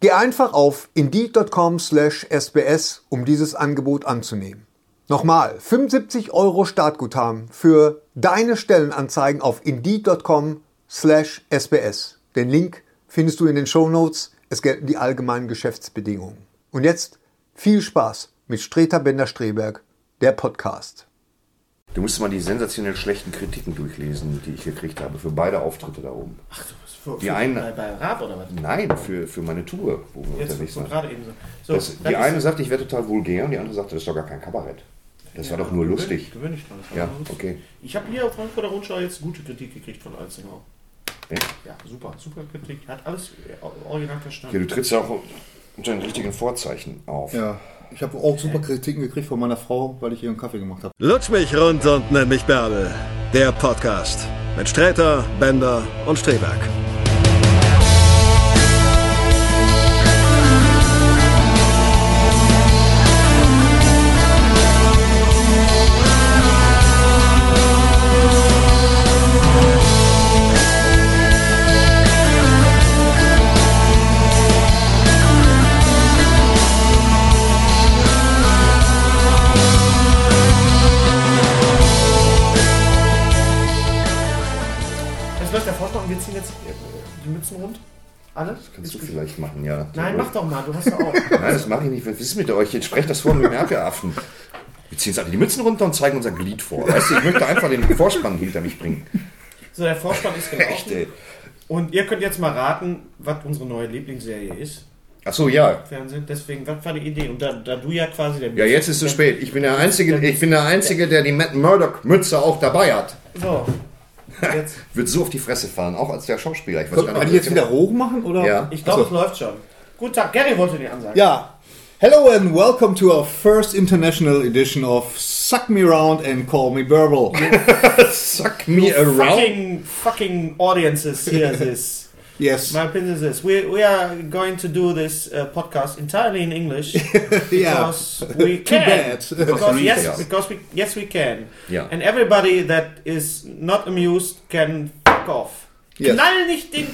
Geh einfach auf indeed.com slash sbs, um dieses Angebot anzunehmen. Nochmal, 75 Euro Startguthaben für deine Stellenanzeigen auf indeed.com slash sbs. Den Link findest du in den Shownotes. Es gelten die allgemeinen Geschäftsbedingungen. Und jetzt viel Spaß mit Streter Bender-Streberg, der Podcast. Du musst mal die sensationell schlechten Kritiken durchlesen, die ich gekriegt habe für beide Auftritte da oben. Ach, du bist für, Die für, einen- bei, bei Raab oder was? Nein, für, für meine Tour, wo wir Jetzt unterwegs so waren. gerade eben so. so das, das die ist- eine sagte, ich wäre total vulgär und die andere sagte, das ist doch gar kein Kabarett. Das war doch nur gewöhn- lustig. Gewöhn dich dran, das war Ja, nur lustig. okay. Ich habe hier auf Frankfurter Rundschau jetzt gute Kritik gekriegt von Alzingau. Ja. Ja, super, super Kritik. Hat alles äh, original verstanden. Ja, du trittst ja auch unter den richtigen Vorzeichen auf. Ja, ich habe auch super Kritiken gekriegt von meiner Frau, weil ich ihren Kaffee gemacht habe. Lutsch mich rund und nenn mich Bärbel. Der Podcast mit Sträter, Bender und Streberg. Jetzt läuft der Vorschlag und wir ziehen jetzt die Mützen rund. Alles? Kannst du vielleicht machen, ja. Nein, mach doch mal, du hast ja auch. Nein, das mache ich nicht. Was ist mit euch? Jetzt sprecht das vor mir Merkeaffen. Wir ziehen jetzt alle die Mützen runter und zeigen unser Glied vor. Weißt du, ich möchte einfach den Vorspann hinter mich bringen. So, der Vorspann ist Echt, gelaufen. ey. Und ihr könnt jetzt mal raten, was unsere neue Lieblingsserie ist. Ach so, ja. Fernsehen. Deswegen, was war die Idee? Und da, da du ja quasi der Ja, jetzt ist es zu spät. Ich bin der Einzige, ich bin der Einzige der die Matt Murdock-Mütze auch dabei hat. So. Jetzt. Wird so auf die Fresse fahren, auch als der Schauspieler. Ich weiß Sollten gar wir nicht, die jetzt was- wieder hoch machen? Oder? Ja. Ich glaube, es läuft schon. Guten Tag, Gary wollte dir ansagen. Ja. Hello and welcome to our first international edition of Suck Me Round and Call Me Burble. Suck me around. Fucking, fucking audiences here this. Yes. My opinion is this. We, we are going to do this uh, podcast entirely in English. yeah. Because we Too can. bad. Because, yes, Yeah. because we, yes, we can. Yeah. And everybody that is not amused can fuck off. Yes. Knall nicht den...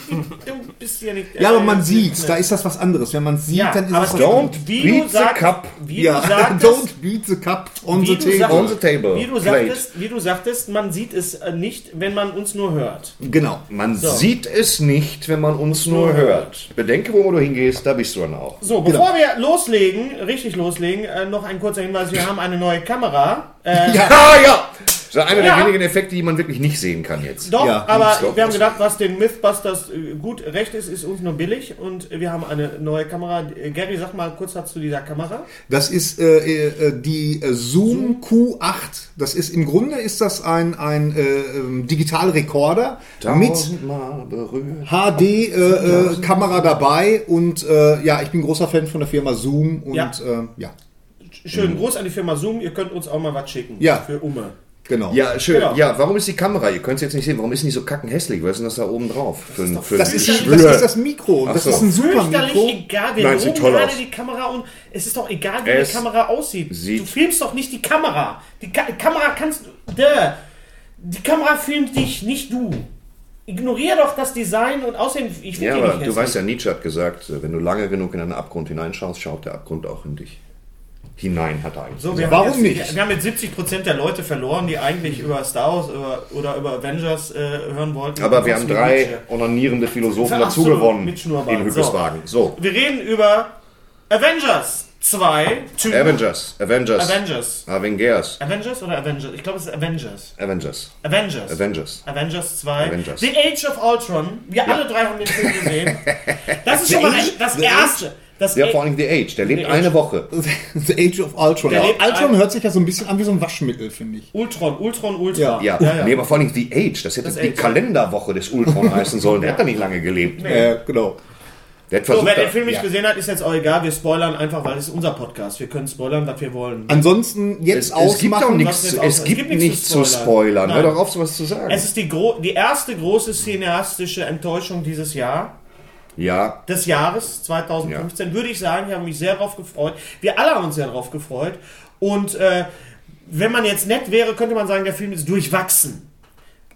Du bist hier nicht... Ja, aber äh, man nicht- sieht's. Da ist das was anderes. Wenn man sieht, ja, dann ist aber es was Don't anderes. wie beat du the sagst, cup. Wie Ja. du sagtest, Don't beat the cup on wie the du table. sagtest- On the table. Wie du, sagtest, wie du sagtest, man sieht es äh, nicht, wenn man uns nur hört. Genau. Man sieht es nicht, wenn man uns nur hört. Bedenke, wo du hingehst, da bist du dann auch. So, bevor wir loslegen, richtig loslegen, äh, noch ein kurzer Hinweis: Wir haben eine neue Kamera. Äh, Ja, ah, ja. Das ist einer Ja. der wenigen Effekte, die man wirklich nicht sehen kann jetzt. Doch, Ja, aber doch. wir haben gedacht, was den Mythbusters äh, gut recht ist, ist uns nur billig. Und wir haben eine neue Kamera. Äh, Gary, sag mal kurz was zu dieser Kamera. Das ist äh, äh, die äh, Zoom Q8. Das ist im Grunde ist das ein, ein äh, ähm, Digitalrekorder mit Tausendmal berührt. HD-Kamera äh, Kamera dabei und äh, ja, ich bin großer Fan von der Firma Zoom und Ja. ja, äh, ja Schönen Gruß an die Firma Zoom. Ihr könnt uns auch mal was schicken. Ja. Für Umme. genau. Ja, schön. Genau. Ja, warum ist die Kamera? Ihr könnt es jetzt nicht sehen. Warum ist die so kackenhässlich? Was ist denn das da oben drauf? Für, ein- für Das ein ist, das Geschwür? ist das Mikro. Ach Das so. ist ein super Fürchterlich Mikro. egal. Wir Nein, sieht loben toll gerade aus. die Kamera und es ist doch egal, wie Es die Kamera aussieht. sieht- Du filmst doch nicht die Kamera. Die Ka Kamera kannst du. Duh. Die Kamera filmt dich, nicht du. Ignoriere doch das Design und außerdem, ich finde Ja, die aber nicht du hässlich. weißt ja, Nietzsche hat gesagt, äh, wenn du lange genug in einen Abgrund hineinschaust, schaut der Abgrund auch in dich. Hinein hat er eigentlich. So, gesagt. wir Warum haben jetzt, nicht? Mhm. Wir haben jetzt 70% der Leute verloren, die eigentlich über Star Wars über, oder über Avengers äh, hören wollten. aber Und wir was haben mit drei Nietzsche. onanierende Philosophen Ach so, dazu gewonnen mit in Schnurrbart. So. Hüppeswagen. So. Wir reden über Avengers. zwei Typen. Avengers. Avengers. Avengers. Avengers. Avengers oder Avengers? Ich glaube, es ist Avengers. Avengers. Avengers. Avengers. Avengers 2. Avengers. The Age of Ultron. Wir alle drei haben den Film gesehen. Das ist schon mal ein, das The erste. Das Ja, vor allem The Age. Der lebt The eine Woche. The Age of Ultron. Der Ja, lebt Ultron ein- hört sich ja so ein bisschen an wie so ein Waschmittel, finde ich. Ultron, Ultron, Ultra. Ja. nee, aber vor allem The Age. Das hätte die Age. Kalenderwoche des Ultron heißen sollen. Der hat da nicht lange gelebt. Äh, genau. Der hat So, versucht, wer den da- Film nicht Ja. gesehen hat, ist jetzt auch egal. Wir spoilern einfach, weil es ist unser Podcast. Wir können spoilern, was wir wollen. Ansonsten es, jetzt es gibt auch ausmachen. was nichts, jetzt es ausmachen. gibt nichts zu spoilern. Hör doch auf, sowas zu sagen. Es ist die, gro die erste große cineastische Enttäuschung dieses Jahr, ja, des Jahres 2015, würde ich sagen. Ich habe mich sehr darauf gefreut. Wir alle haben uns sehr darauf gefreut. Und äh, wenn man jetzt nett wäre, könnte man sagen, der Film ist durchwachsen.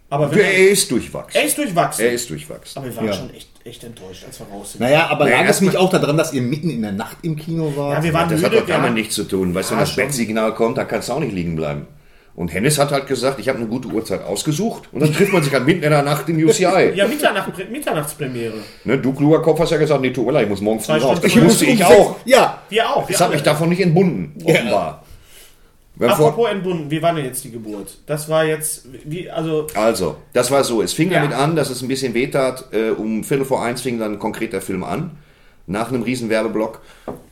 Aber wenn er ist durchwachsen. er ist durchwachsen. Er ist durchwachsen. aber wir waren Ja. schon echt, echt enttäuscht, als wir raus sind. Naja, aber Naja, lag es erstmal- nicht auch daran, dass ihr mitten in der Nacht im Kino wart? Ja, wir waren Das hat müde. doch wir damit haben- nichts zu tun. Weißt du, Ah, wenn das schon. Bettsignal kommt, dann kannst du auch nicht liegen bleiben. Und Hennis hat halt gesagt, ich habe eine gute Uhrzeit ausgesucht und dann trifft man sich halt mitten in der Nacht im UCI. Ja, Mitternacht, Mitternachtspremiere. ne, du kluger Kopf hast ja gesagt, nee, tut mir leid, ich muss morgens früh Zwei raus. Stunden Ich musste, ich Um auch. sechs- Ja, Wir auch. Das wir hat alle. mich davon nicht entbunden, offenbar. Wir haben vor- Apropos entbunden, wie war denn jetzt die Geburt? Das war jetzt, wie, also, Also, das war so. Es fing Ja. damit an, dass es ein bisschen wehtat. Äh, um Viertel vor eins fing dann konkret der Film an, nach einem riesen Werbeblock.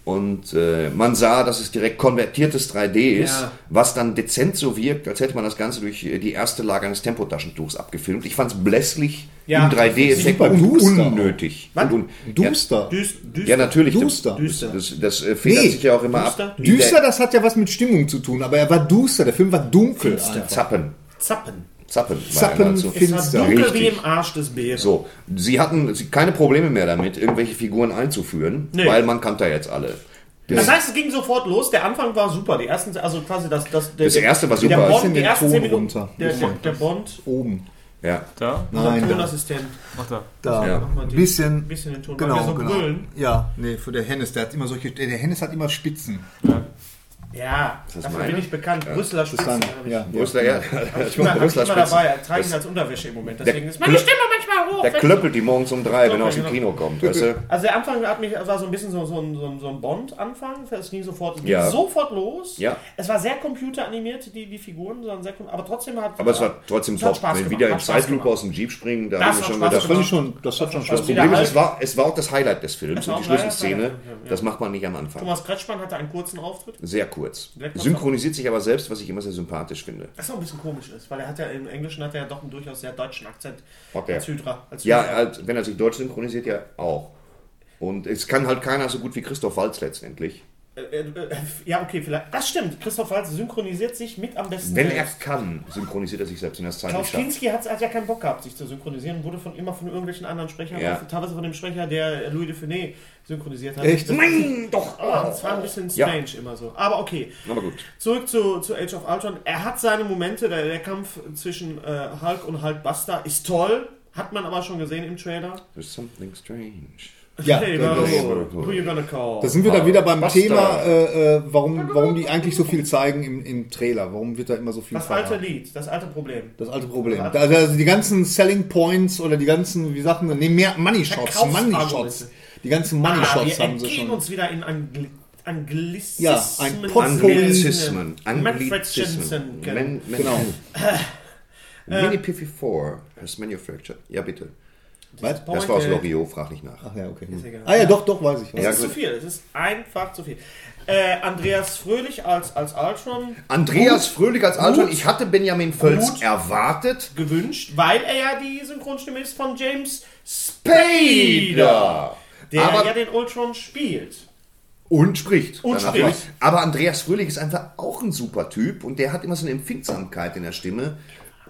Und äh, man sah, dass es direkt konvertiertes 3D ist, Ja. was dann dezent so wirkt, als hätte man das Ganze durch äh, die erste Lage eines Tempotaschentuchs abgefilmt. Ich fand es blässlich Ja. im 3D-Effekt Super und duster auch. unnötig. Was? Und, un- Duster. düst, düster. Ja, ja, natürlich. Duster. Das, das, das äh, federt Nee. sich ja auch immer Duster? ab. Düster, das hat ja was mit Stimmung zu tun, aber er war duster. Der Film war dunkel. Der- Einfach. Zappen. Zappen. Zappen. war Zappen, er dazu. Es war Finster. dunkel Richtig. wie im Arsch des Bären. So, sie hatten sie- keine Probleme mehr damit, irgendwelche Figuren einzuführen, Nee. weil man kannte jetzt alle. Das heißt, es ging sofort los. Der Anfang war super. Die ersten, also quasi das, das, der, Das erste war der super. Bisschen Bond, die den ersten Ton zehn Minuten. runter. Der, der, der Bond, Oben. Ja, Da? der Nein, da. Tonassistent. Ach da. da. Ja. Mach mal die- Bisschen, bisschen den Ton, weil wir genau, so genau. brüllen. Ja, nee, für der Hennes, der hat immer solche, der der Hennes hat immer Spitzen. Ja, dafür meine? bin ich bekannt. Brüsseler Spitzen. Dann, habe ich. ja, wo ist der her? Ich bin immer, ich immer Brüsseler dabei, trage ich ihn als Unterwäsche im Moment. Deswegen ist meine Klö- Stimme manchmal hoch. Der wenn- klöppelt die morgens um drei, wenn er aus dem Klöppel, Kino kommt, weißt du? Also der Anfang hat mich, war so ein bisschen so, so ein, so ein, so ein Bond-Anfang. Es ging sofort, es ging Ja. sofort los. Ja. Es war sehr computeranimiert, die, die Figuren, sondern sehr, kom- aber trotzdem hat Aber es war trotzdem Es hat top. Spaß Wenn gemacht, wieder im hat Spaß Zeitlupe gemacht. aus dem Jeep springen, da Das haben wir hat schon Spaß wieder. Das fand gemacht. ich schon, das hat schon Spaß Spaß Das gemacht. Problem ist, wieder halt es war, es war auch das Highlight des Films Es war und die auch leider das Schlüsselszene. Highlight, ja. Das macht man nicht am Anfang. Thomas Kretschmann hatte einen kurzen Auftritt, Sehr kurz. Sehr kurz. Synchronisiert sich aber selbst, was ich immer sehr sympathisch finde. das auch ein bisschen komisch ist, weil er hat ja im Englischen hat er ja doch einen durchaus sehr deutschen Akzent Hat er. als Hydra. Als Ja, äh, Hydra. als, wenn er sich deutsch synchronisiert, ja auch. Und es kann halt keiner so gut wie Christoph Waltz letztendlich. Äh, äh, äh, ja, okay, vielleicht. Das stimmt. Christoph Waltz synchronisiert sich mit am besten. Wenn er selbst. kann, synchronisiert er sich selbst, wenn er es zeitlich Klaus schafft. Genau, Kinski hat, hat ja keinen Bock gehabt, sich zu synchronisieren, wurde von immer von irgendwelchen anderen Sprechern, Ja. auch teilweise von dem Sprecher, der Louis de Funès synchronisiert hat. Echt? Das, Nein, doch. Aber das war ein bisschen Ja. strange immer so. Aber okay. Aber gut. Zurück zu, zu Age of Ultron. Er hat seine Momente, der, der Kampf zwischen äh, Hulk und Hulkbuster ist toll. Hat man aber schon gesehen im Trailer. There's something strange. Ja, Hey, das- das- Marlo, who you gonna call? Da sind wir Ah, da wieder beim Basta. Thema, äh, äh, warum, warum die eigentlich so viel zeigen im, im Trailer. Warum wird da immer so viel das alte verraten? Lied, das alte Problem. Das alte Problem. Also, also die ganzen Selling Points oder die ganzen, wie sagen wir, nee, mehr Money Shots, Money Verkaufsargumente. Ah, Shots. Die ganzen Money Shots wir haben sie entgehen schon. uns wieder in Angli Anglizismen. Ja, ein Potpourri. Anglizismen. Manfred Anglizismen. Jensen. Äh. Man, man, Genau. Mini Piffy 4 has manufactured. Ja, bitte. Was? Das war aus Loriot, frag nicht nach. Ach ja, okay. egal. Ah ja, doch, doch, weiß ich. Ja, Es ist gut. zu viel, es ist einfach zu viel. Äh, Andreas Fröhlich als, als Ultron Andreas Fröhlich als Anton. Ich hatte Benjamin Völz Gut. erwartet. gewünscht, weil er ja die Synchronstimme ist von James Spader, Bader. der Aber- ja den Ultron spielt. Und spricht. Und Danach spricht. natürlich. Aber Andreas Fröhlich ist einfach auch ein super Typ und der hat immer so eine Empfindsamkeit in der Stimme.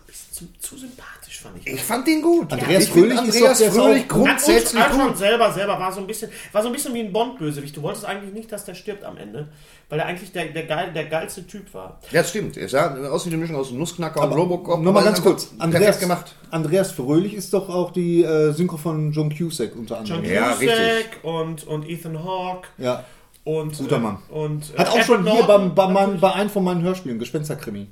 Ist zu, zu sympathisch, fand ich. Ich fand den gut. Andreas ich find Fröhlich ist Andreas doch der Fröhlich Sau- grundsätzlich Ultron gut. selber, selber war so ein bisschen, war so ein bisschen wie ein Bond-Bösewicht. Du wolltest eigentlich nicht, dass der stirbt am Ende, weil er eigentlich der, der, geil, der geilste Typ war. Ja, das stimmt. Er sah aus wie eine Mischung aus Nussknacker und Robocop. Nochmal ganz kurz. Andreas Andreas, gemacht. Andreas Fröhlich ist doch auch die äh, Synchro von John Cusack unter anderem. John Ja, Cusack und, und Ethan Hawke Ja. und Guter äh, Mann. und äh, Hat auch Ed schon hier Norton beim, bei, mein, bei einem von meinen Hörspielen, Gespensterkrimi.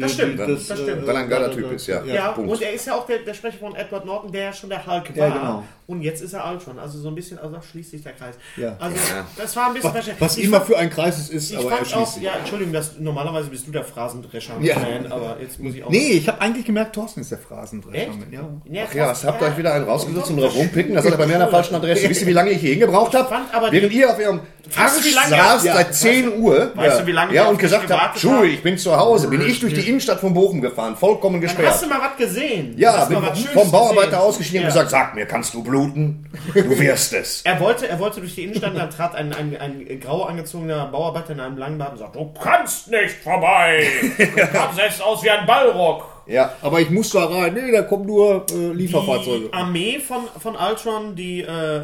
Das stimmt, Dann, äh, das stimmt. weil er ein geiler Typ ist, ja. Ja, Punkt. und er ist ja auch der, der Sprecher von Edward Norton, der ja schon der Hulk Ja, war. genau. Und jetzt ist er alt schon. Also so ein bisschen, also da schließt sich der Kreis. Ja. Also das war ein bisschen Was, verständlich. was Ich immer fand- für ein Kreis es ist, ich aber er fand auch, schließt sich. ja, Entschuldigung, dass, normalerweise bist du der Phrasendrescher, Ja. Fan, aber jetzt muss ich auch. Nee, ich habe eigentlich gemerkt, Thorsten ist der Phrasendrescher. Echt? Ja. Nee, Ach ja, es habt euch wieder einen rausgesucht und Das drauf rumpicken. Das hat er bei mir an der falschen Adresse. Wisst ihr, wie lange ich hier hingebraucht habe? fand aber Während die- ihr auf ihrem Weißt du, wie Arsch lange- saß Ja. seit 10 Uhr. Weißt ja. du, wie lange wir Ja, auf und dich gesagt gewartet habt, Entschuldigung, haben? Mhm. ich bin zu Hause. Bin ich durch die Innenstadt von Bochum gefahren. Vollkommen Dann hast gesperrt. du mal was gesehen. Ja, hast bin mal was Schönes vom Bauarbeiter gesehen. ausgeschnitten und Ja. gesagt, sag mir, kannst du bluten? Du wirst es. Er wollte, er wollte durch die Innenstadt, da trat ein, ein, ein grau angezogener Bauarbeiter in einem langen Bart und sagt, du kannst nicht vorbei. Du kannst selbst aus wie ein Ballrock. Ja. Aber ich muss da rein. Nee, da kommen nur äh, Lieferfahrzeuge. Die Armee von, von Ultron, die äh, äh,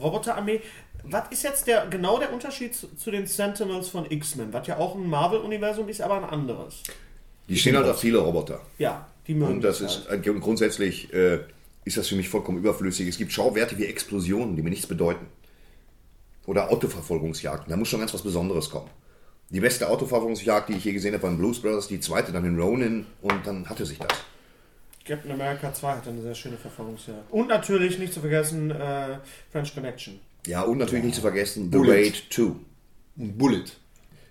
Roboterarmee. Was ist jetzt der, genau der Unterschied zu, zu den Sentinels von X-Men? Was ja auch ein Marvel-Universum ist, aber ein anderes. Die stehen halt auf viele Roboter. Ja, die mögen. halt. Und das sich ist äh, grund- grundsätzlich äh, ist das für mich vollkommen überflüssig. Es gibt Schauwerte wie Explosionen, die mir nichts bedeuten. Oder Autoverfolgungsjagden. Da muss schon ganz was Besonderes kommen. Die beste Autoverfolgungsjagd, die ich je gesehen habe, waren Blues Brothers, die zweite dann in Ronin und dann hatte sich das. halt. Captain America 2 hatte eine sehr schöne Verfolgungsjagd. Und natürlich, nicht zu vergessen, äh, French Connection. Ja, und natürlich nicht zu vergessen, The Bullet. Raid 2. Bullet.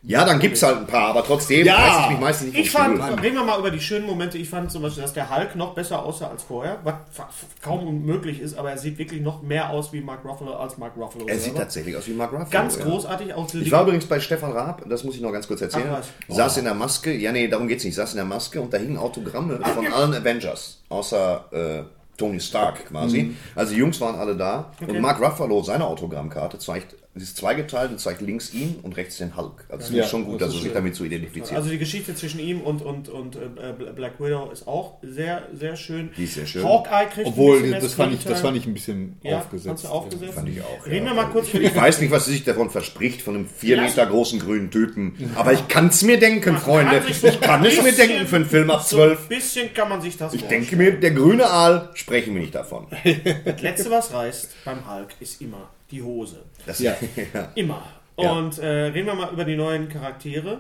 Ja, dann gibt's halt ein paar, aber trotzdem Ja. reiß ich mich meistens nicht vom Ich fand, Stuhl. reden wir mal über die schönen Momente. Ich fand zum Beispiel, dass der Hulk noch besser aussah als vorher, was fa- kaum unmöglich ist, aber er sieht wirklich noch mehr aus wie Mark Ruffalo als Mark Ruffalo. Er sieht selber. tatsächlich aus wie Mark Ruffalo. ganz ja. großartig aus. Ich war übrigens bei Stefan Raab, das muss ich noch ganz kurz erzählen. Ach, was. Saß in der Maske, ja nee, darum geht's nicht, saß in der Maske und da hingen Autogramme von allen Avengers, außer äh, Tony Stark quasi. Mhm. Also die Jungs waren alle da und Mark Ruffalo, seine Autogrammkarte, zeigt, sie ist zweigeteilt und zeigt links ihn und rechts den Hulk. Also finde ich Ja, schon gut, dass er sich damit so identifiziert. also die Geschichte zwischen ihm und, und, und äh, Black Widow ist auch sehr, sehr schön. Die ist sehr schön. Hawkeye kriegt Obwohl, das fand, ich, das fand ich ein bisschen ja, aufgesetzt. Hast du aufgesetzt? Fand ich auch, Reden ja. wir mal kurz über die ich weiß nicht, was sie sich davon verspricht, von einem vier Meter großen grünen Typen. Aber ich kann's mir denken, Freunde. sich so Ich kann es mir bisschen- denken für einen Film ab So ein zwölf. bisschen kann man sich das Ich denke mir, der grüne Aal, sprechen wir nicht davon. Das Letzte, was reißt beim Hulk, ist immer die Hose. Das, Ja. Immer. Ja. Und äh, reden wir mal über die neuen Charaktere.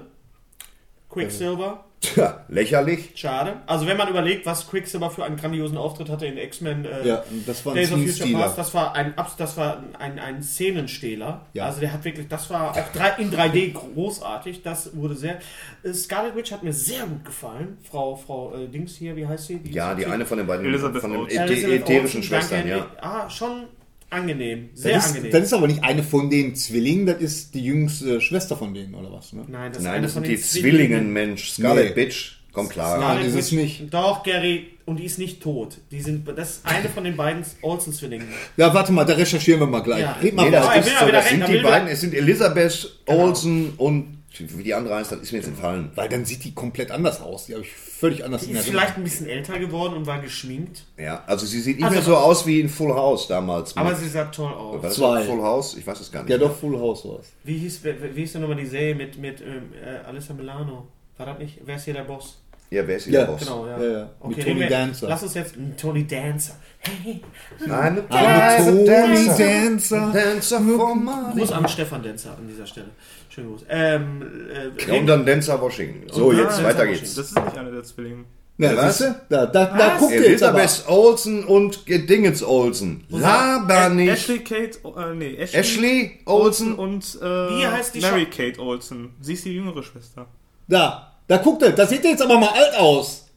Quicksilver, Tja, lächerlich. schade. Also wenn man überlegt, was Quicksilver für einen grandiosen Auftritt hatte in X-Men äh, Ja, das war ein Days of Future Szenenstehler. Past, das war ein, Abs- das war ein, ein Szenenstehler. Ja. Also der hat wirklich, das war auch drei, in 3D großartig. Das wurde sehr... Äh, Scarlet Witch hat mir sehr gut gefallen. Frau, Frau äh, Dings hier, wie heißt sie? Ja, die sie- eine von den beiden Elizabeth von den Olsen. äthe- Elizabeth ätherischen Olsen, Schwestern, danke. ja. Ah, schon angenehm. Sehr Das ist, angenehm. das ist aber nicht eine von den Zwillingen, das ist die jüngste Schwester von denen, oder was? Ne? Nein, das, ist Nein, eine das von sind den die Zwillingen, Zwillingen. Mensch. Scarlet Nee. Bitch, komm klar. Nein, ist es Ah, nicht. Doch, Gary, und die ist nicht tot. Die sind, das ist eine von den beiden Olsen-Zwillingen. Ja, warte mal, da recherchieren wir mal gleich. Ja. Red mal Nee, Ah, das er weiter. ist will ja so, wieder das rennen, sind er die will Genau. wieder- beiden, es sind Elisabeth Olsen und wie die andere heißt, das ist mir jetzt entfallen. Weil dann sieht die komplett anders aus. Die habe ich völlig anders Die ist vielleicht ein bisschen älter geworden und war geschminkt. Ja, also sie sieht nicht Also- mehr so aus wie in Full House damals. Aber Mit- sie sah toll aus. War das Zwei. Full House? Ich weiß es gar nicht. Ja, doch, Full House war es. Wie hieß, wie hieß denn nochmal die Serie mit, mit ähm, äh, Alissa Milano? War das nicht? Wer ist hier der Boss? Ja, wer ist hier Ja, der Boss? Genau, ja. Ja, ja. Mit Okay, Tony reden wir- Dancer. Lass uns jetzt. mm, Tony Dancer. Hey, Nein, Aber Ah, also Tony Dancer. Dancer. Dancer for money. Gruß an Stefan Dancer an dieser Stelle. Schönen Gruß. Ähm, äh, Ja, und reden- dann Dancer Washington. So, Ah, dann jetzt Dancer weiter Washington. geht's. Das ist nicht einer der Zwillinge. Na, Was? siehst du? Da, da, da Was? guckt ihr jetzt aber. Elisabeth Äh, Olsen und Dingens Olsen. Laber nicht. Ashley Kate, äh, nee, Ashley, Ashley Olsen Olsen. und äh, Wie heißt die Mary Scha- Kate Olsen. Sie ist die jüngere Schwester. Da, da guckt ihr. Da seht ihr jetzt aber mal alt aus.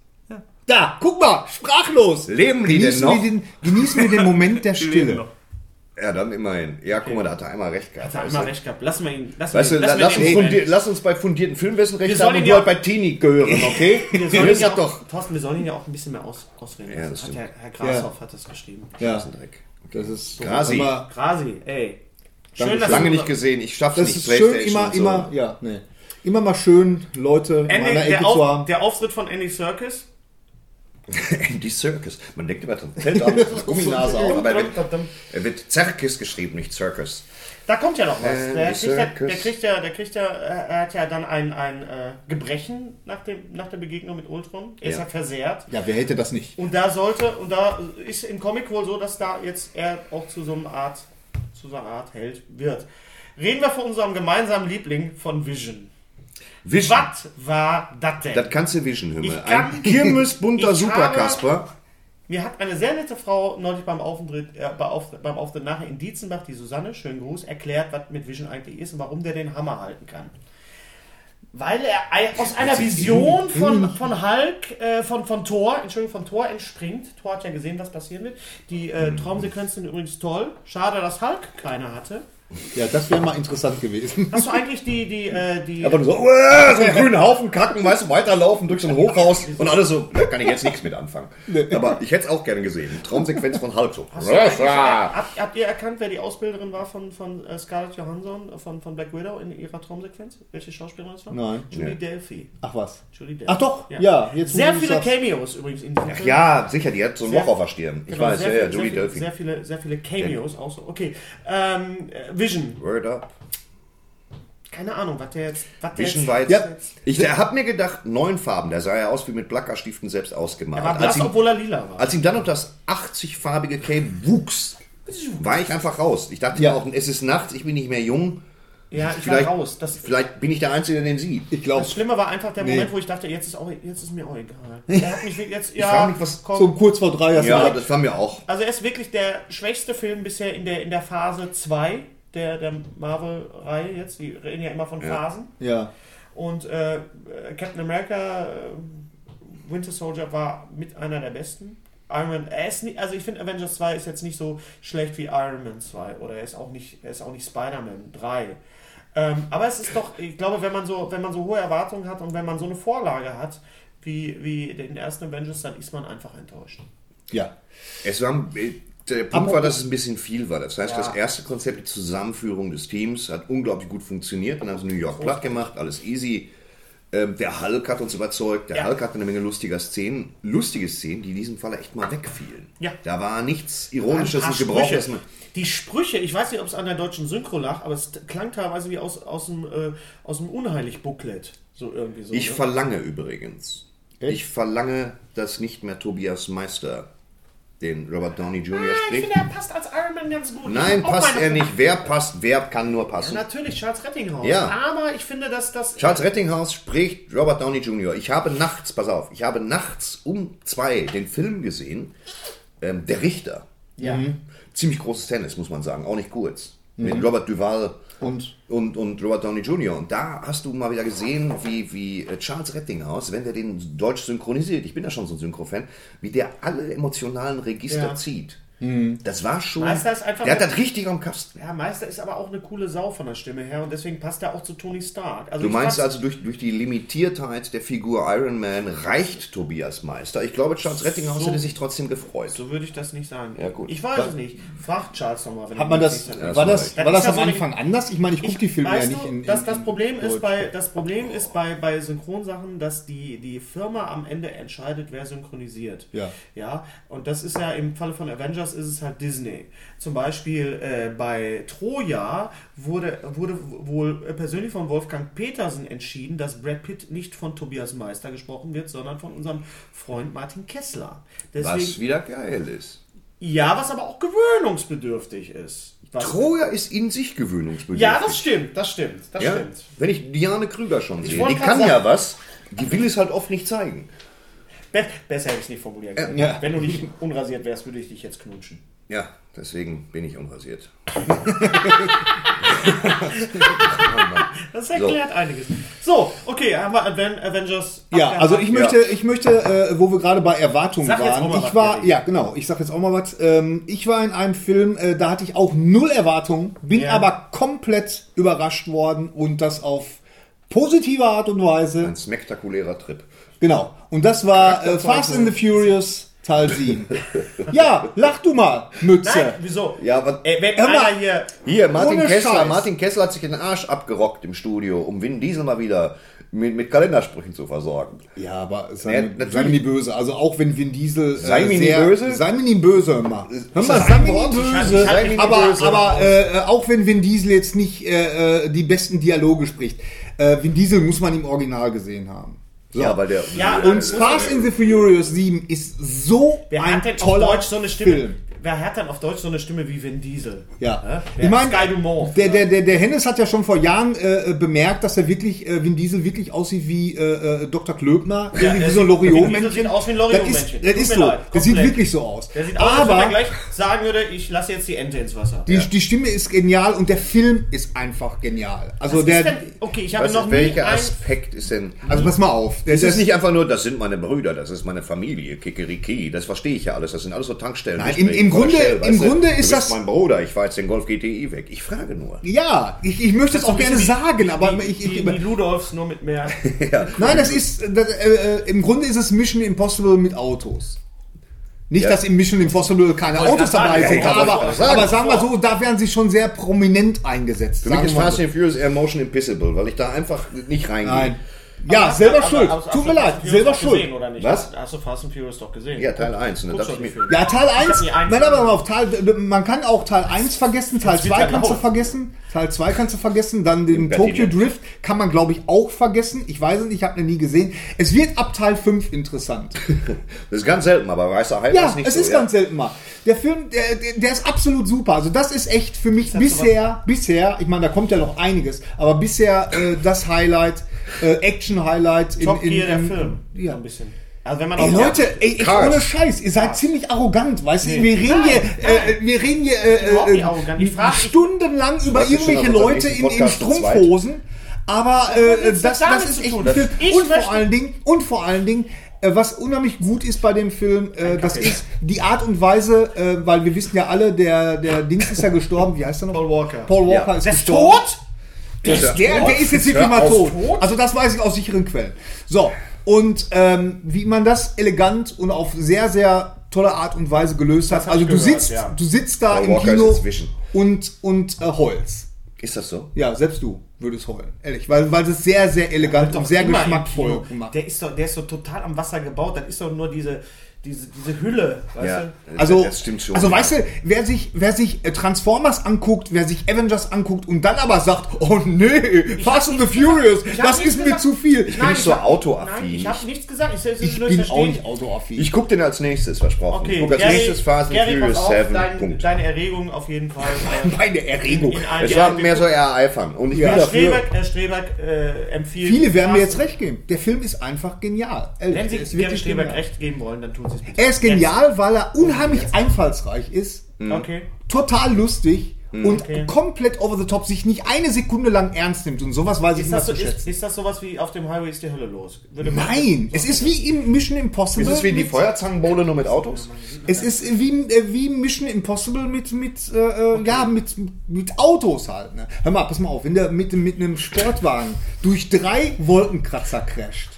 Da, guck mal, sprachlos. Leben die denn Genießen wir noch? den, genießen wir den Moment der Die leben Stille. noch. Ja, dann immerhin. Ja, guck mal, da hat er einmal recht gehabt. Da hat er weißt immer du? recht gehabt. Lass mal ihn. Lass, Weißt du, ihn, la- lass, ihn uns reden. fundier, lass uns bei fundierten Filmwissen Wir recht sollen haben und ihn du ja- halt bei Teenie gehören, okay? Wir Wir sollen ihn wissen ja ja auch, doch. Thorsten, wir sollen ihn ja auch ein bisschen mehr aus, ausreden. Ja, lassen. das hat stimmt. Herr, Herr Grashoff hat das geschrieben. Ja, Dreck. das ist so Grasi. immer- Grasi, ey. Danke, dass Lange du- nicht gesehen, ich schaff's Das nicht. ist schön, Playstation immer, und so. immer, ja, nee. Immer mal schön, Leute in Andy, meiner der, Ecke zu Auf, haben. der Auftritt von Andy Serkis. Andy Circus. Man denkt immer dran. Fällt auf, das Gumminase auf. Aber er wird, er wird Zerkis geschrieben, nicht Circus. Da kommt ja noch was. Der Andy kriegt ja, der Serkis. kriegt ja, der kriegt ja, äh, er hat ja dann ein, ein äh, Gebrechen nach, dem, nach der Begegnung mit Ultron. Er ist ja, Ja. versehrt. Ja, wer hätte das nicht? Und da sollte, und da ist im Comic wohl so, dass da jetzt er auch zu so einer Art, zu so einer Art Held wird. Reden wir von unserem gemeinsamen Liebling von Vision. Vision. Was war das denn? Das kannst du wischen, Himmel. Ich kann- Ein kirmesbunter Ich habe- Superkasper. Mir hat eine sehr nette Frau neulich beim Auftritt, äh, bei Auf- beim Auftritt nachher in Dietzenbach, die Susanne, schönen Gruß, erklärt, was mit Vision eigentlich ist und warum der den Hammer halten kann. Weil er ei- aus einer Vision von, von Hulk, äh, von, von Thor, Entschuldigung, von Thor entspringt. Thor hat ja gesehen, was passieren wird. Die äh, Traumsequenzen sind übrigens toll. Schade, dass Hulk keine hatte. Ja, das wäre mal interessant gewesen. Hast du eigentlich die, die, äh, die, Aber du so, uah, äh. so einen grünen Haufen kacken, weißt du, weiterlaufen durch so ein Hochhaus und alles so. Da kann ich jetzt nichts mit anfangen. Aber ich hätte es auch gerne gesehen. Traumsequenz von Hulk so. Hast du eigentlich- habt, habt ihr erkannt, wer die Ausbilderin war von, von äh, Scarlett Johansson, äh, von, von Black Widow in ihrer Traumsequenz? Welche Schauspielerin das war? Nein. Julie Nee. Delphi. Ach was. Julie Delphi. Ach doch, ja. jetzt, wo Sehr du viele sagst. Cameos übrigens in diesem Ach Film. ja, sicher, die hat so ein Sehr- Loch auf der Stirn. Ich Genau, weiß, ja, viel- ja, Julie viele, Delphi. sehr viele, sehr viele Cameos auch so. Okay. Ähm, äh, Vision. Word up. Keine Ahnung, was der jetzt. Was der Vision jetzt, war jetzt. Ja. Ich der hat mir gedacht, neun Farben. Der sah ja aus wie mit Plackerstiften selbst ausgemalt. Er war als, blass, ihm, obwohl er lila war. als ihm dann noch das 80-farbige Cape wuchs, war ich einfach raus. Ich dachte ja Ja. auch, es ist nachts, ich bin nicht mehr jung. ja, ich war vielleicht- raus. Das, Vielleicht bin ich der Einzige, der den sieht. Ich glaube, das Schlimme war einfach der Moment, wo ich dachte, jetzt ist, auch, jetzt ist mir auch egal. Er hat mich wirklich jetzt. Ja, frag mich, was komm. so kurz vor drei Jahren. Ja, das war mir auch. Also er ist wirklich der schwächste Film bisher in der, in der Phase 2 der, der Marvel-Reihe jetzt. Die reden ja immer von Phasen. ja. Und äh, äh, Captain America, äh, Winter Soldier war mit einer der besten. Iron Man, er ist nicht, also ich finde Avengers 2 ist jetzt nicht so schlecht wie Iron Man 2 oder er ist auch nicht, er ist auch nicht Spider-Man 3. Ähm, aber es ist doch, ich glaube, wenn man so, wenn man so hohe Erwartungen hat und wenn man so eine Vorlage hat wie, wie den ersten Avengers, dann ist man einfach enttäuscht. ja. Es war, äh, der Punkt war, dass es ein bisschen viel war. Das heißt, das erste Konzept, die Zusammenführung des Teams, hat unglaublich gut funktioniert. Dann haben sie New York platt gemacht, alles easy. Ähm, der Hulk hat uns überzeugt. Der Ja. Hulk hatte eine Menge lustiger Szenen, lustige Szenen, die in diesem Fall echt mal wegfielen. Ja. Da war nichts Ein Ironisches paar und Gebrauchtes. Sprüche. Die Sprüche, ich weiß nicht, ob es an der deutschen Synchro lag, aber es klang teilweise wie aus, aus dem, äh, aus dem Unheilig-Booklet. So irgendwie so. Ich ne? verlange übrigens, ich verlange, dass nicht mehr Tobias Meister den Robert Downey Jr. Ah, ich spricht. finde, er passt als Iron Man ganz gut. Nein, Ich hab auch passt meine- er nicht. Wer passt, wer kann nur passen. Natürlich, Charles Rettinghaus. Ja. Aber ich finde, dass das. Charles Rettinghaus spricht Robert Downey Jr. Ich habe nachts, pass auf, ich habe nachts um zwei den Film gesehen, ähm, Der Richter. ja. Mhm. Ziemlich großes Tennis, muss man sagen, auch nicht kurz. Mit Robert Duval Und? und, und Robert Downey Jr. Und da hast du mal wieder gesehen, wie, wie äh, Charles Rettinghaus, wenn der den deutsch synchronisiert, ich bin ja schon so ein Synchro-Fan, wie der alle emotionalen Register Ja. zieht. Das war schon. Meister ist einfach- der hat das richtig am Kasten. ja, Meister ist aber auch eine coole Sau von der Stimme her und deswegen passt er auch zu Tony Stark. Also Du ich meinst fand's- also, durch, durch die Limitiertheit der Figur Iron Man reicht Tobias Meister. Ich glaube, Charles Rettinghaus So. hätte sich trotzdem gefreut. So würde ich das nicht sagen. Ja, gut. Ich weiß es nicht. Frag Charles nochmal, wenn Hat er man mir das, nicht sagt. das war war das, ich. war Das ist das ja am so eine- Anfang anders? Ich meine, ich gucke die Filme ja weißt nicht du, in, in das, das Problem in ist Deutsch. bei das Problem ist bei, bei Synchronsachen, dass die, die Firma am Ende entscheidet, wer synchronisiert. Ja. Ja. Und das ist ja im Falle von Avengers ist es halt Disney. Zum Beispiel äh, bei Troja wurde wurde wohl persönlich von Wolfgang Petersen entschieden, dass Brad Pitt nicht von Tobias Meister gesprochen wird, sondern von unserem Freund Martin Kessler. Was wieder geil ist. ja, was aber auch gewöhnungsbedürftig ist. Was, Troja ist in sich gewöhnungsbedürftig. ja, das stimmt, das stimmt, das Ja? stimmt. Wenn ich Diane Krüger schon sehe, wollte die grad kann sagen- ja was, die will es halt oft nicht zeigen. Be besser hätte ich es nicht formulieren können. ja. Wenn du nicht unrasiert wärst, würde ich dich jetzt knutschen. Ja, deswegen bin ich unrasiert. Das erklärt einiges. So, okay, haben wir Aven Avengers. Ja, also ich möchte, Ja. ich möchte, äh, wo wir gerade bei Erwartungen Sag jetzt auch waren. mal was, ich war, Erik. ja genau, ich sag jetzt auch mal was. Ähm, ich war in einem Film, äh, da hatte ich auch null Erwartungen, bin Ja. aber komplett überrascht worden und das auf positive Art und Weise. Ein spektakulärer Trip. Genau. Und das war äh, Fast and the Furious Teil 7. ja, lach du mal, Mütze. Nein, wieso? Ja, aber Ey, wenn Hör mal. einer hier. hier, Martin ohne Kessler, Scheiß. Martin Kessler hat sich den Arsch abgerockt im Studio, um Vin Diesel mal wieder mit, mit Kalendersprüchen zu versorgen. Ja, aber Ja, sei, natürlich. sei mir nicht böse. Also auch wenn Vin Diesel. Sei mir nicht sehr- böse? Sei mir nicht böse, hör mal. Äh, Hör mal, das sei ein mir Wort? nicht Ich hab- böse. ich hab nicht aber böse. aber äh, äh, auch wenn Vin Diesel jetzt nicht äh, äh, die besten Dialoge spricht, äh, Vin Diesel muss man im Original gesehen haben. So. Ja, weil der. Ja, äh, und Fast in the Furious 7 ist so Wer ein hat denn auf toller Deutsch so eine Stimme? Film. wer hat dann auf Deutsch so eine Stimme wie Vin Diesel? Ja. Ich Ich meine, mein, Sky Dumont. Der, der, der, der Hennes hat ja schon vor Jahren äh, äh, bemerkt, dass er wirklich, äh, Vin Diesel wirklich aussieht wie äh, äh, Dr. Klöbner, irgendwie wie so ein Vin Diesel Loriot-Männchen. sieht aus wie ein Das ist, Loriot-Männchen. das Tut ist mir so. leid, Das sieht komplett. wirklich so aus. Der sieht aus, als ob er Aber gleich sagen würde, ich lasse jetzt die Ente ins Wasser. die, die Stimme ist genial und der Film ist einfach genial. Also Was der, ist denn, okay, ich habe Was, noch nie welcher ein, Aspekt ist denn. also pass mal auf. Der, Es ist der- nicht einfach nur, das sind meine Brüder, das ist meine Familie, Kikeriki, das verstehe ich ja alles, das sind alles so Tankstellen. Nein, im- im Grunde- im weißt du? Grunde du ist bist das- mein Bruder, ich fahr jetzt den Golf GTI weg. Ich frage nur. ja, ich, ich möchte es auch gerne sagen, aber die, ich, ich, die, die Ludolfs nur mit mehr. Nein, das ist das, äh, äh, im Grunde ist es Mission Impossible mit Autos. Nicht, Ja. dass im Mission Impossible keine Wollte Autos ich grad dabei sagen, sind, ja, wollte aber, ich grad aber sagen wir so, da werden sie schon sehr prominent eingesetzt. Für mich sagen ist wir mal Fast so. and Furious eher Motion Impossible, weil ich da einfach nicht reingehe. Nein. Ja, selber schuld. Tut mir leid, selber schuld. Gesehen, oder nicht? Was? Hast du Fast and Furious doch gesehen? Ja, Teil 1. Und dann Guckst dachte du ich die mir, Filme? Ja, Teil hab 1, nie einen nein, aber gesehen. mal auf Teil, man kann auch Teil 1 vergessen, Teil wird 2 ja kannst du laut. vergessen, Teil 2 kannst du vergessen, dann den Tokyo Berlin. Drift kann man glaube ich auch vergessen, ich weiß es nicht, ich habe ihn nie gesehen. Es wird ab Teil 5 interessant. das ist ganz selten, aber weißer Hai Ja, ist nicht es so. ist ja. ganz selten mal. Der Film, der, der, der ist absolut super. Also das ist echt für mich bisher, bisher, ich meine, da kommt ja noch einiges, aber bisher äh, das Highlight, äh, Action-Highlight in, Top in, Gear, der in- Film. Ja. So ein bisschen. Also wenn man Ey, auch- Leute, ey, echt Krass. ohne Scheiß, ihr seid ziemlich arrogant, weißt du? Wir reden Nein, hier, nein. äh, wir reden hier überhaupt äh, nicht äh, arrogant. Ich frag- stundenlang über hast du schon irgendwelche auf unserem Leute nächsten in, in Podcast zu zweit? Strumpfhosen, aber äh, nichts das, damit das zu ist echt tun. ein Film. Ich Und möchte- vor allen Dingen, und vor allen Dingen, äh, was unheimlich gut ist bei dem Film, äh, das Kaffee. ist die Art und Weise, äh, weil wir wissen ja alle, der, der Dings ist ja gestorben, wie heißt er noch? Paul Walker. Paul Walker Ja. ist Der ist gestorben. tot? Der, Ja. ist- der, der ist jetzt wirklich Hör mal auf. tot. Also das weiß ich aus sicheren Quellen. So, und ähm, wie man das elegant und auf sehr, sehr tolle Art und Weise gelöst hat. hab Also ich du gehört, sitzt, ja. du sitzt da Paul im Walker Kino ist inzwischen. und, und äh, heulst. Ist das so? Ja, selbst du würdest heulen. Ehrlich, weil, weil es sehr, sehr elegant und sehr Immer im geschmackvoll Kino. gemacht Der ist, doch, der ist doch total am Wasser gebaut. Das ist doch nur diese, diese, diese Hülle. Weißt Ja, du? Also, das stimmt schon. also ja. weißt du, wer sich, wer sich äh, Transformers anguckt, wer sich Avengers anguckt und dann aber sagt, oh nee, Fast and the Furious, Ich hab das nichts ist mir gesagt. zu viel. bin nicht so hab- autoaffin. Nein, ich habe nichts gesagt. Ich, ich, Ich bin auch nicht autoaffin. Ich gucke den als nächstes, versprochen. Okay, ich gucke als nächstes Fast and Gary, Furious pass auf, 7. Dein, Punkt. deine Erregung auf jeden Fall. ähm, Meine Erregung. allen es war Jahren- mehr so eher Eifern. Und ich Ja. bin Herr dafür. Streberg, Herr Streberg äh, empfiehlt. Viele werden mir jetzt recht. recht geben. Der Film ist einfach genial. Ehrlich, Wenn Sie er ist Gary wirklich Streberg genial. recht geben wollen, dann tun Sie es bitte. Er ist genial, Mhm. weil er unheimlich einfallsreich ist, Jetzt. Okay. total lustig und Mm, Okay. komplett over the top sich nicht eine Sekunde lang ernst nimmt und sowas weiß ich Ist immer das, so, zu ist, schätzen. ist das sowas wie auf dem Highway ist die Hölle los? Würde man- Nein, es ist wie im Mission Impossible. Ist es wie die mit- Feuerzangenbowle nur mit Autos? Es ist wie, äh, wie Mission Impossible mit, mit, äh, äh, ja, mit, mit Autos halt. Ne? Hör mal, pass mal auf, wenn der mit, mit einem Sportwagen durch drei Wolkenkratzer crasht.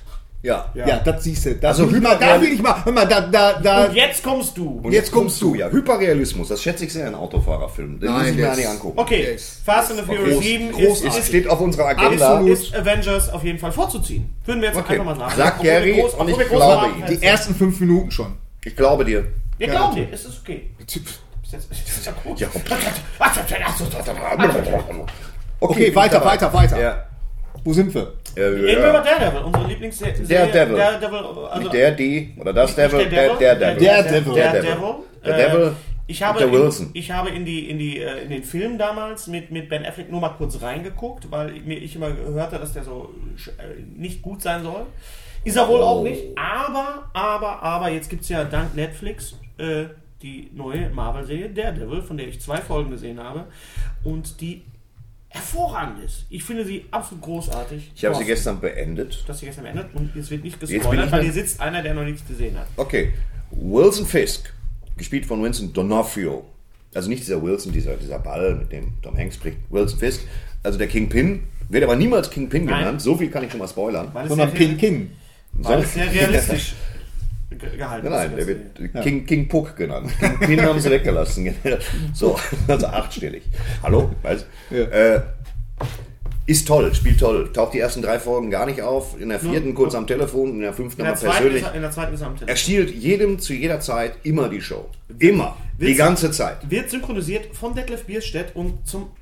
Ja. Ja, das siehst du. Da, Also will ich mal, da Hyperreal- will ich mal, hör mal, da, da, da. Und jetzt kommst du. Und Jetzt kommst du. Ja, Hyperrealismus, das schätze ich sehr in Autofahrerfilmen. Den Nein, muss ich mir der ja nicht ist- angucken. Okay, Yes. Fast and the Furious Groß- 7 ist, Es ist, steht auf unserer Agenda. Absolut. ist Avengers auf jeden Fall vorzuziehen. Würden wir jetzt Okay. einfach mal sagen. Sagt Obwohl wir Gary groß- und obwohl ich wir groß glaube waren, ihm. Fans Die sind. ersten fünf Minuten schon. Ich glaube dir. Wir glauben dir, es ist okay. Ist jetzt- ist ja gut. Okay, Okay, weiter, bin ich weiter, weiter. Ja. Wo sind wir? Äh, Reden wir über ja. Daredevil, unsere Lieblingsserie. Daredevil. Daredevil, also Nicht der, die, oder das Devil, der, der Devil. Der- Daredevil. Daredevil. Daredevil Äh, Ich habe, und der in, Wilson. ich habe in, die, in, die, äh, in den Film damals mit, mit Ben Affleck nur mal kurz reingeguckt, weil ich, mir- ich immer hörte, dass der so sch- äh, nicht gut sein soll. Ist er wohl Oh. auch nicht. Aber, aber, aber, jetzt gibt es ja dank Netflix äh, die neue Marvel-Serie Daredevil, von der ich zwei Folgen gesehen habe. Und die hervorragend ist. Ich finde sie absolut großartig. Ich habe sie Thorsten gestern beendet. dass sich jetzt am Ende und es wird nicht bin gespoilert, ich weil mal- hier sitzt einer, der noch nichts gesehen hat. Okay. Wilson Fisk, gespielt von Winston D'Onofrio. Also nicht dieser Wilson, dieser, dieser Ball, mit dem Tom Hanks spricht. Wilson Fisk, also der Kingpin. Wird aber niemals Kingpin Nein. genannt. So viel kann ich schon mal spoilern. Weil es, Sondern sehr, Pin King. weil es sehr realistisch ge- gehalten Nein, nein, ist. der wird äh, King, King Puck genannt. King Pin haben sie weggelassen. genau. so, also achtstellig. Hallo? Weißt? Äh, ist toll, spielt toll. Taucht die ersten drei Folgen gar nicht auf. In der vierten kurz am Telefon, in der fünften in, der aber zweiten ist, persönlich. er- in der zweiten ist er am Er Tisch. stiehlt jedem zu jeder Zeit immer die Show. Immer. Die Witz- ganze Zeit. Wird synchronisiert von Detlef Bierstedt und zum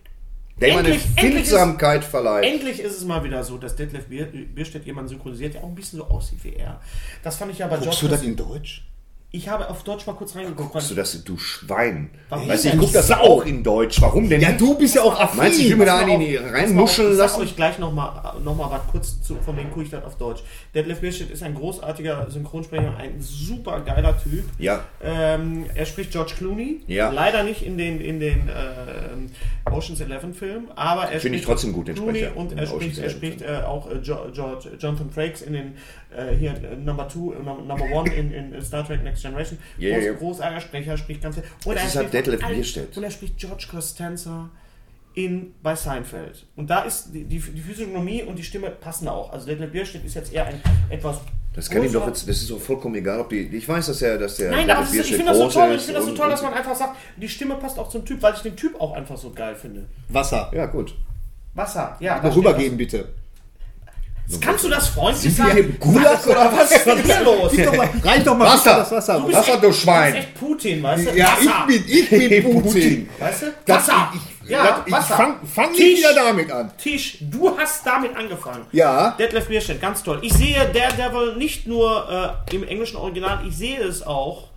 Der ihm eine Endlich- endlich ist- Findsamkeit verleiht. Endlich ist es mal wieder so, dass Detlef Bier, Bierstedt jemanden synchronisiert, der auch ein bisschen so aussieht wie er. Das fand ich ja bei Guckst George. du das Clooney- in Deutsch? Ich habe auf Deutsch mal kurz reingeguckt. Guckst du das, du Schwein? Warum weißt du, ich denn? guck das Sau. auch in Deutsch. Warum denn? Ja, nicht? du bist ja auch affin. Meinst du, ich will mir da Pass mal einen auf, in die pass mal reinmuscheln auf, lassen? Ich sag euch gleich nochmal noch mal was kurz zu, von dem gucke ich dann auf Deutsch. Detlef Birschett ist ein großartiger Synchronsprecher, ein super geiler Typ. Ja. Ähm, er spricht George Clooney. Ja. Leider nicht in den, in den äh, Ocean's Eleven Film, aber er Finde ich trotzdem gut, den Clooney Sprecher und in er Ocean's spricht, er Eleven spricht äh, auch äh, Jo- George Jonathan Frakes in den äh, hier äh, Number Two, äh, Num- Number One in, in Star Trek Next Generation. Ja, ja, ja. Großartiger Sprecher, spricht ganz viel. Und Es er ist halt spricht Detlef all- Bierstedt. Und er spricht George Costanza in, bei Seinfeld. Und da ist die, die, die Physiognomie und die Stimme passen auch. Also Detlef Bierstedt ist jetzt eher ein etwas. Das kann ihm doch größerer- jetzt, das ist doch vollkommen egal, ob die, ich weiß, dass er, dass der, Nein, der aber es ist, ich Bierstedt finde das so groß toll, ich ist finde das so und- toll, dass und- man einfach sagt, die Stimme passt auch zum Typ, weil ich den Typ auch einfach so geil finde. Wasser. Ja, gut. Wasser, ja. da Noch steht rübergeben, bitte. was. Kannst du das freundlich wir hier sagen? im Gulag oder was? ist denn hier los? Gib doch mal, reich doch mal Wasser. das Wasser. Du rein. bist Wasser, echt- du bist Schwein. echt Putin, weißt du? Ja, Wasser. ich bin, ich bin Putin. Weißt du? Das- Wasser. ich- ja, Ich Wasser. fang, fang nicht Tisch. wieder damit an. Tisch, du hast damit angefangen. Ja. Detlef Bierstedt, ganz toll. Ich sehe Daredevil nicht nur äh, im englischen Original, ich sehe es auch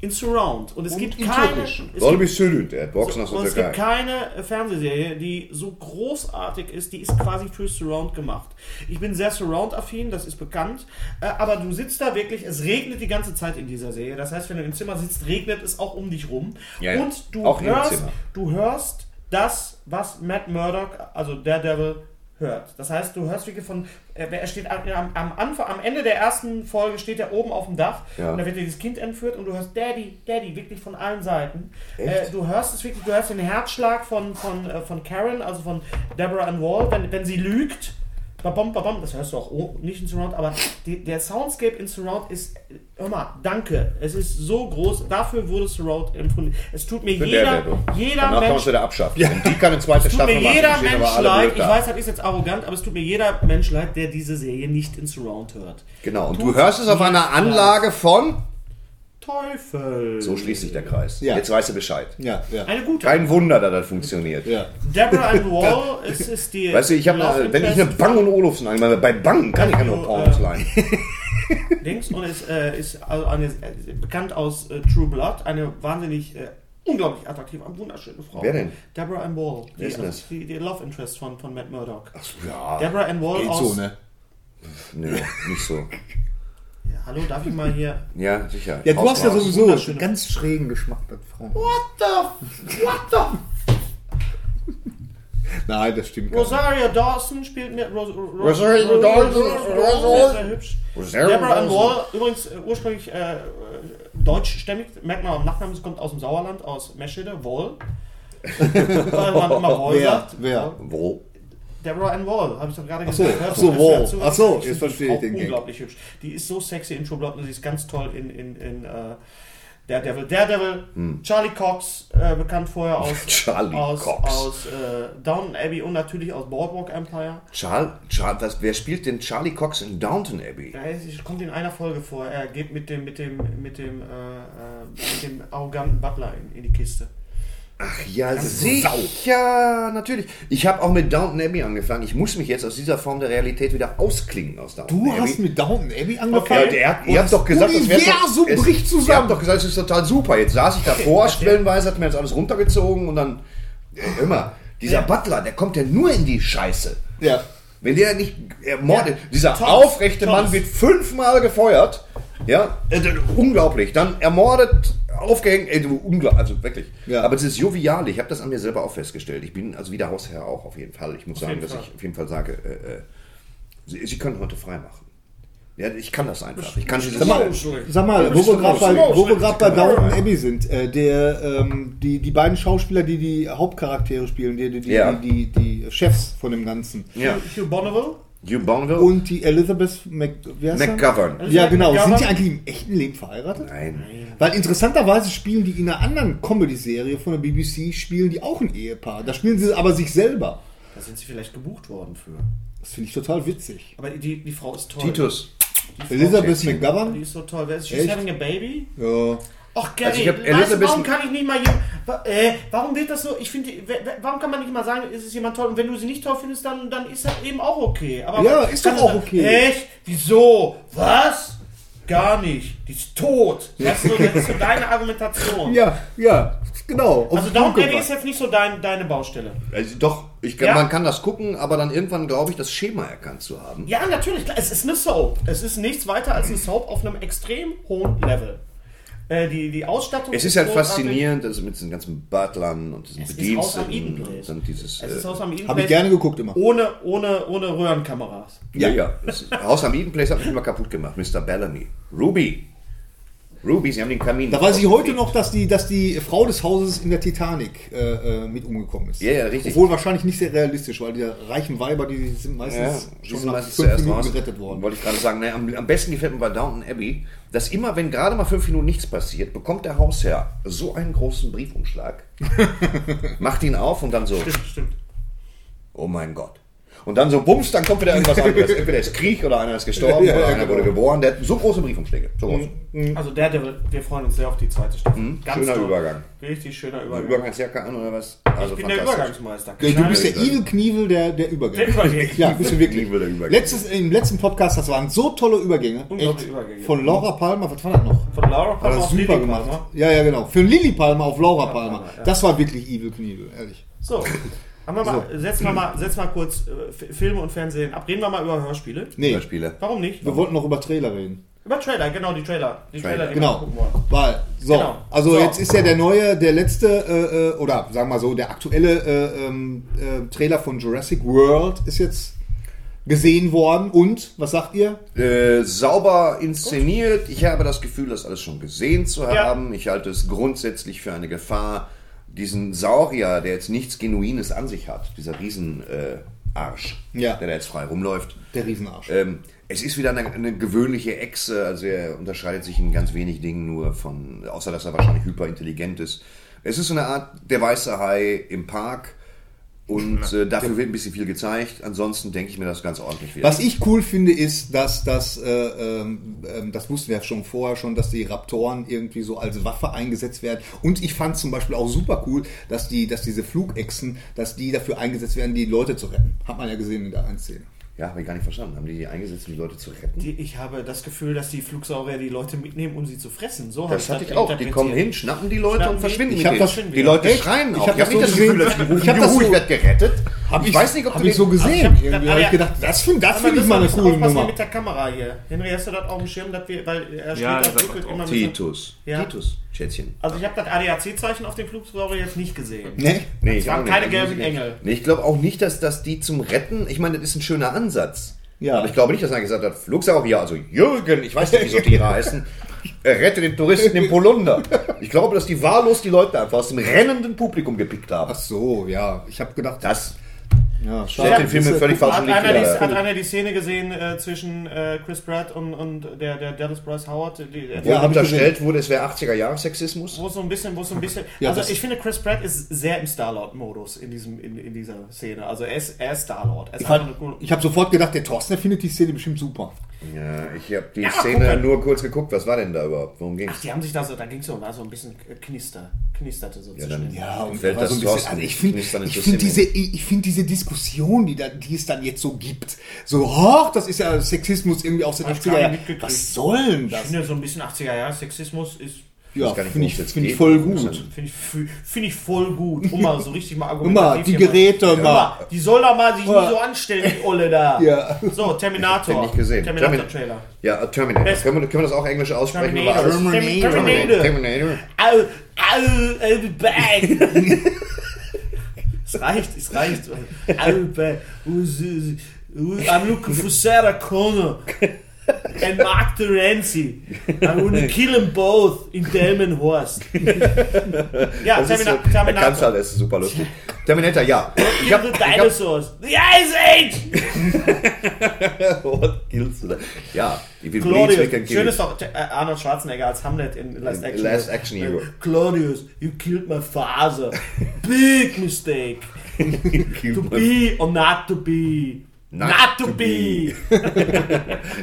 in Surround. Und es gibt in keine. Es Türkisch. Soll gibt, mich Sülünd, er hat Boxen aus der und es gibt Türkei. keine Fernsehserie, die so großartig ist, die ist quasi für Surround gemacht. Ich bin sehr Surround-affin, das ist bekannt, äh, aber du sitzt da wirklich, es regnet die ganze Zeit in dieser Serie. Das heißt, wenn du im Zimmer sitzt, regnet es auch um dich rum. Ja, ja. Und du Auch im hörst, Zimmer. du hörst das, was Matt Murdock, also Daredevil, hört. Das heißt, du hörst wirklich von, er er steht am, am, am Anfang, am Ende der ersten Folge steht er oben auf dem Dach Ja. und da wird dieses Kind entführt und du hörst Daddy, Daddy, wirklich von allen Seiten. Äh, du hörst es wirklich, du hörst den Herzschlag von, von, äh, von Karen, also von Deborah Ann Wall, wenn, wenn sie lügt. Babom, babom, das hörst du auch oh, nicht in Surround, aber die, der Soundscape in Surround ist, äh, hör mal, danke, es ist so groß, dafür wurde Surround empfunden. Es tut mir Für jeder, Daredevil. jeder Danach kann man es Mensch wieder abschaffen. Und die kann eine zweite tut Staffel mir machen. jeder stehen aber Mensch alle leid. blöd Ich da. weiß, das ist jetzt arrogant, aber es tut mir jeder Mensch leid, der diese Serie nicht in Surround hört. Genau, und Tut du hörst es auf mir einer leid. Anlage von... Teufel. So schließt sich der Kreis. Ja. Jetzt weißt du Bescheid. Ja, ja. Eine gute. Kein Wunder, dass das funktioniert. ja. Deborah and Wall ist, ist die. Weißt du, ich Love habe, wenn ich eine Interest Bang und Olufsen einmal bei Bang kann ich ja nur Äh, Pornos leihen. Dings und ist, äh, ist also eine, äh, bekannt aus äh, True Blood, eine wahnsinnig äh, unglaublich attraktive, wunderschöne Frau. Wer denn? Deborah Ann Wall. Die, ist das? die, die Love Interest von, von Matt Murdock. Ja, Deborah Ann Wall Geht aus. so, ne? nee, nicht so. Ja, hallo, darf ich mal hier. Ja, sicher. Ja, du hast ja Hausmaus. sowieso Wunderschöne- einen ganz schrägen Geschmack bei Frauen. What the? What the? Nein, das stimmt gar nicht. Rosaria Dawson spielt mit Ros Ros Rosario Ros- Dawson, Ros- Rosario- Ros- sehr hübsch. Rosario Deborah Ann Dawson. Wall, übrigens äh, ursprünglich äh, äh, deutschstämmig, merkt man am Nachnamen, sie kommt aus dem Sauerland, aus Meschede, Wall. Weil man immer Wall Wer? sagt. Wer? Wo? Deborah Ann Wall, habe ich doch gerade so, gesagt. ach Hörst so, du- Wall. hörst du- Ach so, Die jetzt ist verstehe ich auch den Gag. Unglaublich hübsch. Die ist so sexy in True Blood und sie ist ganz toll in, in, in äh, Daredevil. Daredevil, Hm. Charlie Cox, äh, bekannt vorher aus, Charlie aus, Cox. aus äh, Downton Abbey und natürlich aus Boardwalk Empire. Charles, Charles, was, wer spielt denn Charlie Cox in Downton Abbey? Ja, Es kommt in einer Folge vor. Er geht mit dem, mit dem, mit dem, äh, äh, mit dem arroganten Butler in, in die Kiste. Ach ja, sicher, natürlich. Ich habe auch mit Downton Abbey angefangen. Ich muss mich jetzt aus dieser Form der Realität wieder ausklingen aus Downton Du Abbey. hast mit Downton Abbey Ja, angefangen? der, ihr habt Und doch gesagt, das wär Universum doch, es- bricht Ihr habt zusammen. doch gesagt, es ist total super. Jetzt saß ich davor, stellenweise hat mir das alles runtergezogen und dann äh, immer dieser Butler, der kommt ja nur in die Scheiße. Ja. Wenn der nicht ermordet, dieser Thomas, aufrechte Thomas. Mann wird fünfmal gefeuert. Ja, äh, d- unglaublich. Dann ermordet, aufgehängt, ey, du, unglaublich, also wirklich. Ja. Aber es ist jovial, ich habe das an mir selber auch festgestellt. Ich bin also wie der Hausherr auch auf jeden Fall. Ich muss sagen, jeden dass Fall. ich auf jeden Fall sage, äh, äh, Sie, Sie können heute frei machen. Ja, ich kann das einfach. Ich kann dieses Sag mal, sag mal wo wir gerade bei, wo wir grad bei Downton Abbey sind, äh, der, ähm, die, die beiden Schauspieler, die die Hauptcharaktere spielen, die, die, die, Ja. die, die, die Chefs von dem Ganzen. Ja. Hugh Bonneville. Hugh Bonville und Und die Elizabeth Mac, wie heißt sie? McGovern. Ja, genau. Sind die eigentlich im echten Leben verheiratet? Nein. Weil interessanterweise spielen die in einer anderen Comedy-Serie von der BBC, spielen die auch ein Ehepaar. Da spielen sie aber sich selber. Da sind sie vielleicht gebucht worden für. Das finde ich total witzig. Aber die, die Frau ist toll. Titus. Elizabeth Die McGovern? ist so toll. Wer ist she's Echt? having a baby? Ja. Och, Gary, Also ich hab weißt Elizabeth- du, warum kann ich nicht mal hier. Wa- Äh, warum wird das so? Ich finde, die- wer- wer- warum kann man nicht mal sagen, ist es jemand toll? Und wenn du sie nicht toll findest, dann, dann ist das eben auch okay. Aber Ja, ist doch kannst auch du- okay. Echt? Wieso? Was? Gar nicht. Die ist tot. Das ist so, das ist so deine Argumentation. Ja, ja, genau. Also Downton Abbey ist jetzt nicht so dein, deine Baustelle. Also doch, ich kann, Ja. man kann das gucken, aber dann irgendwann glaube ich, das Schema erkannt zu haben. Ja, natürlich. Klar, es ist eine Soap. Es ist nichts weiter als eine Soap auf einem extrem hohen Level. Äh, die, die Ausstattung Es ist halt großartig. faszinierend, das mit diesen ganzen Butlern und diesen Es ist Haus am Bediensteten Eden und dann dieses. Es ist äh, aus einem Habe ich gerne geguckt immer. Ohne, ohne, ohne Röhrenkameras. ja, ja. es ist- Haus am Eden Place hat mich immer kaputt gemacht, Mr. Bellamy. Ruby! Ruby, sie haben den Kamin. Da weiß ich heute noch, dass die, dass die Frau des Hauses in der Titanic äh, äh, mit umgekommen ist. Ja, ja, richtig. Obwohl wahrscheinlich nicht sehr realistisch, weil die reichen Weiber, die Ja, sind meistens die schon sind nach meistens fünf zuerst Minuten raus. gerettet worden. Wollte ich gerade sagen, ne, am, am besten gefällt mir bei Downton Abbey, dass immer, wenn gerade mal fünf Minuten nichts passiert, bekommt der Hausherr so einen großen Briefumschlag, macht ihn auf und dann so, Stimmt, stimmt. oh mein Gott. Und dann so bums, dann kommt wieder irgendwas anderes. Entweder ist Krieg oder einer ist gestorben Ja, oder ja, einer wurde genau. Mhm. geboren. Der hat so große Briefumschläge. So groß. Also der, der, wir freuen uns sehr auf die zweite Staffel. schöner Übergang. Richtig schöner Übergang. Übergangsjacke an oder was? Also Ich bin der fantastisch. Übergangsmeister. Ja, du bist der Übergang. Evil Knievel der, der Übergänge. Der Übergänge. ja, bist du wirklich. Knievel der Übergänge. Letztes, Im letzten Podcast, das waren so tolle Übergänge. Unglaubliche Echt. Übergänge. Von Laura Palmer, was war das noch? Von Laura Hat Palmer das auf super Lily gemacht. Palmer. Ja, ja, genau. Für Lilly Palmer auf Laura Palmer. Palmer, ja. Das war wirklich Evil Knievel, ehrlich. So. Haben wir mal, setzen wir mal, setzen wir mal kurz äh, F- Filme und Fernsehen ab. Reden wir mal über Hörspiele. Nee, Spiele. Warum nicht? wir wollten noch über Trailer reden. Über Trailer, genau, die Trailer. Die Trailer, Trailer, die wir Genau, gucken wollen. weil, so, Genau. also So. jetzt ist ja der neue, der letzte, äh, äh, oder sagen wir mal so, der aktuelle äh, ähm, äh, Trailer von Jurassic World ist jetzt gesehen worden und, was sagt ihr? Äh, sauber inszeniert. Ich habe das Gefühl, das alles schon gesehen zu Ja. haben. Ich halte es grundsätzlich für eine Gefahr, diesen Saurier, der jetzt nichts Genuines an sich hat, dieser Riesenarsch, äh, Arsch, Ja. der da jetzt frei rumläuft. Der Riesenarsch. Ähm, es ist wieder eine, eine gewöhnliche Echse, also er unterscheidet sich in ganz wenig Dingen nur von, außer dass er wahrscheinlich hyperintelligent ist. Es ist so eine Art der weiße Hai im Park und äh, dafür wird ein bisschen viel gezeigt. Ansonsten denke ich mir das ganz ordentlich wieder. Was ich cool finde, ist, dass das, äh, ähm, ähm, das wussten wir ja schon vorher schon, dass die Raptoren irgendwie so als Waffe eingesetzt werden. Und ich fand zum Beispiel auch super cool, dass die, dass diese Flugechsen, dass die dafür eingesetzt werden, die Leute zu retten. Hat man ja gesehen in der 1-Szene. Ja, habe ich gar nicht verstanden. Haben die die eingesetzt, um die Leute zu retten? Die, ich habe das Gefühl, dass die Flugsaurier die Leute mitnehmen, um sie zu fressen. So habe Das hatte ich auch. Die kommen hin, schnappen die Leute Schnappen und die- verschwinden Ich mit hab denen. das- Die Leute Echt? schreien Ich auch. hab das nicht so das Gefühl, gesehen. dass die rufen, Ich hab das Juhu, so- ich werde gerettet. Hab ich, weiß nicht, ob hab du ich so den- Also gesehen. hab- irgendwie ah, hab ja. ich gedacht, das finde das Aber find ich müssen mal wir eine müssen coole aufpassen hier Nummer. mit der Kamera hier. Henry, hast du das auf dem Schirm, dass wir, weil er steht Ja, da das hat drückt auch immer mit so, Titus. Ja. Titus, Schätzchen. Also ich habe das ADAC-Zeichen auf dem Flugsaurier jetzt nicht gesehen. Nee? Nee, waren auch nicht. keine Also muss gelben ich nicht. Engel. Nee, ich glaube auch nicht, dass, dass die zum Retten. Ich meine, das ist ein schöner Ansatz. Ja. Aber ich glaube nicht, dass er gesagt hat, Flugsaurier, also Jürgen, ich weiß nicht, wie so Tiere heißen, äh, rette den Touristen im Polunder. Ich glaube, dass die wahllos die Leute einfach aus dem rennenden Publikum gepickt haben. Ach so, ja. Ich habe gedacht, Das ja, stellt den Film in völlig Hat falschen Licht einer, die, wieder. hat einer die Szene gesehen äh, zwischen äh, Chris Pratt und, und der, der Dallas Bryce Howard, die, wo Ja, hab ich unterstellt wurde, es wäre 80er Jahre Sexismus. wo es so ein bisschen, wo es so ein bisschen. Ja, also das- ich finde, Chris Pratt ist sehr im Star-Lord-Modus in, diesem, in, in dieser Szene. Also er ist, er ist Star-Lord. Er ist Ich, einfach eine coole- fand- ich habe sofort gedacht, der Thorsten der findet die Szene bestimmt super. Ja, ich habe die guck Szene mal. nur kurz geguckt. Was war denn da überhaupt? Worum Ach, ging's? die haben sich da so, da ging es so, war so ein bisschen äh, knister, knisterte so Ja, zwischen. dann- den- Ja, und Fällt war das so ein bisschen, Thorsten also ich finde nicht dann ich interessieren. find diese, ich ich find diese Diskussion, die, da, die es dann jetzt so gibt, so, hoch, das ist ja Sexismus irgendwie aus den Hat's 80er gar Jahren. nicht mitgekriegt. Was soll denn Ich das? finde so ein bisschen 80er Jahre Sexismus ist Ja, gar nicht, finde worum ich, es jetzt Also, find ich geht. voll gut. finde ich finde ich voll gut. Um mal so richtig mal Immer, argumentativ die hier mal- Geräte, immer. Die soll da mal sich nicht so anstellen, die Olle da. Ja. So, Terminator. Den nicht gesehen. Termin- Terminator-Trailer. Ja, äh, Terminator. Können wir, können wir das auch englisch aussprechen? Terminator. Oder alles? Terminator. Terminator. Terminator. Au, au, au, bang. es reicht, es reicht. Au, bang. I'm looking for Sarah Connor. And Mark Terenzi. I wanna kill them both in Delmenhorst. ja, Das ist so, Termina- der Kanzler, das ist super lustig. Terminator, ja. halt- Ich Kill hab, the ich hab, dinosaurs. The Ice Age. What kills the- ja, ich will Bleach, we can Claudius. Schön kill. ist doch äh, Arnold Schwarzenegger als Hamlet in Last In Action. Last Action Hero. Claudius, you killed my father. Big mistake. Kill To my- be or not to be. Not, Not to, to be.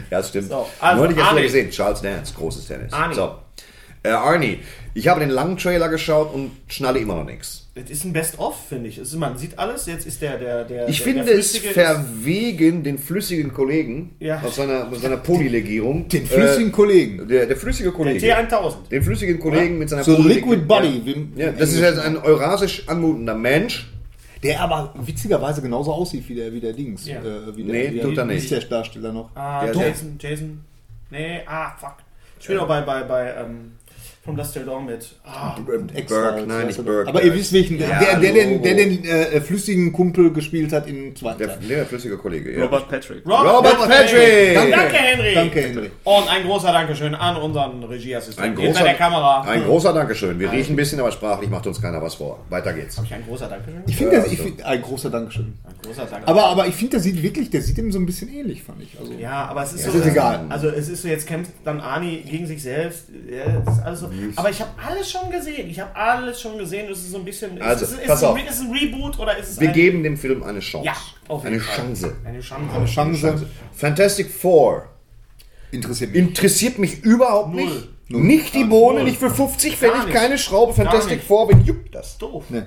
Ja, stimmt. So, also Neulich erst Arnie. wieder gesehen. Charles Dance, großes Tennis. Arnie. So. Äh, Arnie, ich habe den langen Trailer geschaut und schnalle immer noch nichts. Das ist ein Best-of, finde ich. Es ist, man sieht alles, jetzt ist der, der, der. Ich Also der, finde der es Flüssige ist- verwegen, den flüssigen Kollegen Ja. aus seiner, aus seiner Polylegierung. Den flüssigen Kollegen. Äh, der, der flüssige Der Kollege. T1000. den flüssigen Kollegen mit seiner So Polyleg- Liquid Body. Ja. Ja, das ist jetzt ein eurasisch anmutender Mensch. Der aber witzigerweise genauso aussieht wie der, wie der Dings. Ja. Äh, wie der, Nee, wie der, tut er wie nicht. ist der Darsteller noch? Ah, Der- der- Jason, Jason. Nee, ah, fuck. Ich bin auch bei, bei, bei, ähm, From Dust Till Dawn mit. Ah, Burke, nein, nicht Burke. Aber ihr wisst welchen, Ja, der, der, den, Logo. der den äh, flüssigen Kumpel gespielt hat in zweiten Der, Teil. nee, der flüssige Kollege. Ja. Robert Patrick. Robert Patrick! Danke, Henry! Danke, Henry. Und ein großer Dankeschön an unseren Regieassistenten Ein hinter großer, der Kamera. ein großer Dankeschön. Wir riechen ein bisschen, aber sprachlich macht uns keiner was vor. Weiter geht's. Ein großer Dankeschön? Ich finde, Ja, das- ich also. find, ein großer Dankeschön. Ein großer Dankeschön. Aber, aber ich finde, der sieht wirklich, der sieht ihm so ein bisschen ähnlich, fand ich. Also, ja, aber es ist Es so. ist egal. Also, es ist so, jetzt kämpft dann Ani gegen sich selbst. Ja, das ist alles so. Aber ich habe alles schon gesehen. Ich habe alles schon gesehen. Es ist so ein bisschen. Ist, Also, ist, ist, pass ein, auf. ist es ein Reboot oder ist es Wir ein. geben dem Film eine Chance. ja, auf jeden eine Fall. Chance. Eine Chance. eine Chance. Fantastic Four Interessiert mich. interessiert mich überhaupt Null. nicht. Nicht die Bohne, nicht für 50 wenn Gar ich nicht. keine Schraube. Fantastic nicht. Four, wen juckt das? Doof. Nee.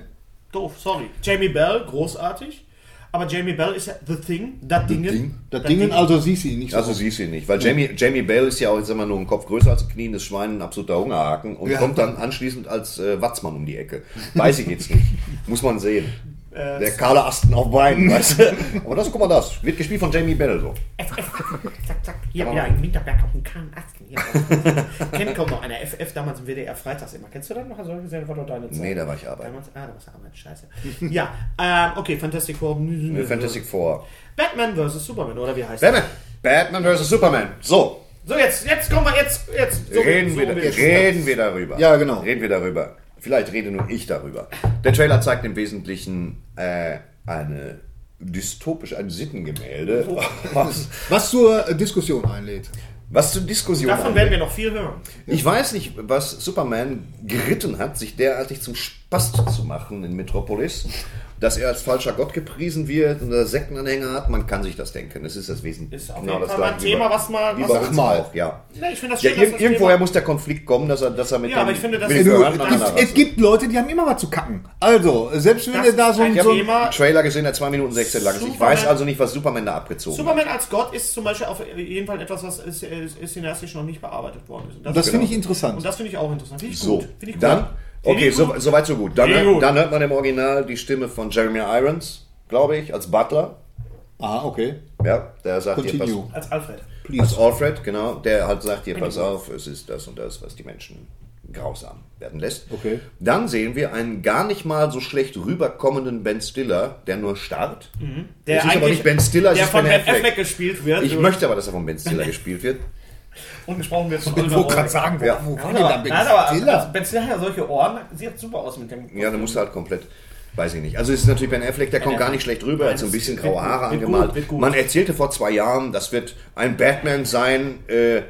Doof, sorry. Jamie Bell, großartig. Aber Jamie Bell ist ja The Thing, das Dingen. Ding. Das Ding, also siehst du ihn nicht so. Also siehst du ihn nicht, weil Jamie, Jamie Bell ist ja auch jetzt immer nur ein Kopf größer als ein kniendes Schwein, ein absoluter Hungerhaken und Ja. kommt dann anschließend als äh, Watzmann um die Ecke. Weiß ich jetzt nicht, muss man sehen. Äh, Der kahle Asten auf Beinen, weißt du? Aber das, guck mal das, wird gespielt von Jamie Bell so. Zack, zack, hier wieder ein Winterberg auf dem kahlen Asten. Hier. Kennt kaum noch einer. FF damals im WDR Freitags immer. Kennst du das noch? Hast du das gesehen? War doch deine Zeit. Nee, da war ich arbeiten. Damals, ah, da warst du arbeiten. Scheiße. ja, ähm, okay, Fantastic Four. Fantastic Four. Batman vs. Superman, oder wie heißt Batman, Batman vs. Superman. So, das? So, jetzt, jetzt kommen wir, jetzt, jetzt. So reden, so wir, wird's. reden wir darüber. Ja, genau. Reden wir darüber. Vielleicht rede nur ich darüber. Der Trailer zeigt im Wesentlichen äh, eine dystopisch, ein Sittengemälde. Oh. Was, Was zur äh, Diskussion einlädt. was zur Diskussion Davon angeht. werden wir noch viel hören. Ich weiß nicht, was Superman geritten hat, sich derartig zum Spast zu machen in Metropolis, dass er als falscher Gott gepriesen wird und er Sektenanhänger hat. Man kann sich das denken. Das ist das Wesen. Ist auf jeden Fall mal ein gleiche wie Thema, bei- was mal- wie was bei auch uns mal. Auch, ja. Ja, ich finde das Ja, schön, dass ir das irgendwoher Thema- muss der Konflikt kommen, dass er, dass er mit Ja, aber dem- ich finde, das mit ist- den Du, Behörden es, aneinander es gibt Leute, die haben immer was zu kacken. Also, selbst wenn Das ihr da so ist ein. ein So ein Thema. einen Trailer gesehen, der 2 Minuten 16 lang ist. Ich Superman- weiß also nicht, was Superman da abgezogen hat. Superman als Gott ist zum Beispiel auf jeden Fall etwas, was ist, ist, ist cineastisch noch nicht bearbeitet worden ist. Und das genau. finde ich Und interessant. das finde ich auch interessant. Finde ich So, gut. Finde ich dann, gut. Finde okay, ich so, gut. so weit, so gut. Dann, Finde ich gut. dann hört man im Original die Stimme von Jeremy Irons, glaube ich, als Butler. Ah, okay. Ja, der sagt dir, Continue. pass, Als Alfred. als Alfred, genau, der halt sagt dir, pass auf, es ist das und das, was die Menschen grausam werden lässt. Okay. Dann sehen wir einen gar nicht mal so schlecht rüberkommenden Ben Stiller, der nur starrt. Der Es ist aber eigentlich- nicht Ben Stiller, es der ist von Ben Ben Affleck. Affleck. gespielt wird. Ich möchte aber, dass er von Ben Stiller gespielt wird. Und gesprochen wird von Ich Oliver wollte Roy. gerade sagen, wo, Ja. wo war Nein, denn da aber, Ben nein, aber Stiller? also Ben Stiller hat ja solche Ohren. Sieht super aus mit dem. Ja, dann musst du halt komplett. Weiß ich nicht. Also es ist natürlich Ben Affleck, der kommt gar nicht schlecht rüber, er hat so ein bisschen graue Haare wird gut, angemalt. wird gut. Man erzählte vor zwei Jahren, das wird ein Batman sein, äh,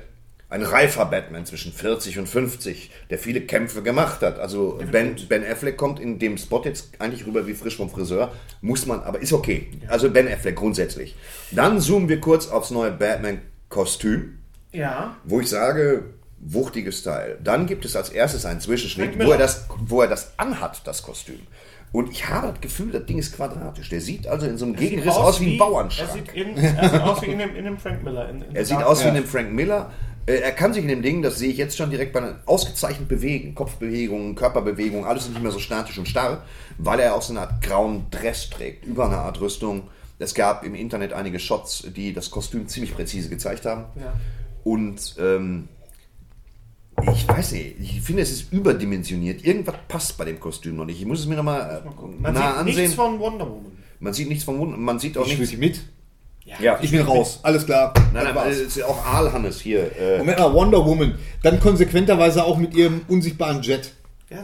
ein reifer Batman zwischen 40 und 50, der viele Kämpfe gemacht hat. Also ben, ben Affleck kommt in dem Spot jetzt eigentlich rüber wie frisch vom Friseur, muss man, aber ist okay. Also Ben Affleck grundsätzlich. Dann zoomen wir kurz aufs neue Batman-Kostüm Ja. wo ich sage, wuchtiges Teil. Dann gibt es als erstes einen Zwischenschnitt, Frank wo Miller. er, das, wo er das anhat, das Kostüm. Und ich habe das Gefühl, das Ding ist quadratisch. Der sieht also in so einem Gegenriss aus, wie ein Er Bauernschrank. sieht, in, er sieht aus wie in dem, in dem Frank Miller. In, in Er sieht Dark aus wie Knight. in einem Frank Miller. Äh, Er kann sich in dem Ding, das sehe ich jetzt schon direkt bei einer- ausgezeichnet bewegen. Kopfbewegungen, Körperbewegungen, alles ist nicht mehr so statisch und starr, weil er auch so eine Art grauen Dress trägt, über eine Art Rüstung. Es gab im Internet einige Shots, die das Kostüm ziemlich präzise gezeigt haben. Ja. Und ähm, ich weiß nicht, ich finde, es ist überdimensioniert. Irgendwas passt bei dem Kostüm noch nicht. Ich muss es mir nochmal äh, Man nah sieht nichts ansehen. von Wonder Woman. man sieht nichts vom Wunder, man sieht auch Ich will nichts. sie mit. Ja, Ich bin raus. Alles klar. nein, nein, es ist ja auch Aalhannes hier. Äh, Moment mal, Wonder Woman. Dann konsequenterweise auch mit ihrem unsichtbaren Jet.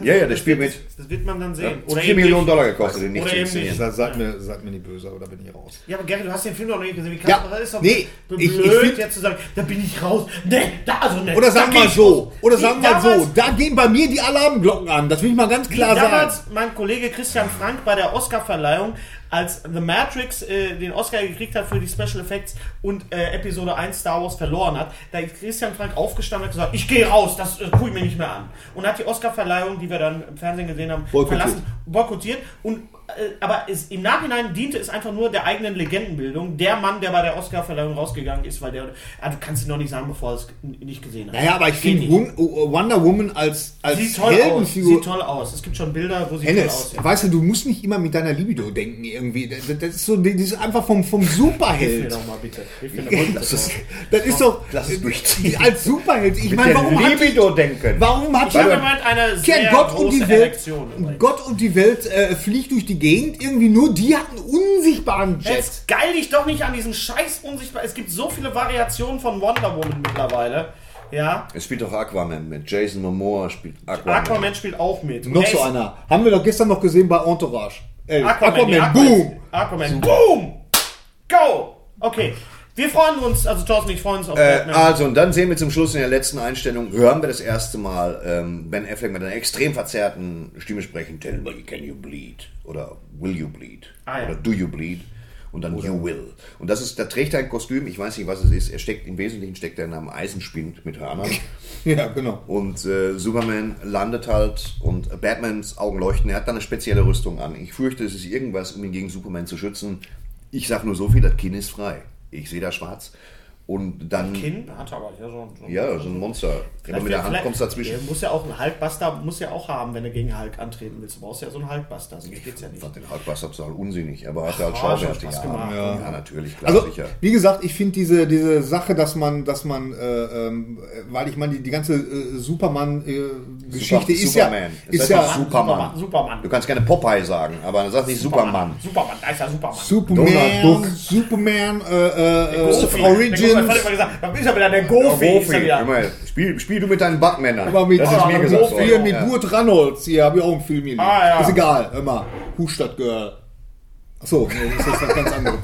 Ja, ja, der spielt wird, mit. Das wird man dann Ja, sehen. 4 Millionen nicht. Dollar gekostet, den nicht Oder zu eben inszenieren. Sa- Seid mir, seid mir nicht böse, aber da bin ich raus. Ja, aber Gary, du hast den Film doch noch nicht gesehen. Wie kann Ja, das ist doch nee, blöd, ich- ich find- jetzt zu sagen, da bin ich raus. Nee, da also nee. Oder da sagen geh wir ich so, raus. oder Wie sagen wir so, damals- da gehen bei mir die Alarmglocken an. Das will ich mal ganz wie klar sagen. Damals mein Kollege Christian Frank bei der Oscarverleihung als The Matrix äh, den Oscar gekriegt hat für die Special Effects und äh, Episode 1 Star Wars verloren hat, da ist Christian Frank aufgestanden und hat gesagt, ich gehe raus, das äh, gucke ich mir nicht mehr an. Und hat die Oscar-Verleihung, die wir dann im Fernsehen gesehen haben, Boykottiert. verlassen, boykottiert. Und, äh, aber es, im Nachhinein diente es einfach nur der eigenen Legendenbildung. Der Mann, der bei der Oscar-Verleihung rausgegangen ist, weil der... Ah, du kannst ihn noch nicht sagen, bevor du es n- nicht gesehen hast. Naja, aber ich Geht finde nicht. Won- oh, Wonder Woman als, als Sieht toll aus. Sieht Heldenfigur toll aus. Es gibt schon Bilder, wo sie Hennes, toll aussieht. weißt du, du musst nicht immer mit deiner Libido denken irgendwie. Das, das ist so, das ist einfach vom, vom Hilf mir Superheld. doch mal bitte. Hilf mir doch mal Das bitte. ist, das ist doch Lass es durchziehen. als Superheld. Ich Mit meine, der warum hat, Libido denken. warum hat Weil jemand- man hat eine sehr Kehrt Gott große um die Welt, Erektion übrigens. Gott um die Welt äh, fliegt durch die Gegend irgendwie nur. Die hat einen unsichtbaren Jet. Jetzt geil dich doch nicht an diesen scheiß unsichtbar. Es gibt so viele Variationen von Wonder Woman mittlerweile. Ja. Es spielt auch Aquaman mit. Jason Momoa spielt Aquaman. Aquaman spielt auch mit. Und Noch er so ist- einer. Haben wir doch gestern noch gesehen bei Entourage. Äh, Aquaman, Aquaman, nee, boom. Aquaman, boom! Go! Okay. Wir freuen uns, also Thorsten, ich freue uns auf Äh, Batman. also, und dann sehen wir zum Schluss in der letzten Einstellung, hören wir das erste Mal ähm, Ben Affleck mit einer extrem verzerrten Stimme sprechen. Tell me, can you bleed? Oder will you bleed? Ah, ja. Oder do you bleed? Und dann you will. Und das ist, da trägt er ein Kostüm, ich weiß nicht, was es ist. Er steckt, im Wesentlichen steckt er in einem Eisenspind mit Hörnern. Ja, genau. Und äh, Superman landet halt und Batmans Augen leuchten. Er hat dann eine spezielle Rüstung an. Ich fürchte, es ist irgendwas, um ihn gegen Superman zu schützen. Ich sag nur so viel, das Kinn ist frei. Ich sehe da schwarz. Und dann. Kinn hat aber ja so ein. So ein- Ja, so ein Monster. Immer mit der Hand Vielleicht- kommst du dazwischen. Der muss ja auch ein Hulkbuster, muss ja auch haben, wenn du gegen Hulk antreten willst. Du brauchst ja so einen Hulkbuster, sonst geht's ja Ich nicht. fand den Hulkbuster total unsinnig, aber hat halt Ach, hat schon Schauwerte. Spaß Ja, gemacht. ja. ja, natürlich, klar, Also, sicher. wie gesagt, ich finde diese, diese Sache, dass man, dass man, äh, ähm, weil ich meine, die, die ganze äh, Superman-Geschichte ist ja, Superman. Es ist heißt ja doch Superman. Superman, Superman. Du kannst keine Popeye sagen, aber dann sag nicht Superman. Superman, da ist ja Superman. Superman, Donald Duck. Superman, äh, Goofy. äh, äh, Der Goofy hat Origins. immer gesagt, da ist ja wieder der Goofy. Ja, Ist er wieder. hör mal, Spiel, spiel du mit deinen Backmännern. Aber mit, das ist mir mit- gesagt mit- hier worden. mit Ja. Burt Reynolds, hier habe ich auch einen Film hier. Ah, ja. Ist egal, immer. Hustadt Girl. Achso, nee, das ist das ganz andere.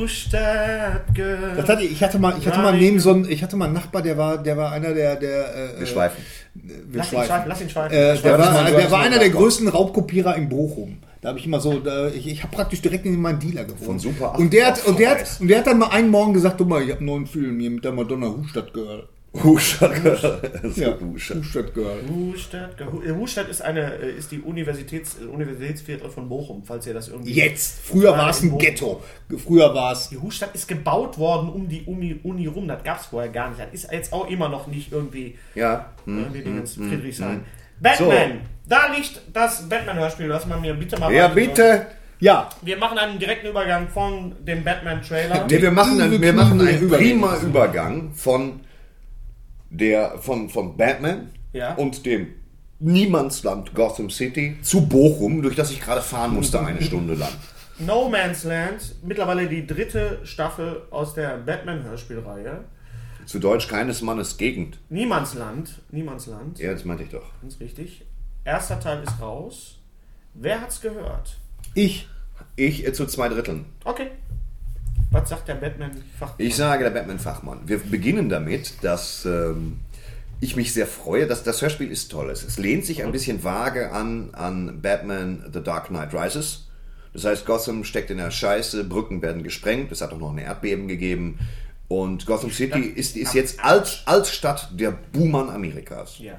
Kuhstadt gehört. Das hatte, ich hatte mal, ich hatte mal neben so einen, ich hatte mal einen Nachbar, der war, der war einer der, der, äh, Wir schweifen. wir Lass ihn schweifen, lass ihn schweifen. Äh, der, mal, war, du der hast war mal einer der Nachbar. größten Raubkopierer in Bochum. Da habe ich immer so, da, ich, ich habe praktisch direkt neben meinen Dealer gewohnt. Von Super 8 und der, hat, auf und, der hat, Weiß. und der hat dann mal einen Morgen gesagt, du mal, ich habe einen neuen Film hier mit der Madonna Hustadt Girl. Ja, Huscher. Huscher. Hustadt Girl. Hustadt, Ge- Hu- äh, Hustadt ist eine äh, ist die Universitäts, äh, Universitätsviertel von Bochum, falls ihr das irgendwie Jetzt. Früher Ah, war es in ein Bochum. Ghetto. Früher war es Die Hustadt ist gebaut worden um die Uni, Uni rum, das gab es vorher gar nicht. Das ist jetzt auch immer noch nicht irgendwie Ja. irgendwie Dingens Friedrichshain. Batman, da liegt das Batman Hörspiel, lass mal mir bitte mal Ja, machen. bitte. Ja, Wir machen einen direkten Übergang von dem Batman Trailer. Nee, wir machen, einen- wir machen einen Übergang. prima Übergang von, der, von, von Batman Ja. und dem Niemandsland Gotham City zu Bochum, durch das ich gerade fahren musste eine Stunde lang. No Man's Land, mittlerweile die dritte Staffel aus der Batman Hörspielreihe. Zu Deutsch keines Mannes Gegend. Niemandsland, Niemandsland, Ja, das meinte ich doch. ganz richtig. Erster Teil ist raus. Wer hat's gehört? ich. Ich äh, zu zwei Dritteln. Okay. Was sagt der Batman Fach? Ich sage der Batman-Fachmann. Wir beginnen damit, dass ähm, ich mich sehr freue, dass das Hörspiel ist toll. Es, es lehnt sich ein bisschen vage an an Batman The Dark Knight Rises. Das heißt, Gotham steckt in der Scheiße, Brücken werden gesprengt, es hat auch noch ein Erdbeben gegeben. Und Gotham City ist, ist jetzt als, als Stadt der Boomern Amerikas. ja.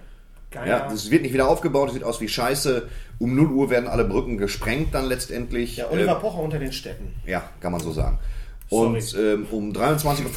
Geiler. Ja, es wird nicht wieder aufgebaut, es sieht aus wie Scheiße. Um 0 Uhr werden alle Brücken gesprengt dann letztendlich. der Oliver Äh, Pocher unter den Städten. ja, kann man so sagen. Sorry. Und ähm, um 23.55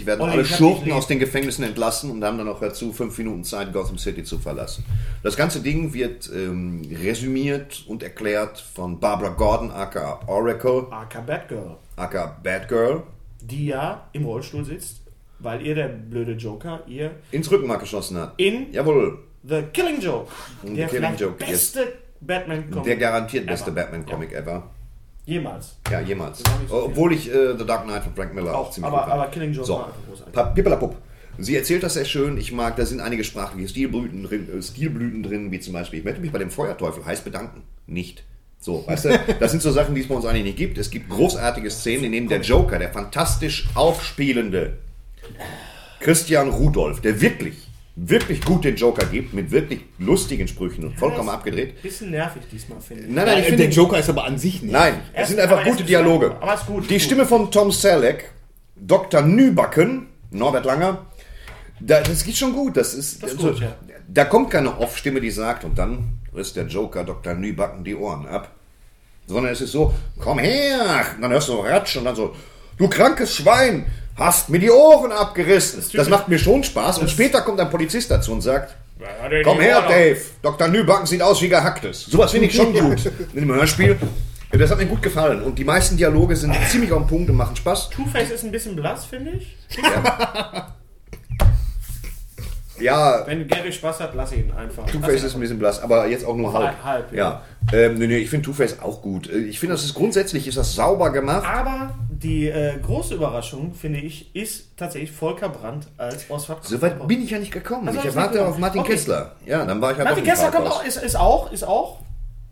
Uhr werden Olli, alle ich hab dich Schurken lieb. aus den Gefängnissen entlassen und haben dann noch dazu fünf Minuten Zeit, Gotham City zu verlassen. Das ganze Ding wird ähm, resümiert und erklärt von Barbara Gordon, aka Oracle, Aka Batgirl, aka Batgirl, die ja im Rollstuhl sitzt, weil ihr der blöde Joker ihr ins Rückenmark geschossen hat. in Jawohl, The Killing Joke, der Killing vielleicht Joke, yes. beste Batman Comic der garantiert beste ever. Batman-Comic ever. jemals. Ja, jemals. hab ich so Obwohl ich äh, The Dark Knight von Frank Miller auch, Auch, ziemlich aber- gut fand. aber Killing Joke so. war einfach großartig. Pa- Pippelapupp. Sie erzählt das sehr schön. Ich mag, da sind einige sprachliche Stilblüten drin, äh, Stilblüten drin, wie zum Beispiel, ich möchte mich bei dem Feuerteufel heiß bedanken. Nicht. So, weißt du, das sind so Sachen, die es bei uns eigentlich nicht gibt. Es gibt großartige Szenen, in denen der Joker, der fantastisch aufspielende Christian Rudolph, der wirklich wirklich gut den Joker gibt, mit wirklich lustigen Sprüchen und vollkommen das- abgedreht. Bisschen nervig diesmal, finde ich. Nein, nein, ich Äh, finde, der Joker ist aber an sich nicht. nein, Er es sind ist- einfach aber es gute ist- Dialoge. aber es ist gut, Die gut. Stimme von Tom Selleck, Dr. Nübacken, Norbert Langer, da, das geht schon gut. Das ist, Das ist also, gut, ja. Da kommt keine Off-Stimme, die sagt, und dann riss der Joker Dr. Nübacken die Ohren ab. Sondern es ist so, komm her, und dann hörst du so Ratsch und dann so, du krankes Schwein, hast mir die Ohren abgerissen. Das macht mir schon Spaß. Und später kommt ein Polizist dazu und sagt, Ja, der- Komm die her, Ohren Dave. Dr. Nübacken sieht aus wie gehacktes. Sowas finde ich schon gut in dem Hörspiel. Das hat mir gut gefallen. Und die meisten Dialoge sind Ah. ziemlich auf den Punkt und machen Spaß. Two-Face ist ein bisschen blass, finde ich. Ja, Wenn Gary Spaß hat, lass ihn einfach. Two-Face ist ein bisschen blass, aber jetzt auch nur halb. Halb, halb, ja. ja. Ähm, nee, nee, ich finde Two-Face auch gut. Äh, Ich finde, das ist grundsätzlich ist das sauber gemacht. Aber die äh, große Überraschung, finde ich, ist tatsächlich Volker Brandt als Oswald So weit bin ich ja nicht gekommen. Also, ich das ist erwarte nicht auf Martin okay. Kessler. Ja, dann war ich halt Martin doch im Kessler kommt Parkhaus. auch, ist, ist auch, ist auch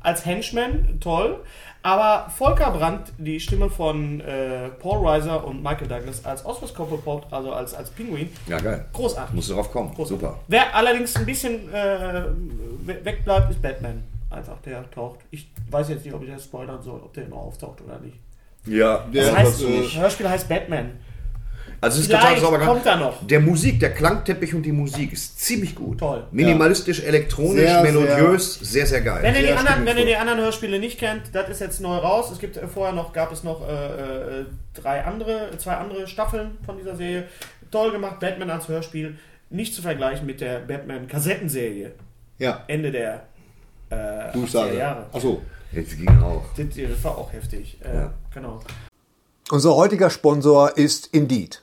als Henchman toll. Aber Volker Brandt, die Stimme von äh, Paul Reiser und Michael Douglas als Oswald Cobblepot, also als, als Pinguin, Ja, geil. großartig. Musst du drauf kommen. großartig. Super. Wer allerdings ein bisschen äh, we- wegbleibt, ist Batman. Einfach, der taucht. Ich weiß jetzt nicht, ob ich das spoilern soll, ob der noch auftaucht oder nicht. Ja, Ja, Das das, heißt, äh, das Hörspiel heißt Batman. Also es ist total Vielleicht sauber gemacht. kommt er noch. Der Musik, der Klangteppich und die Musik ist ziemlich gut. Toll. Minimalistisch, elektronisch, Sehr, melodiös, sehr, sehr geil. Wenn ihr, die Ja, anderen, stimmt, wenn ihr voll. die anderen Hörspiele nicht kennt, das ist jetzt neu raus. Es gibt äh, vorher noch, gab es noch äh, äh, drei andere, zwei andere Staffeln von dieser Serie. Toll gemacht, Batman als Hörspiel. Nicht zu vergleichen mit der Batman-Kassettenserie. Ja, Ende der äh, du 80er sagst. Jahre. Achso. Jetzt ging er auch. Das, das war auch heftig. Äh, Ja. Genau. Unser heutiger Sponsor ist Indeed.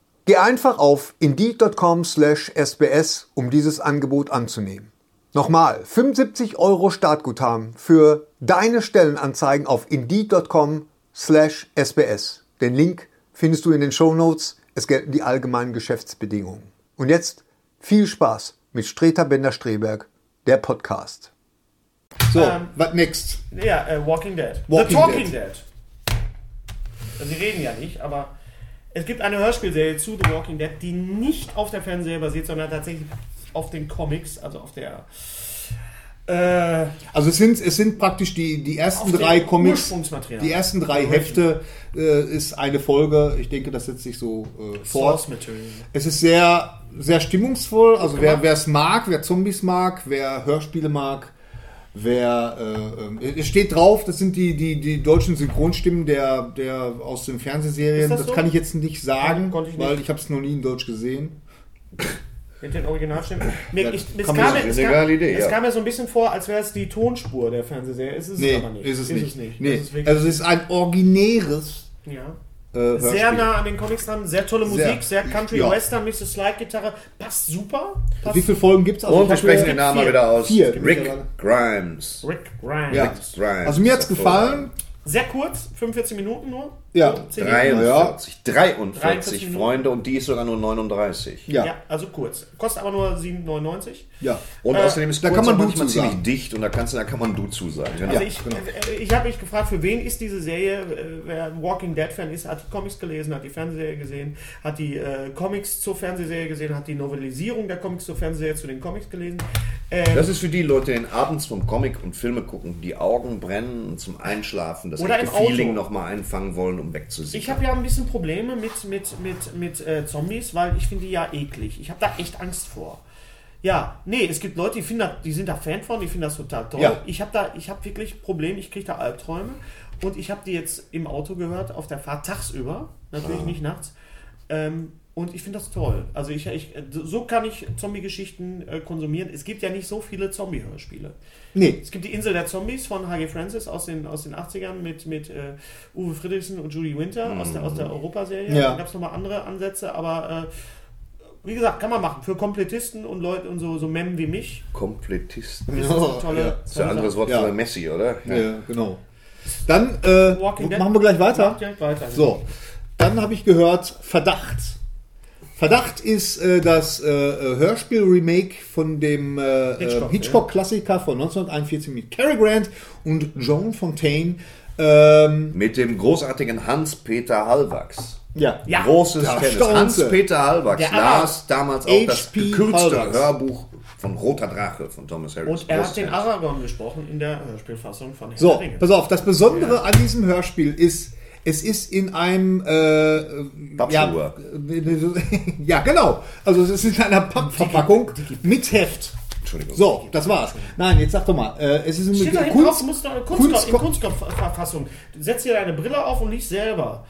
Geh einfach auf indeed.com slash sbs, um dieses Angebot anzunehmen. Nochmal, 75 Euro Startguthaben für deine Stellenanzeigen auf indeed.com slash sbs. Den Link findest du in den Shownotes. Es gelten die allgemeinen Geschäftsbedingungen. Und jetzt viel Spaß mit Streter Bender-Streberg, der Podcast. So, Ähm, was next? Ja, äh, Walking Dead. Walking The Talking Dead. Also, Sie reden ja nicht, aber es gibt eine Hörspielserie zu The Walking Dead, die nicht auf der Fernserie basiert, sondern tatsächlich auf den Comics, also auf der. Äh, Also es sind, es sind praktisch die, die ersten Auf drei dem Comics, Ursprungsmaterial. die ersten drei Hefte äh, ist eine Folge. Ich denke, das setzt sich so äh, fort. Source Material. Es ist sehr, sehr stimmungsvoll. Also wer wer es mag, wer Zombies mag, wer Hörspiele mag, wer äh, ähm, es steht drauf, das sind die, die, die deutschen Synchronstimmen der, der aus den Fernsehserien. Ist Das, das so? kann ich jetzt nicht sagen, Konnte ich nicht. weil ich habe es noch nie in Deutsch gesehen. Mit den Originalstimmen. Mir, ich, es, kam, kann mir- man sagen, ist es, eine kam, geile Idee, es ja. kam mir so ein bisschen vor, als wäre es die Tonspur der Fernsehserie. Es ist Nee, es aber nicht. ist es nicht. Nee. Nee. Es ist wirklich, also es ist ein originäres ja. äh, Hörspiel. Sehr nah an den Comics dran, sehr tolle Sehr. Musik, sehr, Country Ja. Western, Mrs. Slide-Gitarre. Passt super. Passt Wie viele Folgen Also gibt es? Also Und wir sprechen den Namen mal wieder aus. Vier. Rick Grimes. Rick Grimes. Ja. Grimes. Also mir hat's gefallen. Sehr kurz, 45 Minuten nur. Ja. So, zehn Minuten. 43. 43 43 Minuten. Freunde und die ist sogar nur 39. Ja. Ja, also kurz. Kostet aber nur 7,99. Ja. Und Äh, außerdem ist da kurz kann man auch du manchmal zu ziemlich sagen. dicht und da, kannst, du- da kann man du zu sagen. Ja. Also genau. ich, äh, ich habe mich gefragt, für wen ist diese Serie? Äh, Wer ein Walking Dead-Fan ist, hat die Comics gelesen, hat die Fernsehserie gesehen, hat die äh, Comics zur Fernsehserie gesehen, hat die Novelisierung der Comics zur Fernsehserie zu den Comics gelesen. Ähm, Das ist für die Leute, die abends vom Comic und Filme gucken, die Augen brennen und zum Einschlafen das Oder echte im Auto. Feeling nochmal einfangen wollen, um wegzusichern. ich habe ja ein bisschen Probleme mit, mit, mit, mit äh, Zombies, weil ich finde die ja eklig. Ich habe da echt Angst vor. Ja, nee, es gibt Leute, die, finden das, die sind da Fan von, die finden das total toll. Ja. Ich habe da, ich habe wirklich Probleme, ich kriege da Albträume. Und ich habe die jetzt im Auto gehört, auf der Fahrt tagsüber, natürlich nicht nachts. Ähm, und ich finde das toll. Also ich, ich, so kann ich Zombie-Geschichten äh, konsumieren. Es gibt ja nicht so viele Zombie-Hörspiele. Nee, Es gibt die Insel der Zombies von H.G. Francis aus den, aus den 80ern mit, mit äh, Uwe Friedrichsen und Judy Winter aus der, aus der Europaserie. Mhm. Ja. Da gab es nochmal andere Ansätze, aber äh, wie gesagt, kann man machen. Für Komplettisten und Leute und so, so Memmen wie mich. Komplettisten. Ist das Ja, eine tolle, Oh, ja. tolle Das ist ein anderes Wort Ja. für Messi, oder? ja, genau. Dann äh, Walking Dead. machen wir gleich weiter. Macht direkt weiter. genau. So, dann habe ich gehört Verdacht. Verdacht ist äh, das äh, äh, Hörspiel-Remake von dem äh, Hitchcock, äh, Hitchcock-Klassiker von 1941 mit Cary Grant und Joan Fontaine. Ähm, Mit dem großartigen Hans-Peter Hallwachs. ja. Ja. Großes Da Tennis. staunte. Hans-Peter Hallwachs Der las damals auch das H.P. gekürzte Hallwachs. Hörbuch von Roter Drache von Thomas Harris. Und er Großes hat den Tennis. Aragorn gesprochen in der Hörspielfassung von Herr der So, Ringe. pass auf, das Besondere an diesem Hörspiel ist, es ist in einem äh, äh, ja, Pappschuhe. ja, genau. Also es ist in einer Pappverpackung mit Heft. Entschuldigung. So, das war's. Nein, jetzt sag doch mal, äh, es ist ein Steht da hinten drauf, Kunst, du musst noch eine Kunst- Kunstkopf, in Kunstkopfverfassung. Setz dir deine Brille auf und lies selber.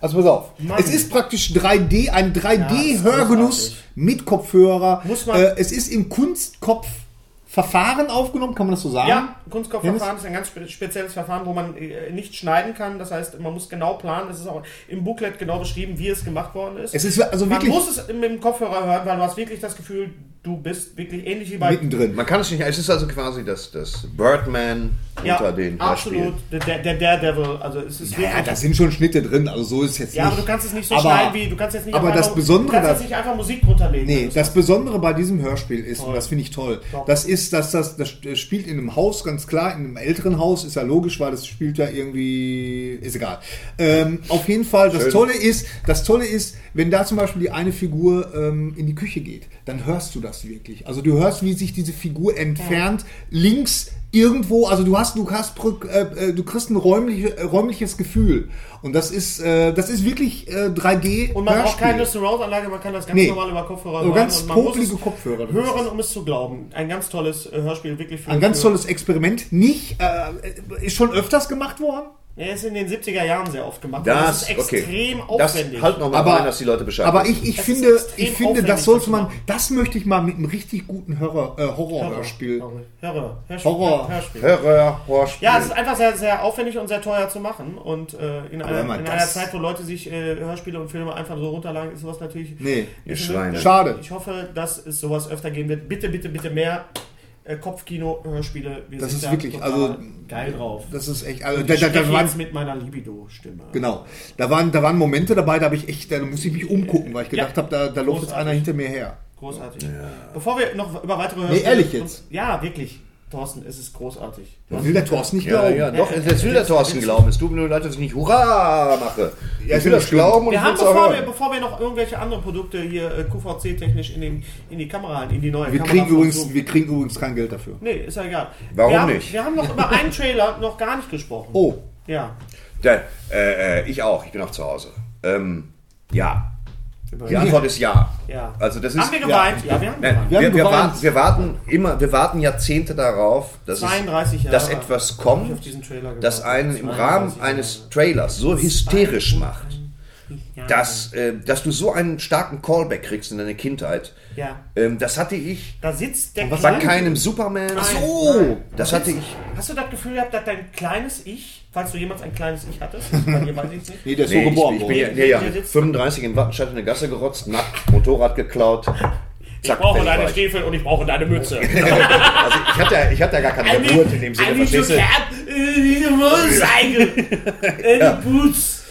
Also pass auf. Mann. Es ist praktisch 3D, ein Ja, ist 3D-Hörgenuss großartig. mit Kopfhörer. Muss man- äh, es ist im Kunstkopfverfahren aufgenommen, kann man das so sagen? Ja, Kunstkopfverfahren ist ein ganz spe- spezielles Verfahren, wo man äh, nicht schneiden kann. Das heißt, man muss genau planen. Es ist auch im Booklet genau beschrieben, wie es gemacht worden ist. Es ist also man wirklich muss es mit dem Kopfhörer hören, weil du hast wirklich das Gefühl, du bist wirklich ähnlich wie bei mittendrin. Man kann es nicht, es ist also quasi das, das Birdman ja, unter den absolut. Hörspielen. Der, der, der Daredevil, also es ist Ja, da sind schon Schnitte drin, also so ist es jetzt ja, nicht. aber du kannst es nicht so Aber- schneiden wie du kannst jetzt nicht aber einfach das nur- Besondere du kannst da- jetzt nicht einfach Musik runterlegen. Nee, Also, das Besondere bei diesem Hörspiel ist, und das finde ich toll, das ist, dass das, das spielt in einem Haus, ganz klar, in einem älteren Haus, ist ja logisch, weil das spielt ja irgendwie, ist egal. Ähm, auf jeden Fall, das Tolle ist, das Tolle ist, wenn da zum Beispiel die eine Figur ähm, in die Küche geht, dann hörst du das wirklich. Also du hörst, wie sich diese Figur entfernt, links irgendwo, also du hast, du hast, prück- äh, äh, du kriegst ein räumliche, äh, räumliches Gefühl. Und das ist, äh, das ist wirklich äh, 3D. Und man braucht Hörspiel. keine Surround-Anlage, man kann das ganz Nee. normal über Kopfhörer So ganz und man muss popelige es Kopfhörer, das hören, ist. um es zu glauben. Ein ganz tolles äh, Hörspiel, wirklich für Ein ganz für- tolles Experiment. Nicht, äh, ist schon öfters gemacht worden, Ja, ist in den 70er Jahren sehr oft gemacht. worden. Das, ist okay. extrem Das aufwendig. halt nochmal Aber- rein, dass die Leute Bescheid aber wissen. ich, ich Das ist finde, extrem ich finde, aufwendig, das sollte das man, zu machen. das möchte ich mal mit einem richtig guten Horror, äh, Horrorhörspiel. Horror. Horror. Hörspiel. Horror. Hörspiel. Hörer, Hörspiel. Ja, es ist einfach sehr, sehr aufwendig und sehr teuer zu machen. Und äh, in, einer, wenn man in das- einer Zeit, wo Leute sich äh, Hörspiele und Filme einfach so runterladen, ist sowas natürlich. Nee, Ihr Schweine. schade. Ich hoffe, dass es sowas öfter geben wird. Bitte, bitte, bitte mehr äh, Kopfkino, Hörspiele. Wir Das sind ist da wirklich, total also- geil drauf. Das ist echt, also, Ich da, da, da spreche waren, jetzt mit meiner Libido-Stimme. genau, da waren, da waren Momente dabei, da habe ich echt, da muss ich mich umgucken, weil ich Ja. gedacht habe, da, da läuft jetzt Großartig. einer hinter mir her. Großartig. Bevor wir noch über weitere Nee, ehrlich und- jetzt. Ja, wirklich. Thorsten, es ist großartig. Das will der Thorsten nicht Ja, glauben. ja, doch, jetzt will der Thorsten glauben. Es tut mir nur leid, dass ich nicht Hurra mache. Ja, ich will das stimmt. glauben und Wir ich will haben, es auch bevor wir, hören. bevor wir noch irgendwelche anderen Produkte hier äh, QVC-technisch in, den- in die Kamera halten, in die neue Wir Kamera. kriegen von übrigens, Zoom. wir kriegen übrigens kein Geld dafür. Nee, ist ja egal. Warum wir haben, nicht? Wir haben noch über einen Trailer noch gar nicht gesprochen. Oh, Ja. Da, äh, äh, ich auch, ich bin auch zu Hause. Ähm, ja. Über- Die Antwort ist ja. Ja. Also das ist, Haben wir geweint? Ja, wir haben Nein, geweint. wir, wir, haben geweint. warten, wir warten immer, wir warten Jahrzehnte darauf, dass, 32 es, Jahre dass etwas hab ich auf kommt, diesen Trailer gewartet. das einen im 32 Rahmen Jahre. eines Trailers so hysterisch macht, Ja. dass, äh, dass du so einen starken Callback kriegst in deine Kindheit. Ja. Ähm, das hatte ich Da sitzt der bei Kleine- keinem Superman. Nein, nein. Das hatte ich. Hast du das Gefühl gehabt, dass dein kleines Ich, falls du jemals ein kleines Ich hattest, bei dir weiß ich nicht, nee, der ist Nee, so geboren ich, ich worden. bin ja, nee, ja, Hier mit sitzt- 35 in Wattenscheid in eine Gasse gerotzt, nackt, Motorrad geklaut. ich Zack, brauche fertig war deine ich. Stiefel und ich brauche deine Mütze. Also ich hatte, ja- ich hatte ja gar keine Geburt in dem Sinne, verstehst du? Äh, Boots.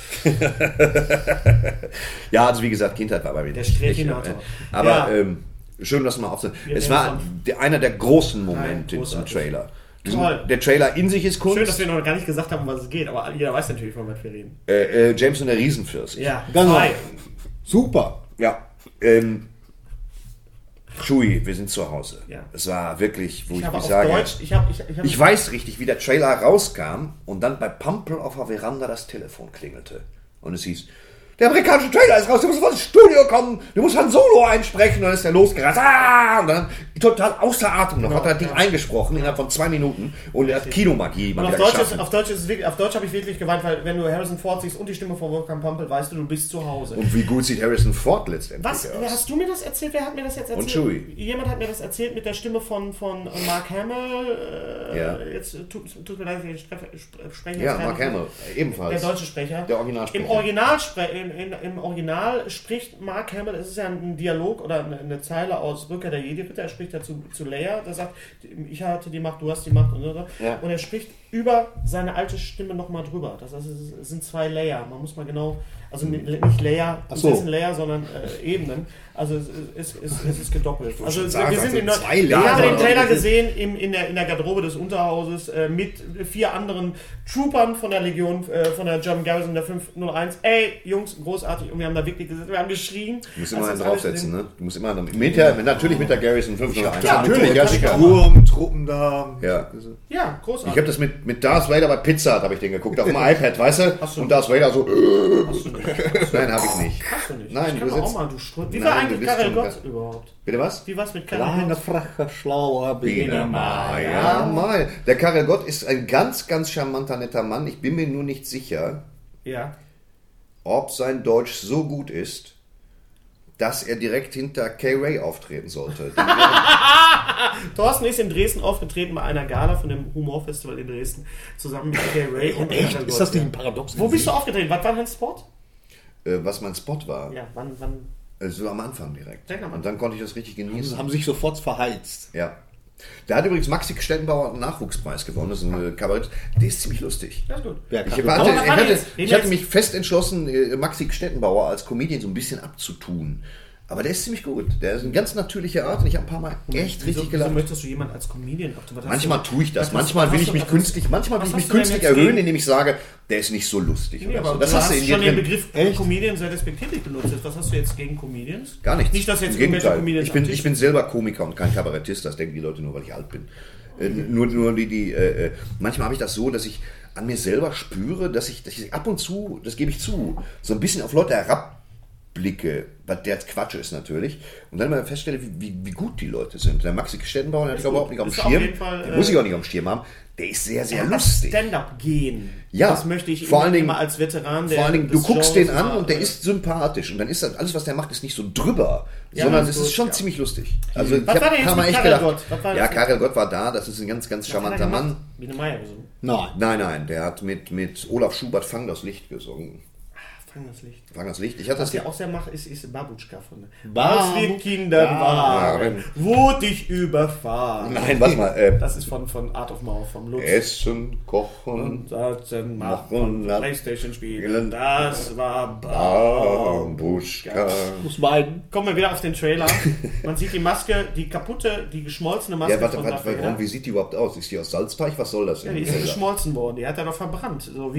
Ja, also wie gesagt, Kindheit war bei mir Der nicht- Strähchinator. nicht, äh, Aber Ja. ähm, schön, dass man aufsehen. Es werden war es der, einer der großen Momente Nein, in diesem großartig. Trailer. Toll. Der Trailer in sich ist Kunst. Schön, dass wir noch gar nicht gesagt haben, um was es geht, aber jeder weiß natürlich, von was wir reden. äh, äh, James und der Riesenfürst. Ja, Genau. Hi. Super. Ja. Ähm, Chewie, wir sind zu Hause. Ja. Es war wirklich, wo Ich ich, habe mich auf sage. Deutsch, ich habe, ich, ich habe, Ich weiß richtig, wie der Trailer rauskam und dann bei Pampel auf der Veranda das Telefon klingelte. Und es hieß, Der amerikanische Trailer ist raus, du musst sofort ins Studio kommen, du musst Han Solo einsprechen, und dann ist er losgerast. Ah! Und dann total außer Atem Genau, noch, hat er das Ding eingesprochen innerhalb von zwei Minuten und er hat Kinomagie mal Und auf wieder Deutsch, ist, geschaffen. auf Deutsch, ist es wirklich, auf Deutsch habe ich wirklich geweint, weil wenn du Harrison Ford siehst und die Stimme von Wolfgang Pampel, weißt du, du bist zu Hause. Und wie gut sieht Harrison Ford letztendlich Was? aus? Hast du mir das erzählt? Wer hat mir das jetzt erzählt? Und Chewie. Jemand hat mir das erzählt mit der Stimme von, von Mark Hamill. Äh, Ja. Jetzt tut, tut mir leid, ich spreche jetzt Ja, leider Mark nicht. Hamill, Der ebenfalls. deutsche Sprecher. Der Originalsprecher. Im Original, spre- in, in, Im Original spricht Mark Hamill, es ist ja ein Dialog oder eine, eine Zeile aus Rückkehr der Jedi-Ritter, er spricht dazu zu Leia, der sagt, ich hatte die Macht, du hast die Macht und so. so. Ja. Und er spricht über seine alte Stimme nochmal drüber. Das heißt, es es sind zwei Layer. Man muss mal genau, also nicht Layer, Hm. Ach so. es ist ein Layer, sondern äh, Ebenen. Also es, es, es, es ist gedoppelt. Also schon sagen, wir das sind sind in Neu- zwei Layer. Wir haben den Trailer Das ist- gesehen gesehen im, in, der, in der Garderobe des Unterhauses äh, mit vier anderen Troopern von der Legion, äh, von der German Garrison der 501. Ey, Jungs, großartig. Und wir haben da wirklich gesessen, wir haben geschrien. Du musst immer Also Das einen ist alles draufsetzen, in- ne? Du musst immer einen, mit der, natürlich mit der Garrison 501. Ja, natürlich, ja, sicher. Sturmtruppen da. Ja. Ja, ne? Ich habe großartig. das mit, mit Darth Vader bei Pizza habe ich den geguckt, auf dem iPad, weißt du? Und Darth Vader so, "Äh, Hast du nicht. nein, habe ich nicht. Hast du nicht. Nein, ich du kann mal auch sitzt- mal, du Strut. Wie Nein, war du eigentlich bist Karel schon- Gott überhaupt? Bitte was? Wie war's mit Karel Kleiner, Gott? flacher, schlauer Biene Maya. Ja, mal. Der Karel Gott ist ein ganz, ganz charmanter, netter Mann. Ich bin mir nur nicht sicher, Ja. ob sein Deutsch so gut ist, dass er direkt hinter K-Ray auftreten sollte. Hm. Thorsten ist in Dresden aufgetreten bei einer Gala von dem Humorfestival in Dresden zusammen mit Kay Ray und Echt? Ist das nicht ein Paradox? Wo bist du aufgetreten? Was war dein Spot? äh, was mein Spot war. Ja, wann, wann? Äh, So am Anfang direkt. Direkt am Anfang. Und dann konnte ich das richtig genießen. Haben sich sofort verheizt. Ja. Da hat übrigens Maxi Stettenbauer einen Nachwuchspreis gewonnen. Das ist ein äh, Kabarett. Der ist ziemlich lustig. Ja, ist gut. Wer kann Ich, das? hatte, Aber was ich, war hatte, jetzt? Reden ich wir hatte jetzt- mich fest entschlossen, äh, Maxi Stettenbauer als Comedian so ein bisschen abzutun. Aber der ist ziemlich gut. Der ist eine ganz natürliche Art und ich habe ein paar Mal echt richtig wieso, wieso gelacht. möchtest du jemanden als Comedian auf Manchmal tue ich das. Manchmal will ich mich künstlich, manchmal will was ich mich hast du denn künstlich jetzt erhöhen, gegen- indem ich sage, der ist nicht so lustig. Nee, oder so. aber Das du hast hast du in dir schon den drin. Begriff Comedian sehr respektierlich benutzt. Jetzt, Was hast du jetzt gegen Comedians? Gar nichts. Nicht, dass jetzt Im Gegenteil. Comedians Ich bin, am Tisch- ich bin selber Komiker und kein Kabarettist. Das denken die Leute nur, weil ich alt bin. Äh, nur, nur die, die, äh, äh, manchmal habe ich das so, dass ich an mir selber spüre, dass ich, dass ich ab und zu, das gebe ich zu, so ein bisschen auf Leute herabblicke, was der Quatsch ist natürlich, und dann mal feststelle, wie, wie, wie gut die Leute sind. Der Maxi Stettenbauer, den hatte ich gut. überhaupt nicht auf dem Ist auf Schirm, jeden Fall, den äh, muss ich auch nicht auf dem Schirm haben, der ist sehr, sehr lustig. Stand-up gehen. Ja, Das möchte ich vor immer, allen Dingen- immer als Veteran der Vor allen Dingen, du des guckst Genres den an war, und der äh, ist sympathisch. Und dann ist das, alles, was der macht, ist nicht so drüber, Ja, sondern das es ist ist gut, schon ja. ziemlich lustig. Also, ich Was hab war denn jetzt paar Mal mit echt Karel gedacht, Gott? Was war ja, das Karel Gott war da, das ist ein ganz, ganz was hat er charmanter gemacht? Mann. Biene Meier gesungen. Nein. Nein, nein, der hat mit, mit Olaf Schubert Fang das Licht gesungen. Ah, Fang das Licht. Fang das Licht. Ich hatte das Was ja der auch sehr macht, ist, ist Babutschka von. Babu- Was wir Kinder waren, wurde ich überfahren. Nein, warte mal. Äh, Das ist von, von Art of Mauer, vom Lutz. Essen, Kochen, Satzen Machen, machen, la- ähm, Playstation Grillen. spielen. Das war Baum. Bambuschka. Muss meiden. Kommen wir wieder auf den Trailer. Man sieht die Maske, die kaputte, die geschmolzene Maske Ja, warte, von warte, Darth Vader. warte, warum, wie sieht die überhaupt aus? Ist die aus Salzteig? Was soll das Ja, denn? die ist ja geschmolzen worden. Die hat er doch verbrannt, so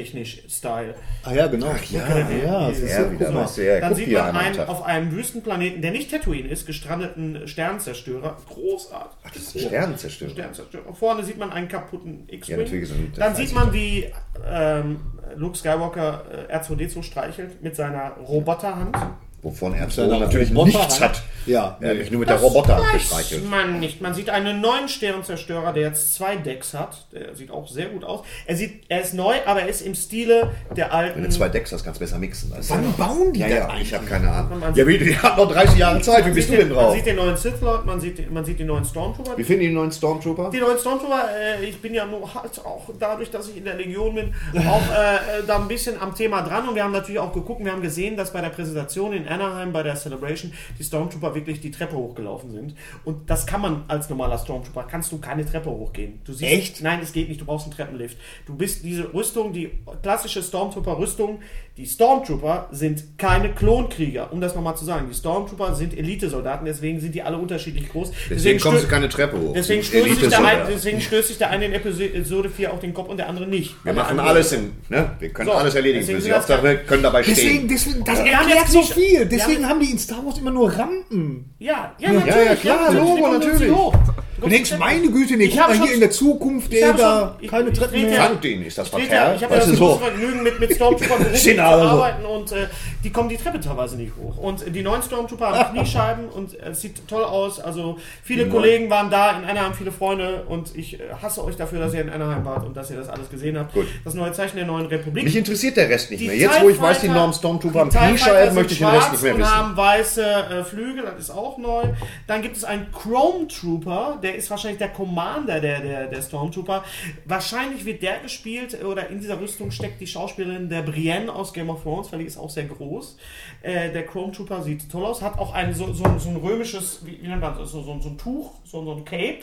Wikinger-technisch-Style. Ah ja, genau. Ach, ja, ja. Das ist ja, so, wieder, guck mal. weißt du, ja, Dann guck sieht dir man einmal am einen Tag. auf einem Wüstenplaneten, der nicht Tatooine ist, gestrandeten Sternzerstörer. Großartig. Ach, das ist ein Sternenzerstörer. Sternzerstörer. Vorne sieht man einen kaputten Ja, natürlich, so X-Wing. ein- Dann das sieht weiß man, ich wie ähm, Luke Skywalker äh, R2D2 streichelt mit seiner Roboterhand. Wovon Mit R2 seiner natürlich Roboterhand. nichts hat. Ja, Er hat nee. mich nur mit der Roboterhand gestreichelt. Man nicht. Man sieht einen neuen Sternzerstörer, der jetzt zwei Decks hat. Der sieht auch sehr gut aus. Er sieht, er ist neu, aber er ist im Stile der alten. Wenn du zwei Decks hast, kannst du besser mixen. Weißt Wann du? bauen die Ja, das ja, eigentlich? ich habe keine Ahnung. Man Ja, sieht- wie, die hat noch 30 Jahre Zeit. Wie Man bist sieht du denn den- drauf? Man sieht den neuen Sith Lord, man sieht, man sieht die neuen Stormtrooper. Wir finden die neuen Stormtrooper. Die neuen Stormtrooper, äh, ich bin ja nur halt auch dadurch, dass ich in der Legion bin, auch äh, äh, da ein bisschen am Thema dran. Und wir haben natürlich auch geguckt, wir haben gesehen, dass bei der Präsentation in Anaheim, bei der Celebration, die Stormtrooper wirklich die Treppe hochgelaufen sind. Und das kann man als normaler Stormtrooper, kannst du keine Treppe hochgehen. Du siehst, Echt? Nein, es geht nicht, du brauchst einen Treppenlift. Du bist diese Rüstung, die klassische Stormtrooper-Rüstung. Die Stormtrooper sind keine Klonkrieger, um das nochmal zu sagen. Die Stormtrooper sind Elitesoldaten, deswegen sind die alle unterschiedlich groß. Deswegen kommen sie stö- keine Treppe hoch. Deswegen Sie sind stößt, sich halt der Elite-Soldaten. eine, deswegen stößt sich der eine in Episode 4 auf den Kopf und der andere nicht. Wir machen alles im. Ne? Wir können So, alles erledigen. deswegen Für sie. sind das- Hauptsache, wir können dabei Deswegen, stehen. deswegen, das Wir haben erklärt jetzt so nicht- wir viel. haben Deswegen haben die in Star Wars immer nur Rampen. Ja, ja, natürlich. ja, klar, natürlich, Logo, die kommen natürlich. jetzt hier hoch. Guck, Denkst, meine Güte, nee, Ich guck hab mal schon- hier in der Zukunft, ich der habe da. schon, ich, keine ich Treppen trete mehr. ja- Fand den ist das Ich trete ja- verkehrt. ich habe ja Weißt das du, große Vergnügen mit, mit Stormtrooper beruflich zu Genau so. arbeiten und äh, die kommen die Treppe teilweise nicht hoch. Und die neuen Stormtrooper haben Kniescheiben und äh, es sieht toll aus. Also viele Kollegen waren da, in Anaheim viele Freunde und ich äh, hasse euch dafür, dass ihr in Anaheim wart und dass ihr das alles gesehen habt. Gut. Das neue Zeichen der neuen Republik. Mich interessiert der Rest nicht Die mehr. Jetzt, wo ich weiß, die TIE Norm Stormtrooper am die TIE Knie Fighter scheiben, sind möchte ich den Rest schwarz nicht mehr und wissen. haben weiße äh, Flügel, das ist auch neu. Dann gibt es einen Chrome Trooper, der ist wahrscheinlich der Commander der, der, der Stormtrooper. Wahrscheinlich wird der gespielt oder in dieser Rüstung steckt die Schauspielerin der Brienne aus Game of Thrones, weil die ist auch sehr groß. Äh, der Chrome Trooper sieht toll aus, hat auch ein, so, so, so ein römisches, wie, wie nennt man das, so, so, so ein Tuch, so, so ein Cape.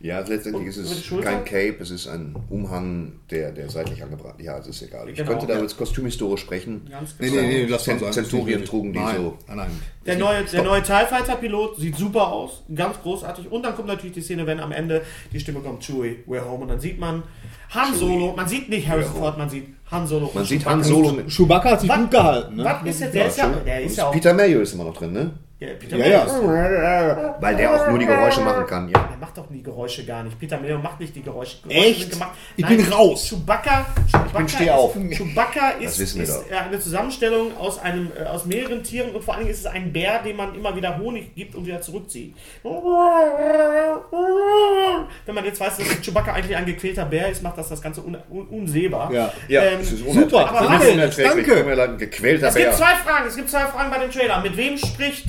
Ja, also letztendlich ist Und mit es Schulter? kein Cape, es ist ein Umhang, der, der seitlich angebracht Ja, es ist egal. Ich Genau. könnte da jetzt kostümhistorisch sprechen. Ganz Nee, genau. nee, nee, lass mal Zent- sein. Zenturien trugen die nein, so. Nein, nein. Der neue, der neue TIE Fighter Pilot sieht super aus, ganz großartig. Und dann kommt natürlich die Szene, wenn am Ende die Stimme kommt, Chewie, we're home. Und dann sieht man Han Solo, man sieht nicht Harrison Ford, man sieht Han Solo. Man sieht Han Solo mit. ne? Chewbacca hat sich gut gehalten, ne? Was ist jetzt, der ist ja, der ist ja auch, Peter Mayo ist immer noch drin, ne? ja, Peter Ja, Mayer- ja. Weil der auch nur die Geräusche machen kann, ja. Der macht doch die Geräusche gar nicht. Peter Mayo macht nicht die Geräusche. Geräusche Echt? sind Gemacht. Ich bin raus. Chewbacca, Chewbacca steh ist, auf. Chewbacca ist, wissen wir ist doch. äh, eine Zusammenstellung aus, einem, äh, aus mehreren Tieren und vor allen Dingen ist es ein Bär, dem man immer wieder Honig gibt und wieder zurückzieht. Wenn man jetzt weiß, dass Chewbacca eigentlich ein gequälter Bär ist, macht das das Ganze un un unsehbar. Ja. Ja, Ähm, es ist super, unerträglich. aber Es ist Marvel, unerträglich. danke. Tut mir leid, ein gequälter es gibt Bär. zwei Fragen. Es gibt zwei Fragen bei dem Trailer. Mit wem spricht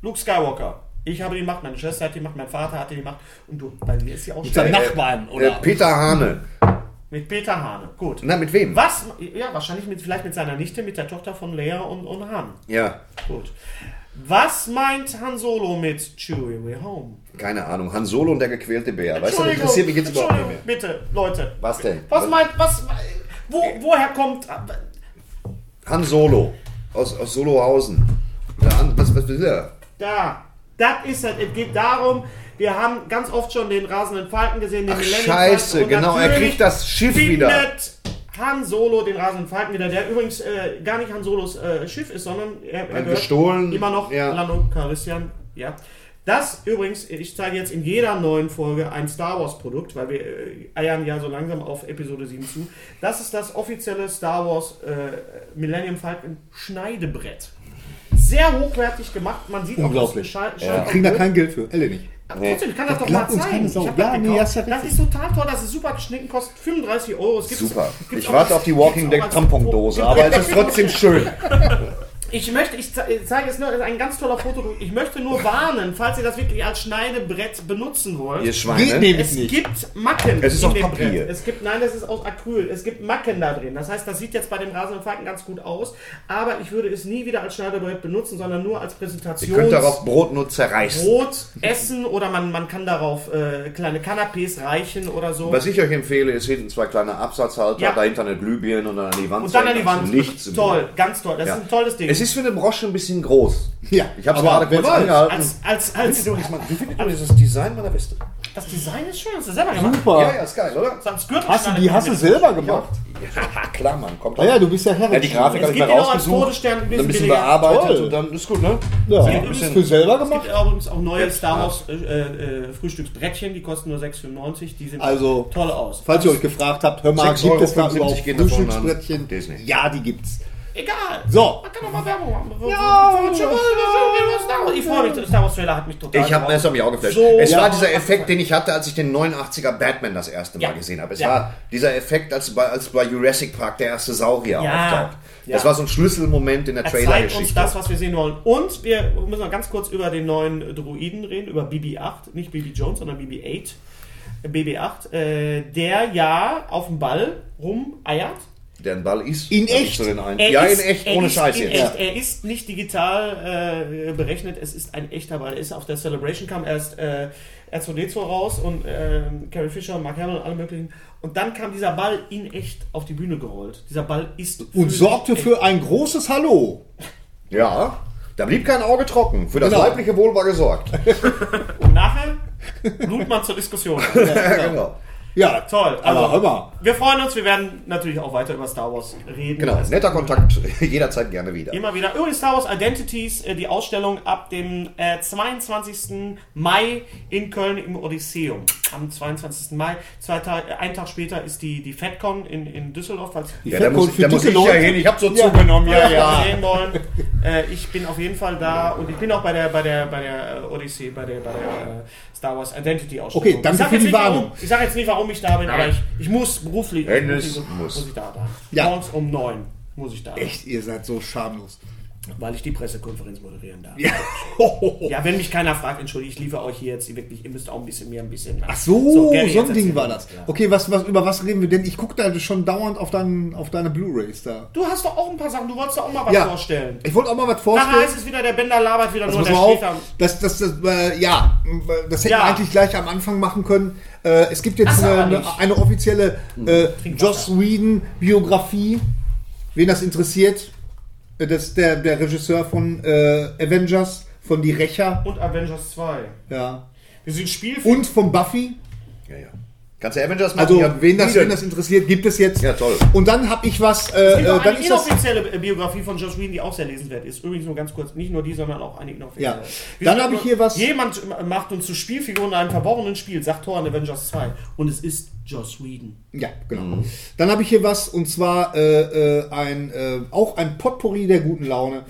Luke Skywalker? Ich habe die Macht, meine Schwester hat die Macht, mein Vater hatte die Macht und du, bei dir ist sie auch Mit schwer. seinem Nachbarn, Äh, oder? Peter Hane. Mit Peter Hane. Gut. Na, mit wem? Was? Ja, wahrscheinlich mit, vielleicht mit seiner Nichte, mit der Tochter von Leia und, und Han. Ja, Gut. Was meint Han Solo mit Chewie Way Home? keine Ahnung. Han Solo und der gequälte Bär. Weißt du, das interessiert mich jetzt überhaupt nicht Entschuldigung, mehr. bitte, Leute. Was denn? Was meint, was, wo, woher kommt, Han Solo aus, aus Solohausen. Der Han, was, was will er? da, das ist halt, es, es geht darum, wir haben ganz oft schon den rasenden Falken gesehen, den Ach, Millennium scheiße, Falcon, und genau, er natürlich kriegt das Schiff findet wieder. Han Solo den rasenden Falken wieder, der übrigens äh, gar nicht Han Solos äh, Schiff ist, sondern er, er Ein gehört gestohlen, immer noch ja. Lando Calrissian, ja. Das übrigens, ich zeige jetzt in jeder neuen Folge ein Star Wars Produkt, weil wir äh, eiern ja so langsam auf Episode 7 zu. Das ist das offizielle Star Wars äh, Millennium Falcon Schneidebrett. Sehr hochwertig gemacht, man sieht Unglaublich. auch das Schei- Wir kriegen da kein Geld für. Elle nicht. aber trotzdem, ich kann das, doch mal glaubt uns zeigen. keine Ich Sau. hab Ja, das, nee, gekauft. hast ja das richtig. ist total toll, das ist super geschnitten, kostet 35 Euro. Es gibt's- Super. gibt's Ich auch warte als- auf die Walking gibt's Dead auch als Tampondose, Foto. aber es ist trotzdem schön. Ich möchte, ich ze- ich zeige es nur, das ist ein ganz toller Fotodruck. Ich möchte nur warnen, falls ihr das wirklich als Schneidebrett benutzen wollt. Ihr Geht Schweine. nämlich es nicht. gibt Macken. Es ist in auch dem Papier. Brett. Es gibt, nein, das ist aus Acryl. Es gibt Macken da drin. Das heißt, das sieht jetzt bei dem rasenden Falken ganz gut aus. Aber ich würde es nie wieder als Schneidebrett benutzen, sondern nur als Präsentations. Ihr könnt darauf Brot nur zerreißen. Brot essen oder man, man kann darauf äh, kleine Canapés reichen oder so. Was ich euch empfehle, ist hinten zwei kleine Absatzhalter, Ja. dahinter eine Glühbirne und dann an die Wand. und dann an zeigen. die Wand. Also Nichts im toll, ganz toll. Das Ja. ist ein tolles Ding. Es ist für eine Brosche ein bisschen groß. Ja, Ich habe es aber gerade wer kurz weiß. angehalten. als, als, als, Wie findet ihr dieses Design meiner Weste? das Design ist schön, das ist selber gemacht. Super. Ja, ja, ist geil, oder? Das ist ein Gürtel- Hast du, die hast du selber gemacht? Ja, klar, Mann. Kommt Ja, ja, du bist ja Herr. Ja, die Grafik Es habe ich gibt mir den auch als rausgesucht, Todesstern ein dann ein bisschen billiger. bearbeitet Toll. und dann ist gut, ne? Ja, Ja, bist bisschen- du selber Es gibt gemacht? übrigens auch neue Star Wars äh, äh, Frühstücksbrettchen, die kosten nur 6,95. Die sehen Also, toll aus. Falls ihr euch gefragt habt, hör mal, 6,75 gibt es da Euro überhaupt gehen davon an Frühstücksbrettchen? Disney. Ja, die gibt's. Egal. So. Man kann doch mal Werbung machen. Ja, ich freue mich. Der Star Wars Trailer hat mich total Ich habe gefreut. es hat mich auch geflasht. So. es war Ja. dieser Effekt, den ich hatte, als ich den 89er Batman das erste Mal Ja. gesehen habe. Es Ja. war dieser Effekt, als bei, als bei Jurassic Park der erste Saurier Ja. auftaucht. Das Ja. war so ein Schlüsselmoment in der Er zeigt Trailer-Geschichte. uns das, was wir sehen wollen. Und wir müssen noch ganz kurz über den neuen Druiden reden, über BB-8, nicht BB Jones, sondern BB-8. BB-8, äh, der ja auf dem Ball rumeiert. Der ein Ball ist. In hab ich echt? So den einen. Er Ja, ist- in echt, er ohne ist Scheiß in jetzt. Echt. Er ist nicht digital äh, berechnet, es ist ein echter Ball. Er ist auf der Celebration, kam erst äh, R2D2 raus und äh, Carrie Fisher, Mark Hamill und alle möglichen. Und dann kam dieser Ball in echt auf die Bühne gerollt. Dieser Ball ist. Und physisch sorgte echt. für ein großes Hallo. Ja. Da blieb kein Auge trocken. Für das Genau. leibliche Wohl war gesorgt. Und nachher lud man zur Diskussion. ja, genau. Ja, Toll. Also, aber hör mal. Wir freuen uns. Wir werden natürlich auch weiter über Star Wars reden. Genau, Es- netter Kontakt, jederzeit gerne wieder. Immer wieder. Übrigens Star Wars Identities, äh, die Ausstellung ab dem äh, 22. Mai in Köln im Odysseum. Am 22. Mai, zwei Tag, äh, ein Tag später ist die, die FedCon in, in Düsseldorf, falls Ja, da muss, Fettkohl für da muss ich dicke ja Leute. hin, ich habe so zugenommen, ja, ja. ja. sehen wollen. Äh, ich bin auf jeden Fall da und ich bin auch bei der bei der bei der äh, Odyssey, bei der bei der äh, Star Wars Identity Ausstellung. Okay, danke ich sag für jetzt die nicht, Warum, Warnung. ich sage jetzt nicht, warum ich da bin, aber ich, ich muss beruflich Wenn muss, es ich, muss. muss ich da sein. Ja. Morgens um neun muss ich da sein, Echt, ihr seid so schamlos. weil ich die Pressekonferenz moderieren darf. Ja. Ho, ho, ho. Ja, wenn mich keiner fragt, entschuldige, ich liefere euch hier jetzt wirklich, ihr müsst auch ein bisschen mir ein bisschen. Ach so, Gary, so ein jetzt Ding erzähl war mir. das. Okay, was, was, über was reden wir denn? Ich gucke da schon dauernd auf, deinen, auf deine Blu-Rays da. Du hast doch auch ein paar Sachen, du wolltest doch auch mal was Ja. vorstellen. Ich wollte auch mal was Nachher vorstellen. heißt es wieder, der Bender labert wieder Also nur, pass der mal steht da. auf, das, das, das, äh, ja, äh, das hätten Ja. wir eigentlich gleich am Anfang machen können. Äh, es gibt jetzt Das aber eine, eine, nicht. Hm, eine offizielle äh, Joss Whedon-Biografie. Wen das interessiert, äh, das ist der, der Regisseur von äh, Avengers, von Die Rächer Und Avengers 2. ja. Wir sind Spielfilm. und von Buffy. ja, ja. Kannst du Avengers machen? Also, ja, wen, das, wieder. wen das interessiert, gibt es jetzt. Ja, toll. Und dann habe ich was. Äh, Es gibt äh, auch dann eine ist das, inoffizielle Bi- Biografie von Josh Whedon, die auch sehr lesenswert ist. Übrigens nur ganz kurz, nicht nur die, sondern auch eine inoffizielle. Ja. Wir Dann sind habe ich nur- hier was- Jemand macht uns zu Spielfiguren in einem verworrenen Spiel, sagt Thor in Avengers 2. Und es ist Joss Whedon. ja, genau. Mhm. Dann habe ich hier was und zwar äh, äh, ein, äh, auch ein Potpourri der guten Laune.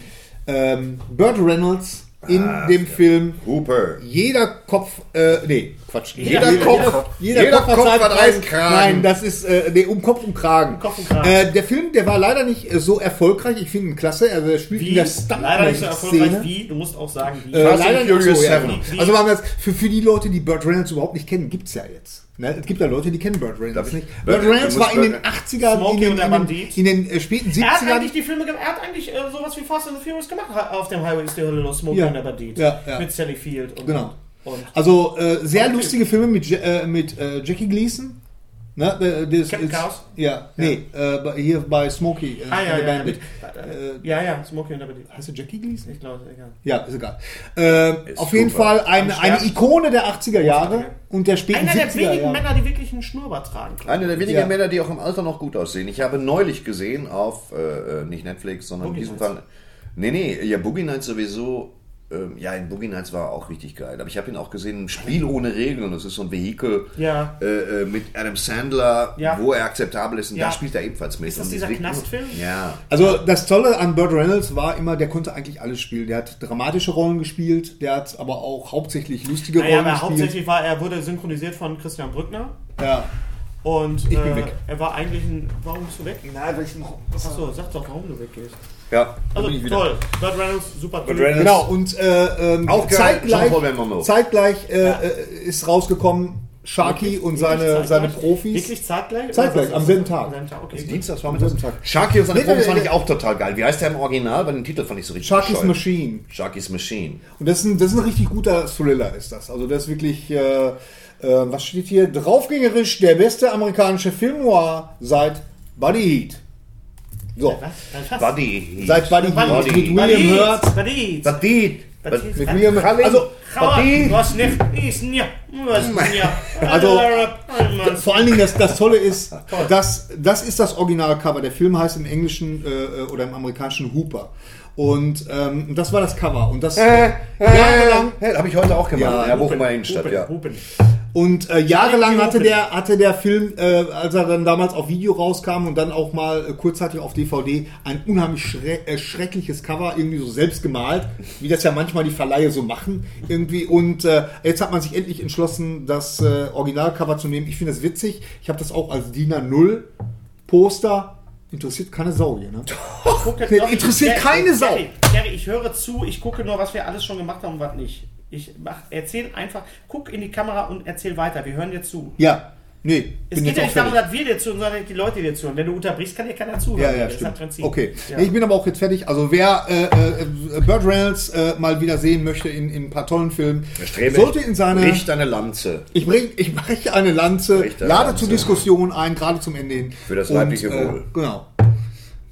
Ähm, Burt Reynolds in Ah, dem Film. Hooper. Jeder Kopf, äh, nee, Quatsch. Jeder, jeder Kopf, jeder, Kopf, hat, einen einen Kragen. Nein, das ist, äh, nee, um Kopf und Kragen. Kopf und Kragen. Äh, der Film, der war leider nicht äh, so erfolgreich. Ich finde ihn klasse. Also, er spielt in der Leider nicht so erfolgreich Stuntman-Szene. wie, du musst auch sagen, wie. Äh, Fast and leider nicht Furious so, ja, Seven. genau. Also machen wir jetzt, für, für die Leute, die Burt Reynolds überhaupt nicht kennen, gibt es ja jetzt. Ne? Es gibt ja Leute, die kennen Burt Reynolds ich- nicht. Burt- Burt Reynolds du war musst in den Burt- 80ern, Smokey in den, und der in den, Bandit. in den äh, späten Er hat 70ern. eigentlich die Filme gemacht, er hat eigentlich äh, sowas wie Fast and the Furious gemacht. Ha- Auf dem Highway ist die Hölle los, Smoking Ja. and the Bandit. Ja, ja. Mit Sally Field. Und, Genau. Und Also äh, sehr Okay. lustige Filme mit, Ja- äh, mit äh, Jackie Gleason. Ne? Äh, das Captain ist- Chaos? Ja, nee, äh, bei- hier bei Smokey. Äh, ah, ja, and the ja, ja, Bandit. mit, Äh, ja, ja, Smoking and the Bandit. Heißt du Jackie Gleason? Ich glaube, egal. Ja, ist egal. Äh, auf jeden super. Fall eine, Am eine stärksten. Ikone der 80er Jahre und der späten Einer der 70er wenigen Jahre. Männer, die wirklich einen Schnurrbart tragen können. Einer der wenigen Ja. Männer, die auch im Alter noch gut aussehen. Ich habe neulich gesehen auf, äh, äh, nicht Netflix, sondern Boogie in diesem Nights. Fall. Nee, nee, ja, Boogie Nights sowieso. Ähm, ja, in Boogie Nights war er auch richtig geil. Aber ich habe ihn auch gesehen, ein Spiel ohne Regeln. Das ist so ein Vehikel Ja. äh, äh, mit Adam Sandler, Ja. wo er akzeptabel ist. Und Ja. da spielt er ebenfalls mit. Ist das dieser Knastfilm? Ja. Also das Tolle an Burt Reynolds war immer, der konnte eigentlich alles spielen. Der hat dramatische Rollen gespielt, der hat aber auch hauptsächlich lustige Naja, Rollen aber gespielt. hauptsächlich war er wurde synchronisiert von Christian Brückner. Ja. Und Ich bin äh, weg. er war eigentlich ein. Warum bist du weg? Nein, weil ich noch. Achso, sag doch, warum du weggehst. Ja. Also bin ich wieder. toll. Burt Reynolds, super Typ. Reynolds. Genau, und äh, ähm, Auch geil, zeitgleich, Jean-Paul Belmondo. zeitgleich äh, äh, ist rausgekommen Sharky und seine, Wirklich seine zeitgleich? Profis. Wirklich zeitgleich? Zeitgleich, Oder was- am selben Tag. Am selben Tag, okay. Dienstags war Am mit selben Tag. Sharky und seine Nee, Profis nee, fand nee. ich auch total geil. Wie heißt der im Original? Bei den Titel fand ich so richtig Sharky's bescheuert. Machine. Sharky's Machine. Und das ist, ein, das ist ein richtig guter Thriller, ist das. Also das ist wirklich, äh, äh, was steht hier? Draufgängerisch der beste amerikanische Film noir seit Buddy Heat. So, Was? Was? Buddy. seit Buddy Heat Buddy mit Heat. William Buddies, Hurt. Buddies. Buddy. Was ist- Mit William Hurt. Also, Hauer, Buddy. Was nicht? Ist nicht. Was nicht? Also, Mann. vor allen Dingen das, das Tolle ist, das, das ist das Originalcover. Der Film heißt im Englischen äh, oder im amerikanischen Hooper. Und ähm, das war das Cover. Und das äh, jahrelang, Hey, habe ich heute auch gemacht. Ja, Ja, Bochum war Innenstadt, Hupen, ja. Hupen. Und äh, jahrelang Irgendwie hatte open. der, hatte der Film, äh, als er dann damals auf Video rauskam und dann auch mal äh, kurzzeitig auf DVD, ein unheimlich schre äh, schreckliches Cover, irgendwie so selbst gemalt, wie das ja manchmal die Verleihe so machen. irgendwie. Und äh, jetzt hat man sich endlich entschlossen, das äh, Originalcover zu nehmen. Ich finde das witzig. Ich habe das auch als DIN A0 Poster. Interessiert keine Sau hier, ne? Gucke- Nee, Doch, interessiert Gary, keine Sau. Gary, Gary, ich höre zu, ich gucke nur, was wir alles schon gemacht haben und was nicht. Ich mach, erzähl einfach, guck in die Kamera und erzähl weiter. Wir hören dir zu. Ja, nee. Es geht ja nicht darum, fertig. dass wir dir zuhören, sondern die Leute dir zuhören. Wenn du unterbrichst, kann dir keiner zuhören. Ja, ja, Das ist das stimmt. Prinzip. Okay. Ja. Nee, Ich bin aber auch jetzt fertig. Also wer äh, äh, äh, Burt Reynolds äh, mal wieder sehen möchte in, in ein paar tollen Filmen, Strebe, sollte in seine... Richt eine Lanze Ich bringe ich breche eine Lanze, Richte eine lade Lanze. zur Diskussion ein, gerade zum Ende hin. Für das leibliche äh, Wohl. Genau.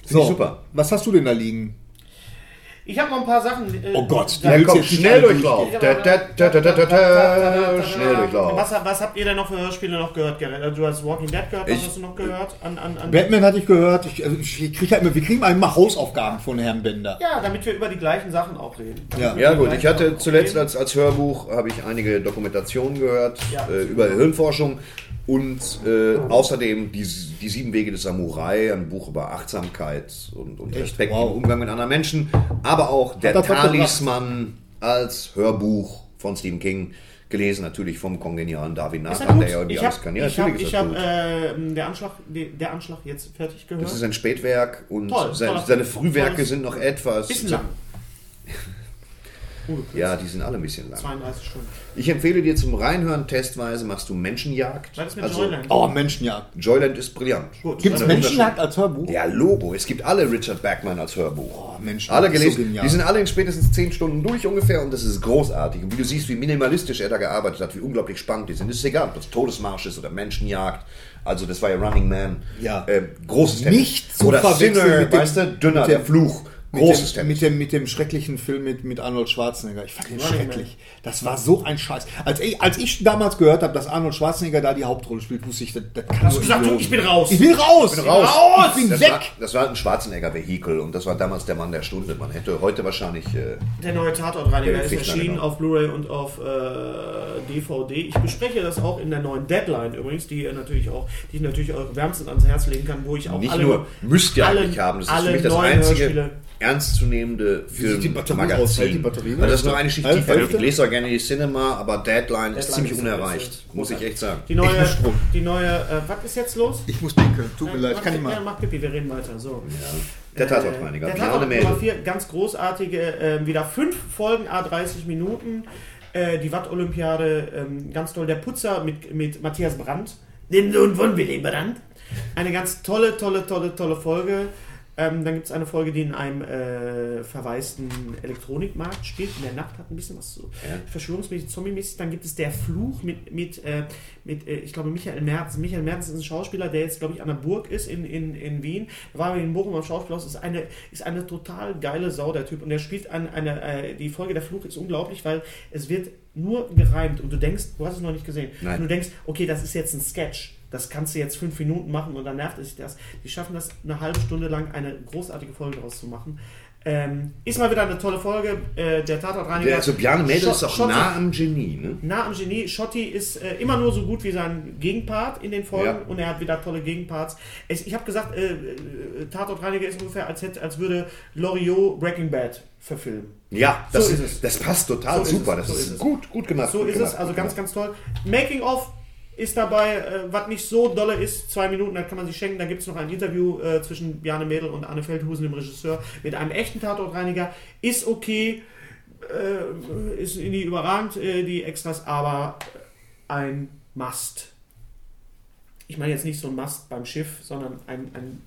ich super. Was hast du denn da liegen? Ich habe noch ein paar Sachen. Äh, Oh Gott, da- die- Komm, jetzt nicht schnell alle durchlauf. Ich hab Da, aber- da, da, da, da, da, da, Schnell Was, durchlauf. was habt ihr denn noch für Hörspiele noch gehört, Gerrit? Also, Du hast Walking Dead gehört, was Ich- hast du noch gehört? An, an, an Batman hatte ich gehört. Ich, also ich krieg halt immer, wir kriegen immer Hausaufgaben von Herrn Bender. ja, damit wir über die gleichen Sachen auch reden. Ja. Ja gut, ich hatte zuletzt als, als Hörbuch habe ich einige Dokumentationen gehört Ja. äh, über Hirnforschung und äh, außerdem die, die sieben Wege des Samurai, ein Buch über Achtsamkeit und, und Respekt Wow. im Umgang mit anderen Menschen, aber auch der das was gebracht? Talisman als Hörbuch von Stephen King gelesen, natürlich vom kongenialen Darwin Ist Nathan, er gut? der ja irgendwie Ich alles kann. habe Ja, ich hab, natürlich ist ich das hab, gut. äh, der, Anschlag, der Anschlag jetzt fertig gehört. Das ist ein Spätwerk und Toll, sein, toller seine Film. Frühwerke Tolles- sind noch etwas. bisschen lang. Ungekürzt. Ja, die sind alle ein bisschen lang. 32 Stunden. Ich empfehle dir zum Reinhören testweise machst du Menschenjagd. Was ist mit Also, Joyland? Oh, Menschenjagd. Joyland ist brillant. Gut. Gibt es Dann- Menschenjagd als Hörbuch? Ja, Logo. Es gibt alle Richard Bergman als Hörbuch. Oh, Mensch, alle das ist gelesen. so genial. die sind alle in spätestens 10 Stunden durch ungefähr und das ist großartig. Und wie du siehst, wie minimalistisch er da gearbeitet hat, wie unglaublich spannend die sind. Ist egal, ob das Todesmarsch ist oder Menschenjagd. Also das war ja Running Man. Ja. Ähm, großes Tempo. Nicht zu Oder verwechseln Sinner, mit dem- weißt du, Dünner, mit dem- der Fluch. Großes Mit dem, Tempo. mit, dem, mit dem schrecklichen Film mit, mit Arnold Schwarzenegger. Ich fand ihn Running Man. schrecklich. Das war so ein Scheiß. Als ich, als ich damals gehört habe, dass Arnold Schwarzenegger da die Hauptrolle spielt, wusste ich, das, das kann Hast du gesagt, du, ich bin raus. Ich bin raus! Ich bin raus. Ich bin das, weg! War, das war ein Schwarzenegger-Vehikel und das war damals der Mann der Stunde. Man hätte heute wahrscheinlich. Äh, Der neue Tatortreiniger Der ist Fichtner, erschienen genau. auf Blu-ray und auf äh, DVD. Ich bespreche das auch in der neuen Deadline übrigens, die ihr natürlich auch, die ich natürlich euch wärmstens ans Herz legen kann, wo ich auch nicht alle, nur müsst ihr alle- eigentlich haben. Das ist alle für mich das neuen einzige Hörspiele. ernstzunehmende sieht die Batterie aus? Hält die Filmmagazin. Batterie Also das noch? ist noch eine Schicht Hälfte? tiefer. Ich lese auch gerne die Cinema, aber Deadline, ist Deadline ziemlich ist unerreicht, großartig. muss ich echt sagen. Die neue, muss drum. die neue, äh, was ist jetzt los? Ich muss pinkeln. Tut mir Äh, leid. mach- Kann ich Ja, mal. mach Pipi, wir reden weiter. So. Der Äh, Tatortreiniger, Der Bjarne Tatort Nummer Mädel. 4, ganz großartige, ähm, wieder fünf Folgen, a 30 Minuten. Äh, die Watt-Olympiade, ähm, ganz toll. Der Putzer mit, mit Matthias Brandt, dem Sohn von Wilhelm Brandt. Eine ganz tolle, tolle, tolle, tolle Folge. Ähm, dann gibt es eine Folge, die in einem äh, verwaisten Elektronikmarkt spielt. In der Nacht hat ein bisschen was so Ja. verschwörungsmäßig, zombie-mäßig. Dann gibt es der Fluch mit, mit, äh, mit äh, ich glaube, Michael Merz. Michael Merz ist ein Schauspieler, der jetzt, glaube ich, an der Burg ist in, in, in Wien. Er war in Bochum am Schauspielhaus. Ist eine, ist eine total geile Sau, der Typ. Und der spielt an eine, äh, die Folge der Fluch ist unglaublich, weil es wird nur gereimt und du denkst, du hast es noch nicht gesehen. Nein. Und du denkst, okay, das ist jetzt ein Sketch. Das kannst du jetzt fünf Minuten machen und dann nervt dich das. Die schaffen das eine halbe Stunde lang, eine großartige Folge daraus zu machen. Ähm, ist mal wieder eine tolle Folge. Äh, der Tatortreiniger. Der, also Bjarne Mädel Schott- ist auch Schotte- nah am Genie, ne? nah am Genie. Schotti ist äh, immer nur so gut wie sein Gegenpart in den Folgen Ja. und er hat wieder tolle Gegenparts. Es, ich habe gesagt, äh, äh, Tatortreiniger ist ungefähr, als, hätte, als würde Loriot Breaking Bad verfilmen. Ja, das, So ist, ist es. das passt total So ist super. es, Das so ist, ist es. gut, gut gemacht. So gut ist gemacht, es, also gut ganz, gemacht. ganz toll. Making of ist dabei, äh, was nicht so dolle ist, zwei Minuten, da kann man sich schenken. Da gibt es noch ein Interview äh, zwischen Bjarne Mädel und Anne Feldhusen, dem Regisseur, mit einem echten Tatortreiniger. Ist okay, äh, ist nie überragend, äh, die Extras, aber ein Must. Ich meine jetzt nicht so ein Must beim Schiff, sondern ein, ein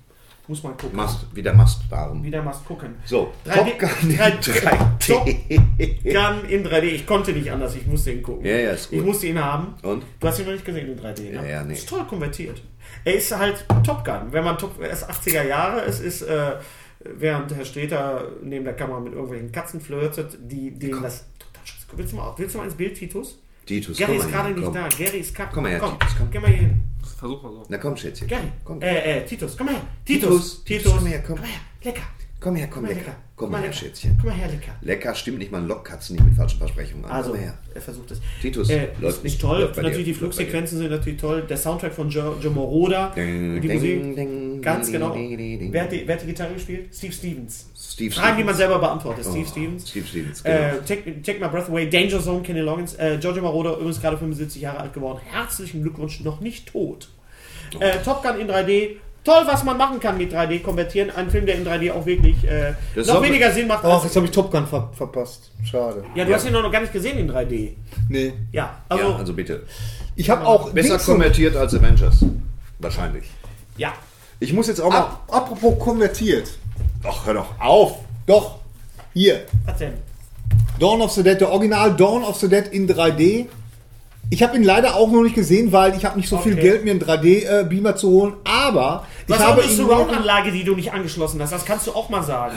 muss man gucken. Mast, wieder Mast darum. Wieder Must gucken. So, 3D Top Gun in 3D. Gun in 3D. Ich konnte nicht anders, ich musste ihn gucken. Ja, ja, ist gut. Ich musste ihn haben. Und? Du hast ihn noch nicht gesehen in 3D, ne? Ja, ja, nee. Ist toll konvertiert. Er ist halt Top Gun. Wenn man Top, er ist 80er Jahre, es ist, äh, während Herr Streter neben der Kamera mit irgendwelchen Katzen flirtet, die denen das total scheiße. Willst du mal, willst du mal ins Bild, Titus? Titus, Gary komm ist mal gerade hin, nicht komm. da. Gary ist kacke. Komm mal her, komm, Titus, komm. Geh mal hier hin. Versuch mal so. Na komm, Schätzchen. Gary. Komm, Äh, äh, Titus, komm mal her. Titus, Titus, Titus, komm her, komm. Komm mal her, lecker. komm her, komm, Komm mal lecker. lecker. Komm mal her, lecker. Schätzchen. Komm mal her, lecker. Lecker stimmt nicht, man lockt Katzen nicht mit falschen Versprechungen an. Also, Komm her. er versucht es. Titus, äh, läuft ist nicht. toll. Läuft bei dir, Natürlich, die läuft bei Flugsequenzen sind natürlich toll. Der Soundtrack von Joe, Joe Moroder. Ding, die ding, Musik. ding, ganz ding, genau. ding, ding, ding. Wer, hat die, wer hat die Gitarre gespielt? Steve Stevens. Steve Fragen, die man Stevens. selber beantwortet. Steve Oh, Stevens. Steve Stevens, Äh, genau. take, take My Breath Away, Danger Zone, Kenny Loggins. Äh, Giorgio Moroder, übrigens gerade 75 Jahre alt geworden. Herzlichen Glückwunsch, noch nicht tot. Äh, Top Gun in 3D. Toll, was man machen kann mit 3D konvertieren. Ein Film, der in 3D auch wirklich äh, Das noch sollte- weniger Sinn macht. Ach, als- jetzt habe ich Top Gun ver verpasst. Schade. ja, du Ja. hast ihn noch gar nicht gesehen in 3D. Nee. Ja, also, Ja, also bitte. Ich habe auch. Besser Dings- konvertiert als Avengers. Wahrscheinlich. ja. Ich muss jetzt auch mal. Ap- Apropos konvertiert. Ach, hör doch auf! Doch. Hier. Was denn? Dawn of the Dead, der Original Dawn of the Dead in 3D. Ich habe ihn leider auch noch nicht gesehen, weil ich habe nicht so viel Okay. Geld, mir einen 3D-Beamer zu holen. Aber Du ich hast auch habe eine ihn nur noch- Surround-Anlage, die du nicht angeschlossen hast. Das kannst du auch mal sagen.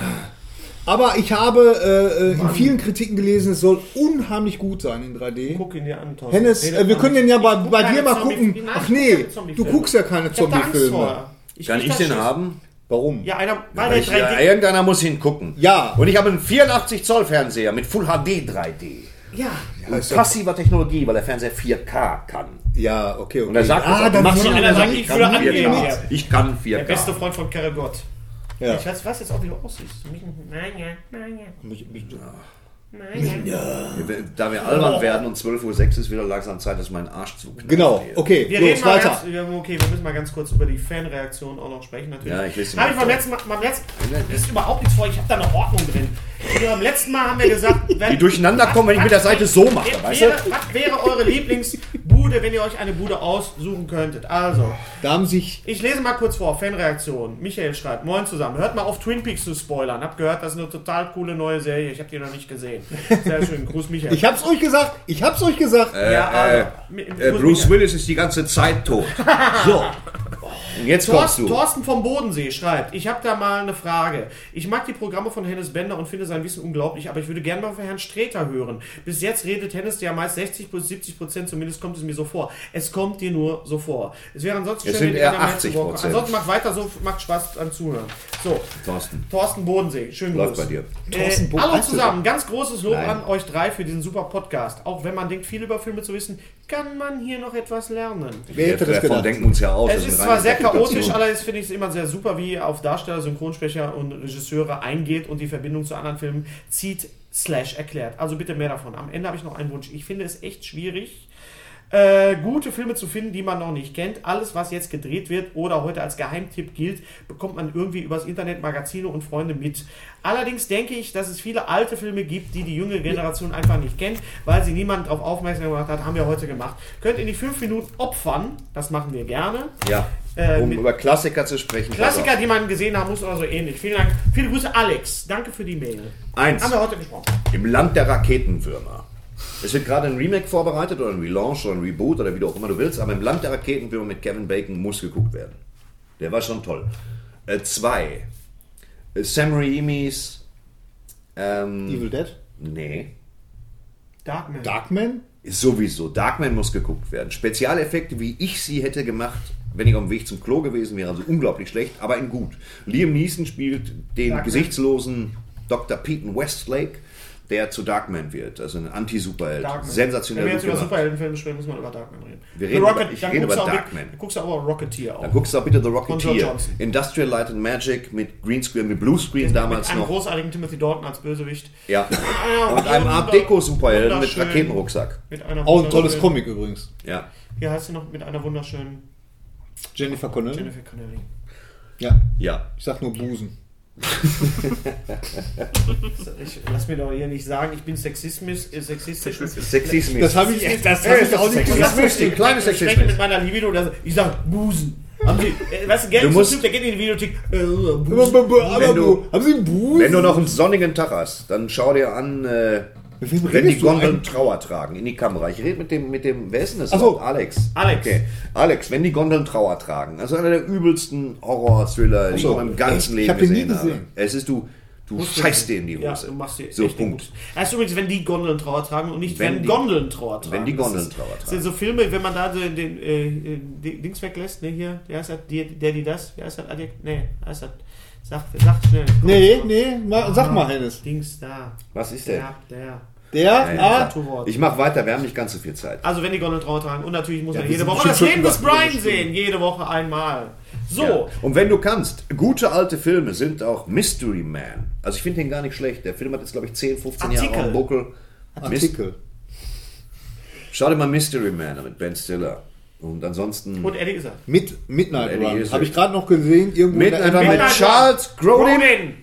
Aber ich habe äh, äh, in vielen Kritiken gelesen, es soll unheimlich gut sein in 3D. Guck ihn dir an, Tom. Hennes, Rede äh, wir an. können den ja bei, Ich guck bei keine dir mal Zombie- gucken. Nein, ich Ach guck nee, keine Zombie-Filme. du guckst ja keine Ich hab da Angst Zombie-Filme. vor. Kann krieg ich das den Schiss. haben? Warum? Ja, einer, weil Weil der ich, ja, 3D. irgendeiner muss hingucken. Ja. Und ich habe einen 84 Zoll Fernseher mit Full HD 3D. Ja, Mit Äh, passiver Technologie, weil der Fernseher 4K kann. Ja, okay. Und er sagt, ah, das, dann mach soll so. er Und er sagen, sagt, ich kann würde angeben. 4K. Ich kann der beste 4K. Freund von Carol Gott. Ja. Ich weiß, weiß jetzt auch, wie du aussiehst. Mich- Nein, ja, nein, ja, nein, ja. Äh, Da wir Oh. albern werden und 12.06 Uhr ist wieder langsam Zeit, dass mein Arsch zu knallen Genau, steht. okay, Wir los, reden mal weiter. ganz, ja, okay, wir müssen mal ganz kurz über die Fanreaktion auch noch sprechen. Natürlich. Ja, ich lese die Habe ich mal beim vor. letzten Mal, beim letzten, ist überhaupt nichts vor, ich habe da eine Ordnung drin. Also beim letzten Mal haben wir gesagt, wenn, Die durcheinander kommen, wenn ich mit der Seite so mache, Wer- weißt wäre, du? Was wäre eure Lieblingsbude, wenn ihr euch eine Bude aussuchen könntet? Also, Da haben sich, ich lese mal kurz vor, Fanreaktion. Michael schreibt, moin zusammen, hört mal auf Twin Peaks zu spoilern. Hab gehört, das ist eine total coole neue Serie. Ich habe die noch nicht gesehen. Sehr schön, Gruß Michael. ich hab's euch gesagt, ich hab's euch gesagt. ja, also, mi- Äh, Gruß Bruce Michael. Willis ist die ganze Zeit tot. So. Und jetzt kommst Thorsten, du. Thorsten vom Bodensee schreibt, ich habe da mal eine Frage. Ich mag die Programme von Hennes Bender und finde sein Wissen unglaublich, aber ich würde gerne mal von Herrn Streter hören. Bis jetzt redet Hennes ja meist 60 bis 70 Prozent, zumindest kommt es mir so vor. Es kommt dir nur so vor. Es wäre ansonsten Es sind wenn eher einer mal 80%. zu Wort kommt. Ansonsten macht weiter so, macht Spaß am Zuhören. So, Thorsten, Thorsten Bodensee, schönen läuft Gruß. bei dir. Thorsten Äh, Bo- hallo Weißt du zusammen, ganz großes Lob an euch drei für diesen super Podcast. Auch wenn man denkt, viel über Filme zu wissen, kann man hier noch etwas lernen. Wer hätte das Davon gedacht? denken wir uns ja aus. Es das ist eine zwar reine sehr chaotisch, Interpretation. allerdings finde ich es immer sehr super, wie auf Darsteller, Synchronsprecher und Regisseure eingeht und die Verbindung zu anderen Filmen zieht slash erklärt. Also bitte mehr davon. Am Ende habe ich noch einen Wunsch. Ich finde es echt schwierig, äh, gute Filme zu finden, die man noch nicht kennt. Alles, was jetzt gedreht wird oder heute als Geheimtipp gilt, bekommt man irgendwie übers Internet, Magazine und Freunde mit. Allerdings denke ich, dass es viele alte Filme gibt, die die jüngere Generation einfach nicht kennt, weil sie niemand darauf aufmerksam gemacht hat. Haben wir heute gemacht. Könnt ihr die fünf Minuten opfern? Das machen wir gerne. Ja. Äh, um mit- über Klassiker zu sprechen. Klassiker, die man gesehen haben muss oder so ähnlich. Vielen Dank. Viele Grüße, Alex. Danke für die Mail. Eins. Haben wir heute gesprochen. Im Land der Raketenwürmer. Es wird gerade ein Remake vorbereitet oder ein Relaunch oder ein Reboot oder wie du auch immer du willst, aber im Land der Raketenwürmer mit Kevin Bacon muss geguckt werden. Der war schon toll. Äh, zwei. Äh, Sam Raimi's. Ähm, Evil Dead? nee. Darkman. Darkman? Ist sowieso. Darkman muss geguckt werden. Spezialeffekte, wie ich sie hätte gemacht, wenn ich auf dem Weg zum Klo gewesen wäre. Also unglaublich schlecht, aber in gut. Liam Neeson spielt den Darkman. gesichtslosen Dr. Peyton Westlake, der zu Darkman wird. Also ein Anti-Superheld. Darkman. Sensationell Wenn wir jetzt gut über gemacht. Superheldenfilme sprechen, muss man über Darkman reden. Wir The reden Rocket, über- ich dann rede guckst über du auch Darkman. Mit, guckst du aber Rocketeer auch. Dann guckst du auch bitte The Von Joe Rocketeer. Johnson. Industrial Light and Magic mit Greenscreen, mit Bluescreen mit damals einem noch. großartigen Timothy Dalton als Bösewicht. Ja. einer Und einem Art wunder- Deco-Superhelden mit wunderschönen- Raketenrucksack. Mit einer Auch ein tolles wunderschönen- Comic übrigens. Ja. Hier heißt sie noch mit einer wunderschönen Jennifer Connelly? Jennifer Connelly. Ja, Ja. ich sag nur Busen. Ich lass mir doch hier nicht sagen, ich bin sexistisch. äh, sexistisch. Sexismus. Das habe ich, das hab Ey, ich das auch ist nicht sexy. gesagt. Sexismus, ein kleines Ich spreche mit meiner Libido, dass ich sag Busen. Haben Sie, äh, weißt du, Geld Du ist musst- Typ, der geht in die Videothek. Äh, Aber- Busen. aber- aber- Wenn du- Haben Sie einen Busen? Wenn du noch einen sonnigen Tag hast, dann schau dir an, äh, Mit wem wenn redest die du Gondeln eigentlich? Trauer tragen in die Kamera. Ich rede mit dem, mit dem, wer ist denn das? Ach so. überhaupt? Alex. Alex. Okay. Alex, wenn die Gondeln Trauer tragen. Also einer der übelsten Horror-Thriller, die ich so. in meinem ganzen Ich Leben hab den nie gesehen habe. gesehen. Es ist du, du scheißt dir in die Ja, Hose. du machst dir so, echt den Punkt. Busen. Das ist übrigens, wenn die Gondeln Trauer tragen und nicht wenn, Wenn die- Gondeln Trauer tragen. wenn die Das Gondeln ist- Trauer Das sind so Filme, wenn man da so den, den, äh, den Dings weglässt, ne, hier, der ist halt, die, der, die das, der ist halt, Adjekt- ne, der ist halt, sag, sag schnell. Komm, Nee, komm. Ah, nee, ma, sag mal, Hennes. Dings da. Was ist der? Der, der. Der, Ja, ah, Wort. ich mach weiter, wir haben nicht ganz so viel Zeit. Also wenn die Gondeln Trauer tragen. Und natürlich muss man wir jede sind Woche das bestimmt Leben des schon über- Brian über- sehen. Jede Woche einmal. So. Ja. Und wenn du kannst, gute alte Filme sind auch Mystery Man. Also ich finde den gar nicht schlecht. Der Film hat jetzt, glaube ich, 10, 15 Jahre Artikel. am Buckel. Artikel. Schau dir mal Mystery Man an mit Ben Stiller. Und ansonsten Und ehrlich gesagt. Mit Midnight Eddie Run. Izzard. Habe ich gerade noch gesehen. Irgendwo in der Midnight Run mit NBA. Midnight Charles Grodin,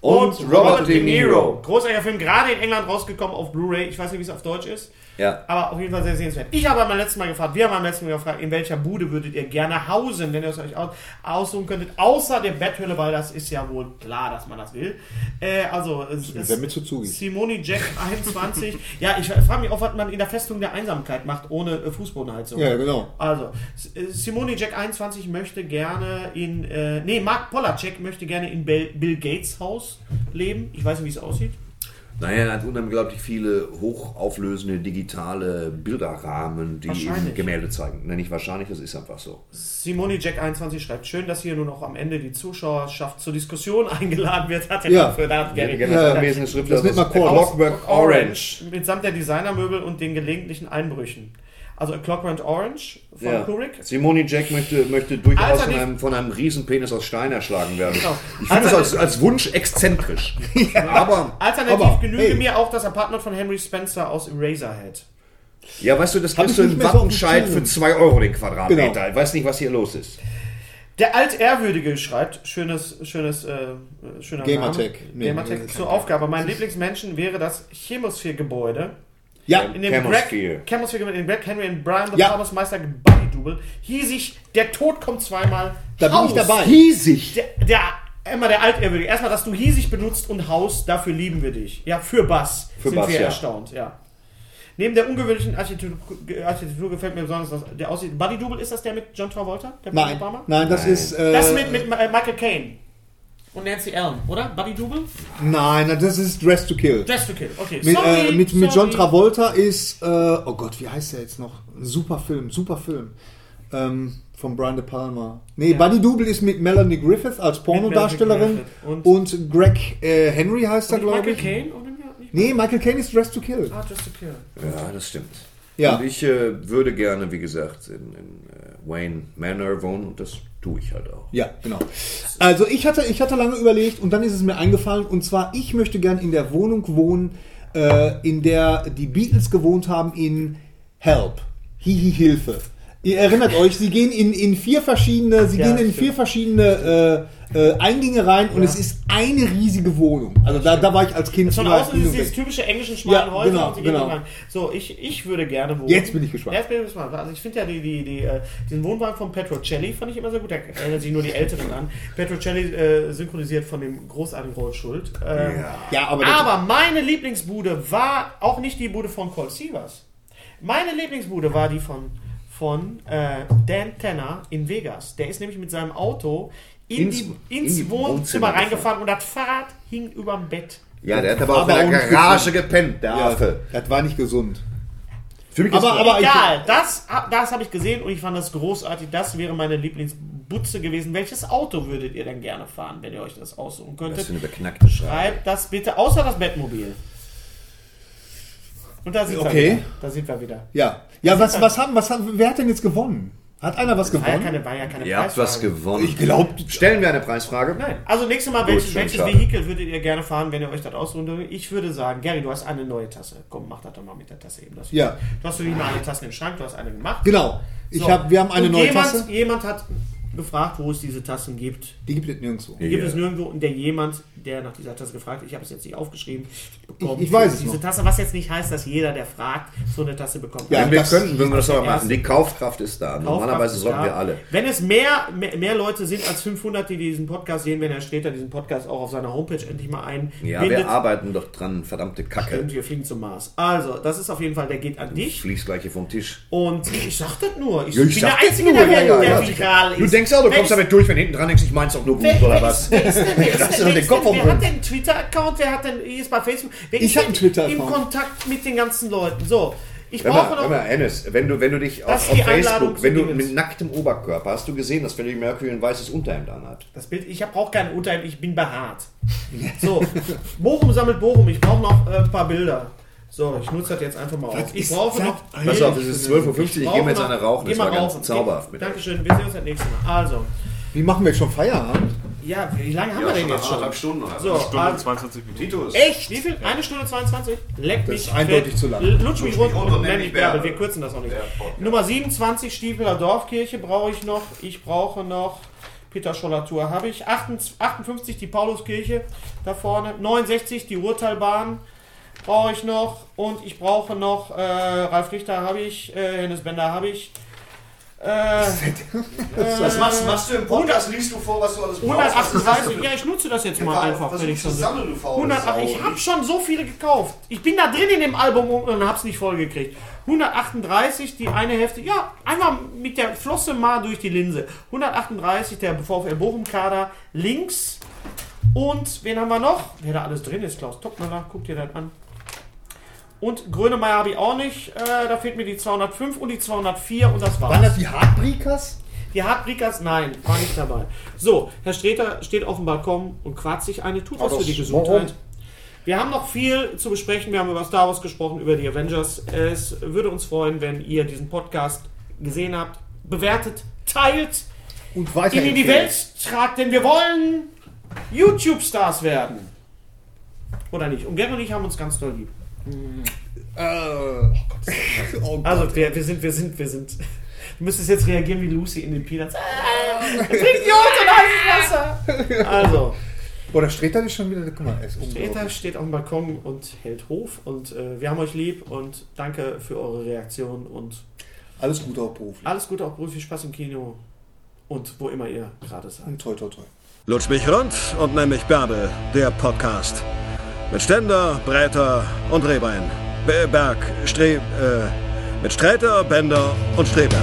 und Robert, De Niro. Großartiger Film, gerade in England rausgekommen auf Blu-ray. Ich weiß nicht, wie es auf Deutsch ist. Ja. Aber auf jeden Fall sehr sehenswert. Ich habe beim letzten Mal gefragt, wir haben beim letzten Mal gefragt, in welcher Bude würdet ihr gerne hausen, wenn ihr es euch aus aussuchen könntet, außer der Betthöhle, weil das ist ja wohl klar, dass man das will. Äh, also, es mir ist sehr mit Suzuki. Simoni Jack 21. ja, ich frage mich auch, was man in der Festung der Einsamkeit macht, ohne äh, Fußbodenheizung. Ja, genau. Also, S- äh, Simone Jack 21 möchte gerne in, äh, nee, Mark Polacek möchte gerne in Bill, Bill Gates Haus leben. Ich weiß nicht, wie es aussieht. Naja, er hat unglaublich viele hochauflösende digitale Bilderrahmen, die eben Wahrscheinlich. Gemälde zeigen. Nein, nicht wahrscheinlich, das ist einfach so. Simoni Jack 21 schreibt, schön, dass hier nun auch am Ende die Zuschauerschaft zur Diskussion eingeladen wird. Hat er Ja. dafür, da hat Gary Gerne Ja, als gelesene Schrift, das nennt man Core Aus- Lockwork Orange. Mitsamt der Designermöbel und den gelegentlichen Einbrüchen. Also A Clockwork Orange von Ja. Kubrick. Simone Jack möchte, möchte durchaus von Alternativ- einem, von einem Riesenpenis aus Stein erschlagen werden. Genau. Ich finde das als, als Wunsch exzentrisch. Aber, Alternativ Aber, genüge hey. mir auch das Apartment von Henry Spencer aus Eraserhead. ja, weißt du, das kriegst du ich in nicht mehr so auf dem Wattenscheid Schirm. für 2 Euro den Quadratmeter. Genau. Ich weiß nicht, was hier los ist. Der Altehrwürdige schreibt, schönes, schönes, äh, äh, schöner Gamertag. Name. Nee, äh, Gamertag nee, zur Aufgabe. Mein Lieblingsmenschen wäre das Chemosphere-Gebäude, Ja, in dem Chemosphere. Greg, Chemosphere, in dem Greg Henry und Brian the Ja. Farmers Meister Buddy Double hieß ich, der Tod kommt zweimal da bin ich Haus. dabei. Riesig. Der, der, immer der Altehrwürdige. Erstmal, dass du hiesig benutzt und Haus, dafür lieben wir dich. Ja, für Bass Für sind Bass, wir ja. erstaunt, ja. Neben der ungewöhnlichen Architektur, Architektur gefällt mir besonders, dass der aussieht. Buddy Double, ist das der mit John Travolta? Der Nein, Obama? nein, das Nein. ist. Äh, Das mit, mit Ma- Michael Caine. Und Nancy Allen, oder? Buddy Double? nein, das ist Dress to Kill. Dress to Kill. Okay, Mit, sorry, äh, mit, mit sorry. John Travolta ist, äh, oh Gott, wie heißt der jetzt noch? Super Film, super Film. Ähm, von Brian De Palma. Nee, Buddy Double ist mit Melanie Griffith als Pornodarstellerin Melanie Griffith und, Greg äh, Henry heißt er, Mit glaube Michael ich. Caine? Oder nicht? Nee, Michael Caine ist Dress to Kill. Ah, Dress to Kill. Äh, Ja, das stimmt. Ja. Und ich äh, würde gerne, wie gesagt, in, in äh, Wayne Manor wohnen und das tue ich halt auch. Ja, genau. Also ich hatte, ich hatte lange überlegt und dann ist es mir eingefallen und zwar, ich möchte gern in der Wohnung wohnen, äh, in der die Beatles gewohnt haben in Help. Hihi Hilfe. Ihr erinnert euch, sie gehen in, in vier verschiedene, sie Ja, gehen in stimmt. vier verschiedene äh, äh, Eingänge rein und es ist eine riesige Wohnung. Also da, da war ich als Kind Von immer außen ist es hin und dieses weg. typische englischen schmalen Ja, Häuser genau, und sie gehen genau. da rein. So, ich, ich würde gerne wohnen. Jetzt bin ich gespannt. Jetzt bin ich gespannt. Also ich finde ja die, die, die, äh, diesen Wohnwagen von Petrocelli fand ich immer sehr gut. Da erinnern sich nur die Älteren an. Petrocelli äh, synchronisiert von dem großartigen Roll Schuld. Ähm, Ja, aber, das, Aber meine Lieblingsbude war auch nicht die Bude von Colt Sievers. Meine Lieblingsbude war die von, von äh, Dan Tanner in Vegas. Der ist nämlich mit seinem Auto in Ins- die, in ins die Wohnzimmer, Wohnzimmer reingefahren und das Fahrrad hing überm Bett. Ja, der hat aber, Aber auch in der ungesund. Garage gepennt, der ja, Affe. das war nicht gesund. Für mich ist Aber- das- aber- Egal, das, ah, das habe ich gesehen und ich fand das großartig. Das wäre meine Lieblingsbutze gewesen. Welches Auto würdet ihr denn gerne fahren, wenn ihr euch das aussuchen das könntet? ist eine beknackte Schreibe. Schreibt das bitte, außer das Bettmobil. Und da sind Okay. wir wieder. Da sind wir wieder. Ja. Ja, was, was haben, was haben, wer hat denn jetzt gewonnen? Hat einer was War ja gewonnen? keine, war ja keine Hm? Ihr habt Preisfrage. was gewonnen. Ich glaub- Stellen wir eine Preisfrage? Nein. Also nächstes Mal, Gut, welches, schön, welches schade. Vehikel würdet ihr gerne fahren, wenn ihr euch das ausruhen würdet? Ich würde sagen, Gary, du hast eine neue Tasse. Komm, mach das doch mal mit der Tasse eben. Das Ja. Du hast doch nicht mal alle Tassen im Schrank, du hast eine gemacht. Genau. Ich So. hab, wir haben eine Und neue jemand, Tasse. Jemand hat gefragt, wo es diese Tassen gibt. Die gibt es nirgendwo. Ja. Gibt es nirgendwo und der jemand, der nach dieser Tasse gefragt hat, ich habe es jetzt nicht aufgeschrieben, bekommt Ich- ich weiß es diese noch. Tasse, was jetzt nicht heißt, dass jeder, der fragt, so eine Tasse bekommt. Also Ja, Wenn wir das- könnten, würden wir das aber machen. erste. Die Kaufkraft ist da. Normalerweise Kaufkraft sollten ist wir da. alle. Wenn es mehr, mehr, mehr Leute sind als 500, die diesen Podcast sehen, wenn Herr Sträter diesen Podcast auch auf seiner Homepage endlich mal einbindet, Ja, wir arbeiten doch dran. Verdammte Kacke. und wir fliegen zum Mars. Also, das ist auf jeden Fall, der geht an dich. Fließt gleich hier vom Tisch. Und ich sag das nur. Ich, Ja, ich sag bin der das Einzige nur, der Welt, ja, ja, der ja. viral ist. Du denkst auch, du Wer kommst ist- damit durch, wenn hinten dran denkst, ich mein's doch nur gut Wer, oder wer was? ist, wer ist denn, wer ist Lass denn, doch wer den ist Kopf denn, wer hat verbrennen. denn einen Twitter-Account? Wer hat denn ist bei Facebook? Wer Ich ist hab denn einen Twitter-Account. Im Kontakt mit den ganzen Leuten. So, ich Hör brauche mal, hör noch. mal, Ennis, wenn du, wenn du dich Das auf, ist auf die Einladung Facebook, zu wenn du Dingens. mit nacktem Oberkörper, hast du gesehen, dass Freddie Mercury ein weißes Unterhemd anhat? Das Bild, ich brauche keinen Urteil, ich bin behaart. So, Bochum sammelt Bochum, ich brauche noch äh, ein paar Bilder. So, ich nutze das jetzt einfach mal aus. Ich ist brauche das noch. Pass auf, es ist 12.50 Uhr, ich brauche gehe mir jetzt noch- eine rauchen. Geh Das mal war rauchen. ganz zauberhaft mit euch. Dankeschön, wir sehen uns das nächste Mal. Also, Wie machen wir jetzt schon Feierabend? ja, wie lange haben wir denn jetzt schon? Stunden. So, Stunde also, 22 Minuten. echt? Wie viel? Eine Stunde 22? Leck mich. ist eindeutig fett. zu lang. Lutsch mich rund runter, und nenn nenn mich mich Bärbel. Bärbel. Wir kürzen das auch nicht. Nummer 27, Stiefeler Dorfkirche brauche ich noch. Ich brauche noch Peter Scholler Tour habe ich. 58, 58 die Pauluskirche da vorne. 69 die Ruhrtalbahn brauche ich noch. Und ich brauche noch äh, Ralf Richter habe ich. Äh, Hennes Bender habe ich. Äh, Was machst, machst du im Podcast? Liest du vor, was du alles 138, ja, ich nutze das jetzt mal einfach, wenn ich so sehe. 108, ich habe schon so viele gekauft. Ich bin da drin in dem Album und hab's nicht vollgekriegt. 138, die eine Hälfte, ja, einmal mit der Flosse mal durch die Linse. 138, der VfL Bochum-Kader links. Und wen haben wir noch? Wer da alles drin ist, Klaus Toppmüller, guck dir das an. Und Grönemeyer habe ich auch nicht. Äh, da fehlt mir die 205 und die 204 und das war's. Waren das die Heartbreakers? Die Hardbrickers, nein, war nicht dabei. So, Herr Streter steht auf dem Balkon und quatscht sich eine, tut was für die Gesundheit. Wir haben noch viel zu besprechen. Wir haben über Star Wars gesprochen, über die Avengers. Es würde uns freuen, wenn ihr diesen Podcast gesehen habt, bewertet, teilt, ihn Und in die weiterempfehlen. Welt tragt, denn wir wollen YouTube-Stars werden. Oder nicht? Und Gerd und ich haben uns ganz doll lieb. Äh, oh Gott. Also, wir, wir sind, wir sind, wir sind. Du müsstest jetzt reagieren wie Lucy in den Peanuts. Ah, Trinkt Joghurt und heißes Wasser. Also. Boah, da steht da nicht schon wieder. Guck mal, er ist unglaublich. Greta steht auf dem Balkon und hält Hof und äh, wir haben euch lieb und danke für eure Reaktion und Alles Gute auch beruflich. alles Gute, auch beruflich Spaß im Kino und wo immer ihr gerade seid. Und toi, toi, toi. Lutsch mich rund und nenn mich Bärbel, der Podcast. Mit Ständer, Breiter und Rehbein. Be- Berg, Stre... Äh, mit Sträter, Bender und Streberg.